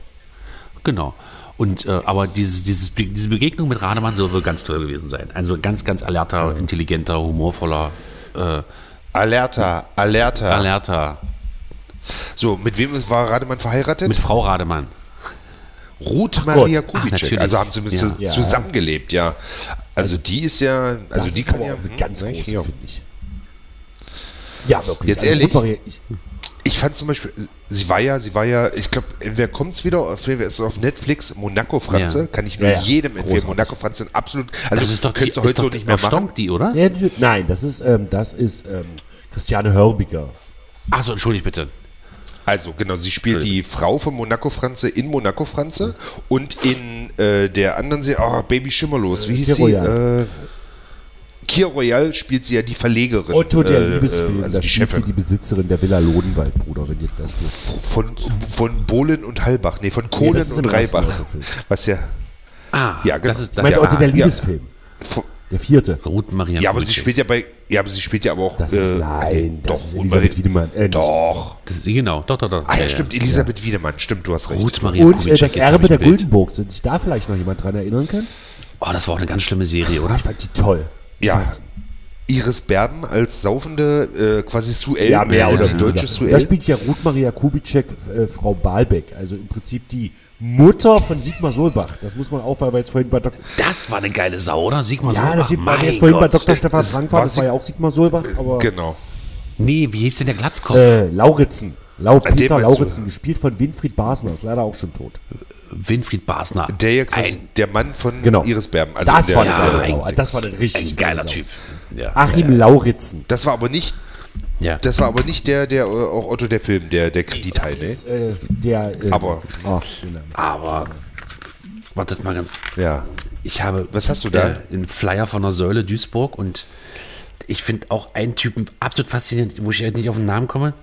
A: Genau. Und äh, aber dieses, dieses, Be- diese Begegnung mit Rademann soll wohl ganz toll gewesen sein. Also ganz, ganz alerter, intelligenter, humorvoller, äh,
C: Alerta, Alerta.
A: alerter.
C: So, mit wem war Rademann verheiratet?
A: Mit Frau Rademann.
C: Ruth Maria
A: Ach,
C: Kubitschek.
A: natürlich.
C: also haben sie ein bisschen
B: Ja.
C: zusammengelebt, ja. Also die ist ja, also
B: das
C: die
B: ist
C: kann
B: aber
C: ja
B: auch eine
C: hm,
B: ganz
C: ne,
B: große,
C: hier.
B: finde ich. Ja, wirklich.
C: Jetzt
B: gut
C: ehrlich?
B: variiert- ich,
C: Ich fand zum Beispiel, sie war ja, sie war ja, ich glaube, entweder kommt es wieder, auf- entweder ist es auf Netflix, Monaco Franze,
A: Ja.
C: kann ich nur
B: Ja, ja.
C: jedem empfehlen.
B: Großartig.
C: Monaco Franze, ein absolut, also
A: Das ist doch, die, ist
C: könntest du heute
A: doch
C: so nicht mehr machen.
A: Stomp, die, oder?
B: Ja, natürlich. nein, das ist, ähm, das ist ähm, Christiane Hörbiger.
A: Achso, entschuldige bitte.
C: Also genau, sie spielt die Frau von Monaco Franze in Monaco Franze und in äh, der anderen Serie, oh, Baby Schimmerlos, wie hieß
B: Kier
C: sie?
B: Royal.
C: Äh, Kier Royal spielt sie ja die Verlegerin.
B: Otto der
C: äh,
B: Liebesfilm,
C: äh, also
B: da
C: die
B: spielt sie
C: Chefin
B: die Besitzerin der Villa Lodenwald, Bruder, wenn ihr das will.
C: von, von Bohlen und Halbach, nee, von Kohlen
B: das ist
C: und
B: im ersten
C: Reibach.
B: Otto-Film.
C: Was ja,
A: Ah,
C: Ja, genau.
A: das ist
B: Ich meine,
A: ja,
B: Otto der
C: ja.
B: Liebesfilm,
C: von,
B: der vierte.
A: Ruth Maria.
C: Ja, aber sie
A: Brütchen.
C: spielt ja bei. Ja, aber sie spielt ja aber auch.
B: Das ist,
C: äh,
B: nein, das
C: doch,
B: ist
C: und
B: Elisabeth
C: bei-
B: Wiedemann. Äh, nicht-
C: Doch.
A: Das ist, genau, doch, doch, doch.
C: Ah ja, stimmt, Elisabeth Wiedemann. Stimmt, du hast recht.
A: Ruth Maria.
B: Und äh,
A: Kubitschek,
B: das
A: jetzt hab ich
B: Erbe
A: ein
B: der
A: Bild.
B: Guldenburgs, wenn sich da vielleicht noch jemand dran erinnern kann.
A: Oh, das war auch eine ganz schlimme Serie,
B: Ah,
A: oder?
B: ich fand die toll. Ich
C: Ja.
B: fand die-
C: Iris Berben als saufende, äh, quasi Sue Ellen.
B: Ja, mehr oder
C: Die
B: weniger.
C: deutsche Sue
B: Da
C: Ellen.
B: spielt ja Ruth Maria Kubitschek äh, Frau Balbeck, also im Prinzip die Mutter von Sigmar Solbach. Das muss man auch, weil wir jetzt vorhin bei Dok
A: Das war eine geile Sau, oder? Sigmar
B: ja,
A: Solbach,
B: natürlich, weil wir
A: mein
B: jetzt vorhin bei
A: Gott.
B: Dr. Stefan
C: Das
B: Frank waren,
C: war
B: das war
C: Sig-
B: ja auch Sigmar Solbach, aber
C: Genau.
A: Nee, wie hieß denn der Glatzkopf?
B: äh, Lauritzen. Lau
C: An dem
B: Peter
C: meinst du?
B: Lauritzen, gespielt von Winfried Basner, ist leider auch schon tot.
A: Winfried Basner.
C: Der ja quasi
A: ein,
C: der Mann von
B: Genau.
C: Iris Berben. Also
B: das
C: der,
B: war eine
A: Ja,
B: geile
A: ein-
B: Sau. Das war eine richtig
A: ein geiler
B: geile Sau.
A: Typ. Ja.
B: Achim Lauritzen.
C: Das war aber nicht.
A: ja.
C: Das war aber nicht der, der äh, auch Otto der Film, der, der Kreditteil,
B: Das
C: ne?
B: ist, äh, der, äh,
C: Aber-
B: ach, genau.
A: Aber wartet mal ganz.
C: ne? Ja.
A: Ich habe.
C: Was hast du da?
A: Äh, einen Flyer von der Säule Duisburg und ich finde auch einen Typen absolut faszinierend, wo ich jetzt nicht auf den Namen komme.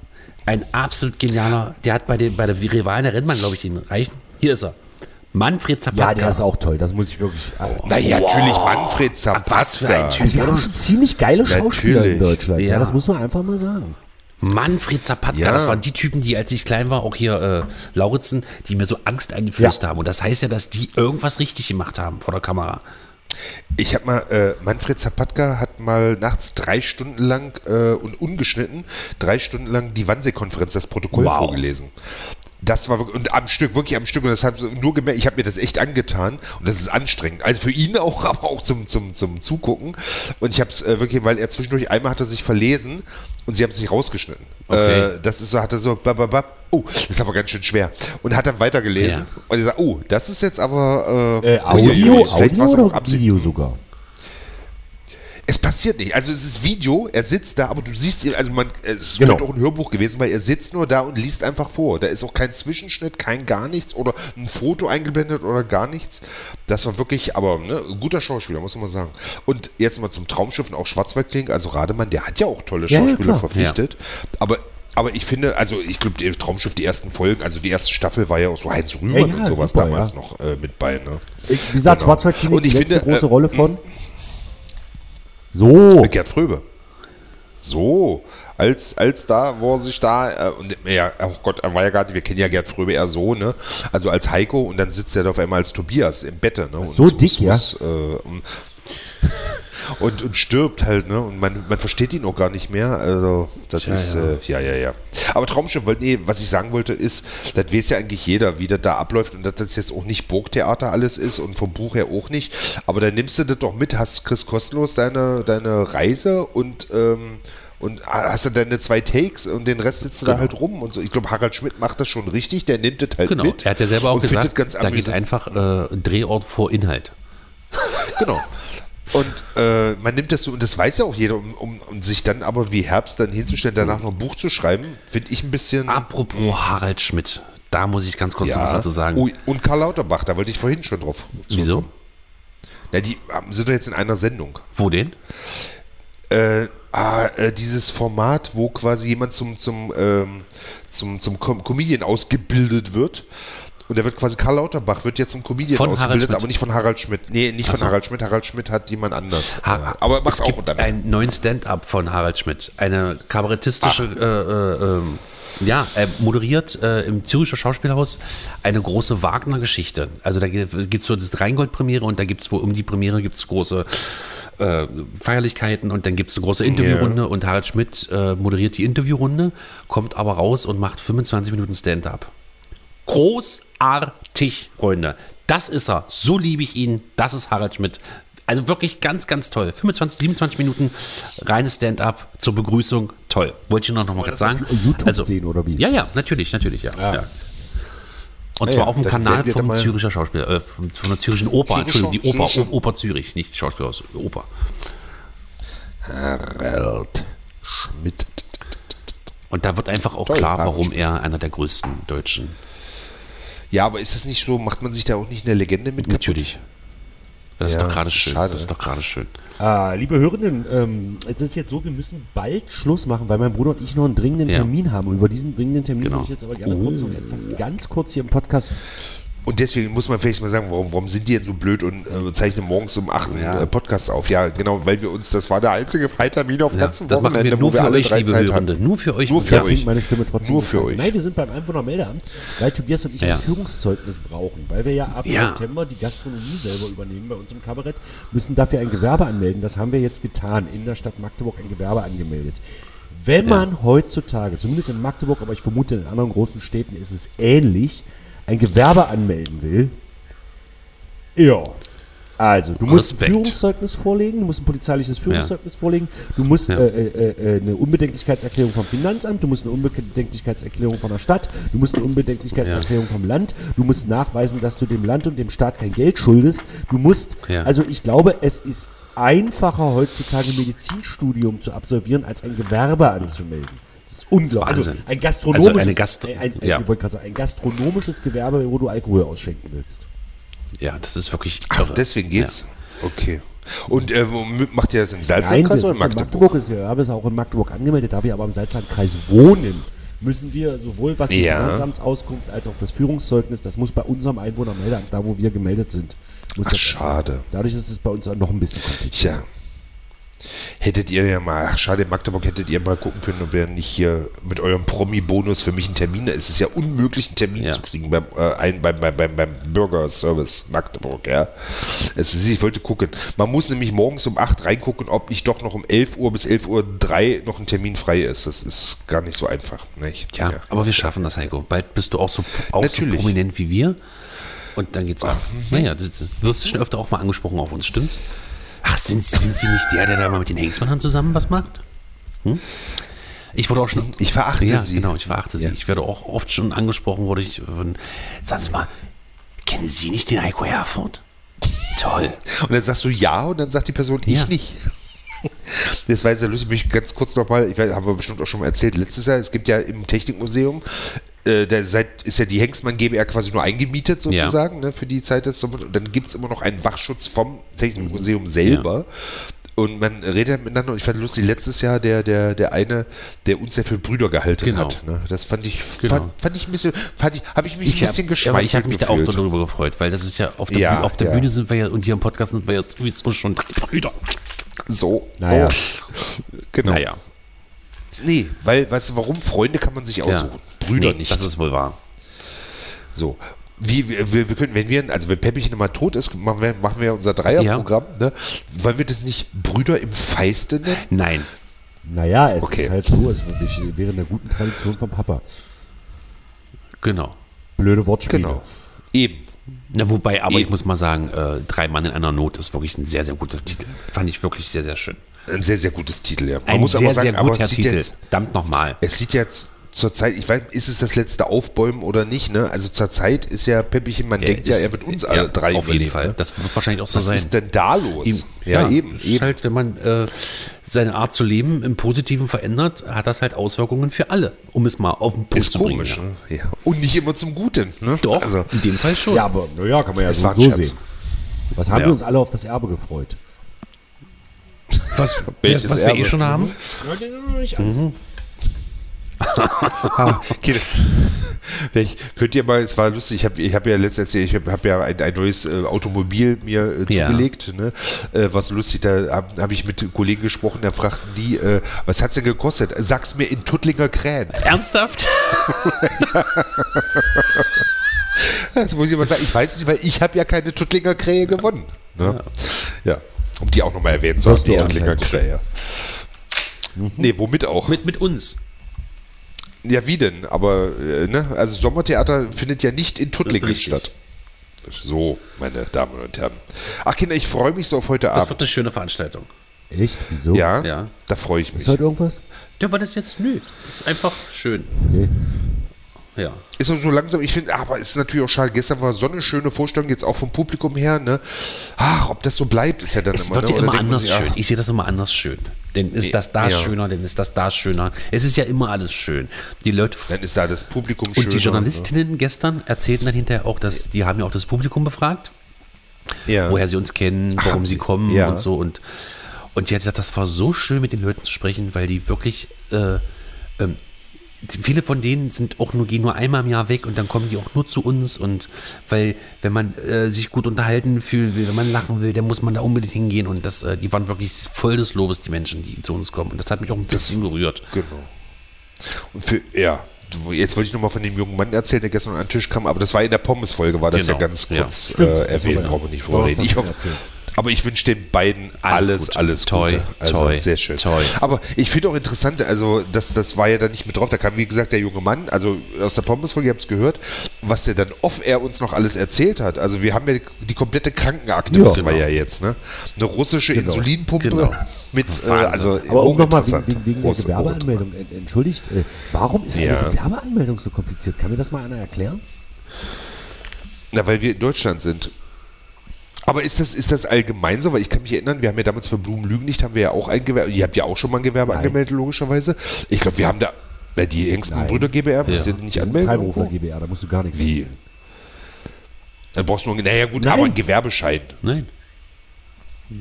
A: Ein absolut genialer. Der hat bei, den, bei der Rivalen der Rennmann, glaube ich, den reichen. Hier ist er. Manfred Zapatka.
B: ja, der ist auch toll, das muss ich wirklich. äh,
C: Naja, natürlich Manfred Zapatka.
A: Was für ein Typ.
B: Also wir haben schon ziemlich geile Schauspieler in
C: Natürlich.
B: Deutschland. Ja.
A: Ja.
B: das muss man einfach mal sagen.
A: Manfred Zapatka,
C: Ja.
A: das waren die Typen, die, als ich klein war, auch hier äh, Lauritzen, die mir so Angst eingeflößt
B: Ja.
A: haben. Und das heißt ja, dass die irgendwas richtig gemacht haben vor der Kamera.
C: Ich habe mal, äh, Manfred Zapatka hat mal nachts drei Stunden lang äh, und ungeschnitten drei Stunden lang die Wannsee-Konferenz, das Protokoll
A: Wow.
C: vorgelesen. Das war wirklich, und am Stück, wirklich am Stück, und das habe nur gemerkt, ich habe mir das echt angetan und das ist anstrengend. Also für ihn auch, aber auch zum, zum, zum Zugucken. Und ich habe es äh, wirklich, weil er zwischendurch einmal hat er sich verlesen und sie haben es nicht rausgeschnitten.
A: Okay.
C: Äh, das ist so, hat er so, bababab, oh, das ist aber ganz schön schwer. Und hat dann weitergelesen
A: Ja.
C: und er sagt, oh, das ist jetzt aber.
B: Äh,
C: uiuiui,
B: Audio,
C: vielleicht
B: Audio
C: war's aber auch
B: oder
C: Absicht.
B: Video sogar.
C: Es passiert nicht. Also es ist Video, er sitzt da, aber du siehst ihn, also man, es
B: Genau.
C: könnte auch ein Hörbuch gewesen, weil er sitzt nur da und liest einfach vor. Da ist auch kein Zwischenschnitt, kein gar nichts oder ein Foto eingeblendet oder gar nichts. Das war wirklich, aber ne, ein guter Schauspieler, muss man sagen. Und jetzt mal zum Traumschiff und auch Schwarzwaldkling, also Rademann, der hat ja auch tolle
B: Ja, ja,
C: Schauspieler
B: klar.
C: verpflichtet. Aber aber ich finde, also ich glaube, der Traumschiff, die ersten Folgen, also die erste Staffel war ja auch so Heinz Rühmann
B: Ja, ja,
C: und sowas
B: super,
C: damals
B: ja.
C: noch äh, mit bei. Ne?
B: Ich, Wie gesagt,
C: Genau.
B: Schwarzwaldklinik,
C: Und
B: die
C: ich
B: letzte
C: finde,
B: große
C: äh,
B: Rolle von. So,
C: Mit Äh, Gerd Fröbe. So, als, als da, wo er sich da, äh, und ja, oh Gott, er war ja gerade, wir kennen ja Gerd Fröbe eher so, ne? Also als Heiko und dann sitzt er da auf einmal als Tobias im Bett, ne? Und
B: so dick, ja.
C: äh, und, und, und stirbt halt, ne? Und man, man versteht ihn auch gar nicht mehr. Also, das
A: Tja,
C: ist, ja. Äh, ja, ja, ja. Aber Traumschiff, weil- nee, was ich sagen wollte, ist, das weiß ja eigentlich jeder, wie das da abläuft und dass das jetzt auch nicht Burgtheater alles ist und vom Buch her auch nicht. Aber dann nimmst du das doch mit, hast Chris kostenlos deine, deine Reise und, ähm, und hast dann deine zwei Takes und den Rest sitzt du da halt rum und so. Ich glaube, Harald Schmidt macht das schon richtig, der nimmt das halt
A: Genau.
C: mit.
A: Er hat ja selber auch
C: und
A: gesagt,
C: findet ganz
A: da geht
C: amüsant.
A: einfach äh, Drehort vor Inhalt.
C: Genau. Und äh, man nimmt das so, und das weiß ja auch jeder, um, um, um sich dann aber wie Herbst dann hinzustellen, danach noch ein Buch zu schreiben, finde ich ein bisschen.
A: Apropos Harald Schmidt, da muss ich ganz kurz noch Ah, was dazu sagen.
C: Ui, und Karl Lauterbach, da wollte ich vorhin schon drauf.
A: Wieso?
C: Na, die ähm, sind doch jetzt in einer Sendung.
A: Wo denn?
C: Äh, ah, äh, dieses Format, wo quasi jemand zum, zum, ähm, zum, zum Com Comedian ausgebildet wird. Und der wird quasi Karl Lauterbach wird jetzt zum Comedian
A: Von Harald
C: ausgebildet,
A: Schmidt.
C: aber nicht von Harald Schmidt. Nee, nicht von Harald Schmidt. Harald Schmidt hat jemand anders.
A: Ha-
C: Äh, aber macht
A: es
C: auch
A: gibt
C: damit.
A: einen neuen Stand-up von Harald Schmidt. Eine kabarettistische, äh, äh, ähm, ja, er moderiert äh, im Züricher Schauspielhaus eine große Wagner-Geschichte. Also da gibt es so das Rheingold-Premiere und da gibt es, wo um die Premiere gibt es große äh, Feierlichkeiten und dann gibt es eine große Interviewrunde und Harald Schmidt äh, moderiert die Interviewrunde, kommt aber raus und macht 25 Minuten Stand-up. Großartig, Freunde. Das ist er. So liebe ich ihn. Das ist Harald Schmidt. Also wirklich ganz, ganz toll. 25, 27 Minuten reines Stand-up zur Begrüßung. Toll. Wollte ich nur noch mal kurz sagen. Also,
B: auf YouTube sehen, oder wie?
A: Ja, ja, natürlich, natürlich, ja. ja. Und zwar
C: Ja, Ah ja,
A: auf dem
C: dann
A: Kanal
C: werden wir da
A: vom
C: mal-
A: Züricher Schauspiel, äh, von von der zürischen Oper,
C: Zürcher-
A: Entschuldigung, die Oper,
C: Zürcher-
A: Oper Zürich, nicht Schauspielhaus, Oper.
C: Harald Schmidt.
A: Und da wird einfach auch
C: Toll,
A: klar,
C: Harald
A: warum er einer der größten Deutschen.
C: Ja, aber ist das nicht so? Macht man sich da auch nicht eine Legende mit kaputt?
A: Natürlich. Das ist
C: Ja,
A: doch gerade schön.
C: schade.
A: Das ist doch gerade schön.
B: Ah, liebe Hörenden, ähm, es ist jetzt so, wir müssen bald Schluss machen, weil mein Bruder und ich noch einen dringenden
A: Ja.
B: Termin haben. Und über diesen dringenden Termin
A: Genau.
B: würde ich jetzt aber gerne kurz noch etwas ganz kurz hier im Podcast.
C: Und deswegen muss man vielleicht mal sagen, warum, warum sind die denn so blöd und äh, zeichnen morgens um 8 einen
A: Ja.
C: äh, Podcast auf? Ja, genau, weil wir uns, das war der einzige Freitermin auf
A: Ja,
C: ganzem
A: das machen
C: Wochenende,
A: wir nur
C: wo wir
A: für
C: alle
A: euch,
C: drei
A: liebe
C: Zeit
A: Hörende.
C: hatten.
A: Nur für euch.
C: Nur für
A: Ja.
C: euch.
B: Klingt meine Stimme trotzdem
C: Nur
B: so
C: für
B: scheiße.
C: euch.
B: Nein, wir sind beim Einwohnermeldeamt, weil Tobias und ich
A: Ja.
B: ein Führungszeugnis brauchen. Weil wir ja ab
A: Ja.
B: September die Gastronomie selber übernehmen bei uns im Kabarett, müssen dafür ein Gewerbe anmelden. Das haben wir jetzt getan, in der Stadt Magdeburg ein Gewerbe angemeldet. Wenn man heutzutage, zumindest in Magdeburg, aber ich vermute in anderen großen Städten ist es ähnlich, ein Gewerbe anmelden will, ja. Also, du musst ein
A: Respekt.
B: Führungszeugnis vorlegen, du musst ein polizeiliches Führungszeugnis vorlegen, du musst
A: Ja.
B: äh, äh, äh, eine Unbedenklichkeitserklärung vom Finanzamt, du musst eine Unbedenklichkeitserklärung von der Stadt, du musst eine Unbedenklichkeitserklärung vom Land, du musst nachweisen, dass du dem Land und dem Staat kein Geld schuldest, du musst,
A: Ja.
B: also ich glaube, es ist einfacher heutzutage ein Medizinstudium zu absolvieren, als ein Gewerbe anzumelden. Das ist unglaublich. Also
A: Wahnsinn.
B: ein gastronomisches,
A: Also eine Gast-
B: ein, ein, äh,
A: ja.
B: ich wollte gerade sagen, ein gastronomisches Gewerbe, wo du Alkohol ausschenken willst.
A: Ja, das ist wirklich.
C: Ach,
A: irre.
C: deswegen geht's.
A: Ja.
C: Okay. Und äh, wo- macht ihr das im
B: Nein, das
C: Salzlandkreis
B: ist
C: oder Also in
B: Magdeburg.
C: Magdeburg?
B: Magdeburg ist ja, habe es auch in Magdeburg angemeldet, da wir aber im Salzlandkreis wohnen, müssen wir sowohl was die
C: Ja.
B: Finanzamtsauskunft als auch das Führungszeugnis, das muss bei unserem Einwohnermeldeamt, da wo wir gemeldet sind, muss
C: Ach,
B: das
C: schade.
B: Dadurch ist es bei uns dann noch ein bisschen kompliziert.
C: Tja. Hättet ihr ja mal, ach schade, in Magdeburg hättet ihr mal gucken können, ob ihr nicht hier mit eurem Promi-Bonus für mich einen Termin, es ist ja unmöglich, einen Termin
A: Ja.
C: zu kriegen beim, äh, ein, beim, beim, beim, beim Bürgerservice Magdeburg, ja. Es ist, ich wollte gucken. Man muss nämlich morgens um 8 reingucken, ob nicht doch noch um 11 Uhr bis 11 Uhr 3 noch ein Termin frei ist. Das ist gar nicht so einfach, nicht?
A: Tja, aber wir schaffen das, Heiko. Bald bist du auch so, auch so
C: Natürlich. Mhm.
A: prominent wie wir. Und dann geht's ab. Naja, du du wirst schon öfter auch mal angesprochen auf uns, stimmt's? Ach, sind, Sie- sind Sie nicht der, der da mal mit den Hengstmannern zusammen was macht? Hm? Ich wurde auch schon.
C: Ich verachte
A: ja,
C: Sie.
A: Genau, ich verachte
C: Ja.
A: Sie. Ich werde auch oft schon angesprochen, wurde ich. von- Sagen Sie mal, kennen Sie nicht den Heiko Herford? Toll.
C: Und dann sagst du ja und dann sagt die Person ich
A: Ja.
C: nicht. Das war sehr lustig, mich ganz kurz nochmal, ich weiß, haben wir bestimmt auch schon mal erzählt, letztes Jahr, es gibt ja im Technikmuseum, äh, da seit, ist ja die Hengstmann GbR quasi nur eingemietet
A: Ja.
C: sozusagen, ne, für die Zeit des Sommers. Und dann gibt es immer noch einen Wachschutz vom Technikmuseum selber. Und man redet halt miteinander und ich fand lustig, letztes Jahr der, der, der eine, der uns ja für Brüder gehalten
A: Genau.
C: hat. Ne? Das fand ich,
A: Genau.
C: fand, fand ich ein bisschen, fand ich, habe ich mich ein bisschen
A: hab- ja, aber
C: geschmeichelt
A: Ich habe mich da auch
C: gefühlt.
A: darüber gefreut, weil das ist ja auf der,
C: Ja,
A: Bühne, auf der
C: ja.
A: Bühne sind wir ja und hier im Podcast sind wir ja sowieso schon Brüder.
C: So.
B: Naja.
C: Oh. Genau.
A: Naja,
C: Nee, weil, weißt du, warum? Freunde kann man sich aussuchen. Brüder
A: nee,
C: nicht.
A: Das ist wohl wahr.
C: so. Wie, wir, wir wir können, wenn wir, also wenn Peppich nochmal tot ist, machen wir, machen wir unser Dreierprogramm, ne? Weil wir das nicht Brüder im Feiste nennen?
A: Nein,
B: Naja, es
C: Okay.
B: ist halt so, es wirklich wäre eine guten Tradition vom Papa.
A: genau.
B: Blöde Wortspiele.
C: Genau. Eben.
A: Na, wobei, aber ich
C: Eben.
A: muss mal sagen, äh, Drei Mann in einer Not ist wirklich ein sehr, sehr guter Titel. Fand ich wirklich sehr, sehr schön.
C: Ein sehr, sehr gutes Titel, ja. Man
A: Ein
C: muss
A: sehr,
C: aber sagen,
A: sehr
C: aber
A: guter
C: es sieht,
A: Titel.
C: jetzt,
A: Verdammt nochmal.
C: es sieht jetzt zur Zeit, ich weiß, ist es das letzte Aufbäumen oder nicht, ne? Also zur Zeit ist ja Peppichen, man denkt ja, er wird uns alle drei
A: Auf jeden
C: überleben,
A: Fall.
C: Ne?
A: Das wird wahrscheinlich auch so
C: Was
A: sein.
C: ist denn da los?
A: Ihm-
C: ja, eben.
A: Es ist
C: eben.
A: halt, wenn man äh, seine Art zu leben im Positiven verändert, hat das halt Auswirkungen für alle, um es mal auf den Punkt
C: ist
A: zu
C: komisch,
A: bringen.
C: ne? Ja. Und nicht immer zum Guten, ne?
A: Doch,
C: Also,
A: in dem Fall schon.
B: Ja, aber naja, kann man ja
C: Es
B: so,
C: war ein
B: so
C: Scherz.
B: sehen. Was haben
A: Ja.
B: wir uns alle auf das Erbe gefreut?
A: was,
C: Welches
A: was wir eh
C: Erbe?
A: schon haben.
B: Nicht alles.
C: Ah, okay. Vielleicht könnt ihr mal, es war lustig, ich habe ich hab ja letztens erzählt, ich habe hab ja ein, ein neues äh, Automobil mir äh,
A: Ja.
C: zugelegt. Ne? Äh, was lustig, da habe hab ich mit Kollegen gesprochen, da fragten die, äh, was hat's denn gekostet? Sag's mir in Tuttlinger Krähen.
A: Ernsthaft?
C: Das muss ich immer sagen, ich weiß es nicht, weil ich habe ja keine Tuttlinger Krähe gewonnen. Ne? Ja. um die auch nochmal erwähnt zu haben,
B: Wirst
C: die
B: du auch
C: Tuttlinger
B: nicht.
C: Krähe. Nee, womit auch?
A: mit, mit uns.
C: Ja, wie denn? Aber, äh, ne? Also Sommertheater findet ja nicht in Tuttlingen
A: Richtig.
C: statt. fantastisch. So, meine Damen und Herren. Ach Kinder, ich freue mich so auf heute
A: Das
C: Abend.
A: wird eine schöne Veranstaltung.
B: Echt? Wieso?
C: Ja,
A: Ja. halt-
C: da freue ich mich.
B: Ist heute irgendwas?
A: Ja, war das jetzt? Nö. Ist einfach schön.
B: Okay.
A: Ja.
C: Ist auch so langsam, ich finde, aber ist natürlich auch schade. Gestern war so eine schöne Vorstellung, jetzt auch vom Publikum her. Ne? Ach, ob das so bleibt, ist ja dann
A: Es
C: immer
A: wird ja
C: ne? Oder
A: immer
C: denkt man
A: anders
C: sich,
A: schön.
C: ach,
A: Ich sehe das immer anders schön. Denn ist das da
C: Ja.
A: schöner, denn ist das da schöner. Es ist ja immer alles schön. Die Leute
C: Dann ist da das Publikum ne? schön.
A: und die Journalistinnen gestern erzählten dann hinterher auch, dass die haben ja auch das Publikum befragt,
C: ja.
A: woher sie uns kennen, warum
C: haben
A: sie
C: sie-
A: kommen
C: ja.
A: und so und und die hat gesagt, das war so schön mit den Leuten zu sprechen, weil die wirklich äh, ähm, die- Viele von denen sind auch nur, gehen nur einmal im Jahr weg und dann kommen die auch nur zu uns. Und weil, wenn man äh, sich gut unterhalten fühlen will, wenn man lachen will, dann muss man da unbedingt hingehen. Und das, äh, die waren wirklich voll des Lobes, die Menschen, die zu uns kommen. Und das hat mich auch ein bisschen gerührt.
C: Genau. Und für, ja, du- jetzt wollte ich nochmal von dem jungen Mann erzählen, der gestern an den Tisch kam, aber das war in der Pommes-Folge, war das
A: Genau,
C: ja ganz
A: ja.
C: kurz
B: Stimmt,
C: äh,
B: das war
C: erwähnt,
B: ja.
C: brauchen wir nicht
B: Du
C: drüber
B: hast
C: reden.
B: das
C: Ich
B: schon
C: hoffe,
B: erzählt.
C: aber ich wünsche den beiden
A: Alles
C: alles,
A: Gute.
C: alles
A: Toi,
C: Gute. Also
A: toi,
C: sehr schön.
A: toi.
C: Aber ich finde auch interessant, also das, das war ja dann nicht mit drauf, da kam wie gesagt der junge Mann, also aus der Pommes-Folge, ihr habt es gehört, was er dann off-air uns noch alles erzählt hat. Also wir haben ja die komplette Krankenakte,
B: Ja.
C: wissen wir
A: Genau.
C: ja jetzt, ne? Eine russische Insulinpumpe
A: Genau.
C: mit, äh,
A: Wahnsinn.
C: also
B: Aber
C: auch
B: um nochmal wegen,
C: interessant.
B: wegen, wegen der
C: Große-
B: Gewerbeanmeldung, en- entschuldigt, äh, warum ist eine
C: Ja.
B: Gewerbeanmeldung so kompliziert? Kann mir das mal einer erklären?
C: Na, weil wir in Deutschland sind. Aber ist das, ist das allgemein so? Weil ich kann mich erinnern, wir haben ja damals für Blumenlügen nicht, haben wir ja auch ein Gewerbe. Ihr habt ja auch schon mal ein Gewerbe angemeldet, logischerweise. Ich glaube, wir haben da. Na, die engsten
B: Nein.
C: Brüder GbR müsst
A: Ja.
C: ihr nicht
B: Wir sind
C: anmelden.
B: Freiberufler
C: irgendwo?
B: GbR, da musst du gar nichts
C: Wie?
B: anmelden.
C: Dann brauchst du nur, naja gut,
B: Nein.
C: aber einen Gewerbeschein.
A: Nein.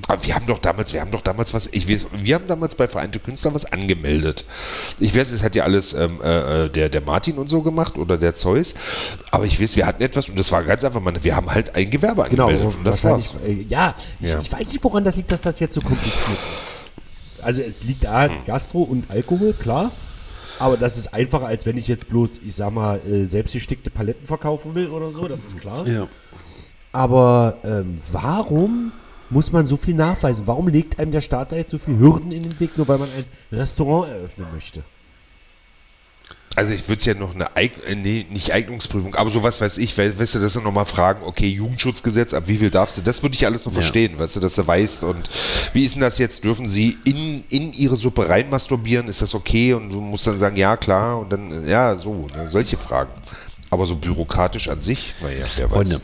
C: Aber wir haben doch damals, wir haben doch damals was, ich weiß, wir haben damals bei Vereinte Künstler was angemeldet. Ich weiß, es hat ja alles ähm, äh, äh, der, der Martin und so gemacht oder der Zeus, aber ich weiß, wir hatten etwas und das war ganz einfach, man, wir haben halt ein Gewerbe
B: Genau,
C: angemeldet und das war's.
B: wahrscheinlich. Äh, ja, ich,
C: Ja.
B: ich weiß nicht, woran das liegt, dass das jetzt so kompliziert ist. Also es liegt
C: Hm.
B: an Gastro und Alkohol, klar. Aber das ist einfacher, als wenn ich jetzt bloß, ich sag mal, äh, selbstgestickte Paletten verkaufen will oder so, das ist klar.
A: Ja.
B: Aber ähm, warum muss man so viel nachweisen? Warum legt einem der Staat da jetzt so viele Hürden in den Weg, nur weil man ein Restaurant eröffnen möchte?
C: Also ich würde es ja noch eine Eig äh, nee, nicht Eignungsprüfung, aber sowas weiß ich, weil, weißt du, das dann nochmal fragen, okay, Jugendschutzgesetz, ab wie viel darfst du? Das würde ich alles noch
A: Ja.
C: verstehen, weißt du, dass du weißt und wie ist denn das jetzt? Dürfen sie in, in ihre Suppe rein masturbieren? Ist das okay? Und du musst dann sagen, ja, klar, und dann, äh, ja, so, ne, solche Fragen. Aber so bürokratisch an sich, naja, wer weiß.
A: Freunde.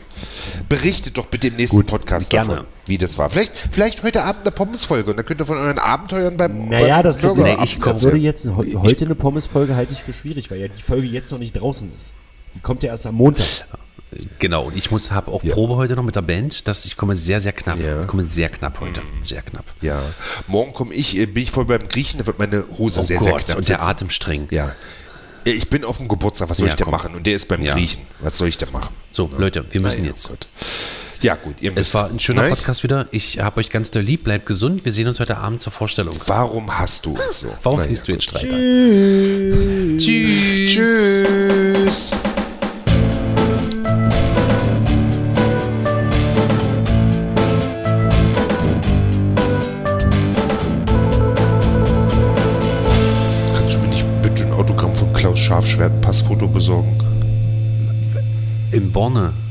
C: Berichtet doch bitte im nächsten Podcast
A: gerne.
C: davon, wie das war. Vielleicht, vielleicht heute Abend eine Pommesfolge und dann könnt ihr von euren Abenteuern beim
B: Naja,
C: beim
B: das Problem
A: Nee,
C: Bürgerabend
A: ich komm-
B: ich würde jetzt heu- heute eine Pommes-Folge halte ich für schwierig, weil ja die Folge jetzt noch nicht draußen ist. Die kommt ja erst am Montag.
A: Genau, und ich muss habe auch Probe heute noch mit der Band, dass ich komme sehr, sehr knapp. Ich komme sehr knapp heute. Sehr knapp.
C: Ja. Morgen komme ich, äh, bin ich voll beim Griechen, da wird meine Hose
A: Oh
C: sehr, sehr
A: Gott,
C: knapp
A: und der
C: sitzen.
A: Atem streng.
C: Ja. Ja, Ich bin auf dem Geburtstag, was soll
A: Ja,
C: ich da
A: komm.
C: machen? Und der ist beim
A: Ja.
C: Griechen. Was soll ich da machen?
A: So, Leute, wir müssen
C: Naja,
A: jetzt.
C: oh Gott. Ja, gut, ihr müsst.
A: Es war ein schöner
C: Nein?
A: Podcast wieder. Ich habe euch ganz doll lieb. Bleibt gesund. Wir sehen uns heute Abend zur Vorstellung.
C: Warum hast du uns so?
A: Warum
C: Naja,
A: findest du
C: gut.
A: jetzt Streit an? Tschüss.
C: Tschüss. Kannst du mir nicht bitte ein Autogramm von Klaus Scharfschwert Passfoto besorgen?
A: In Borne.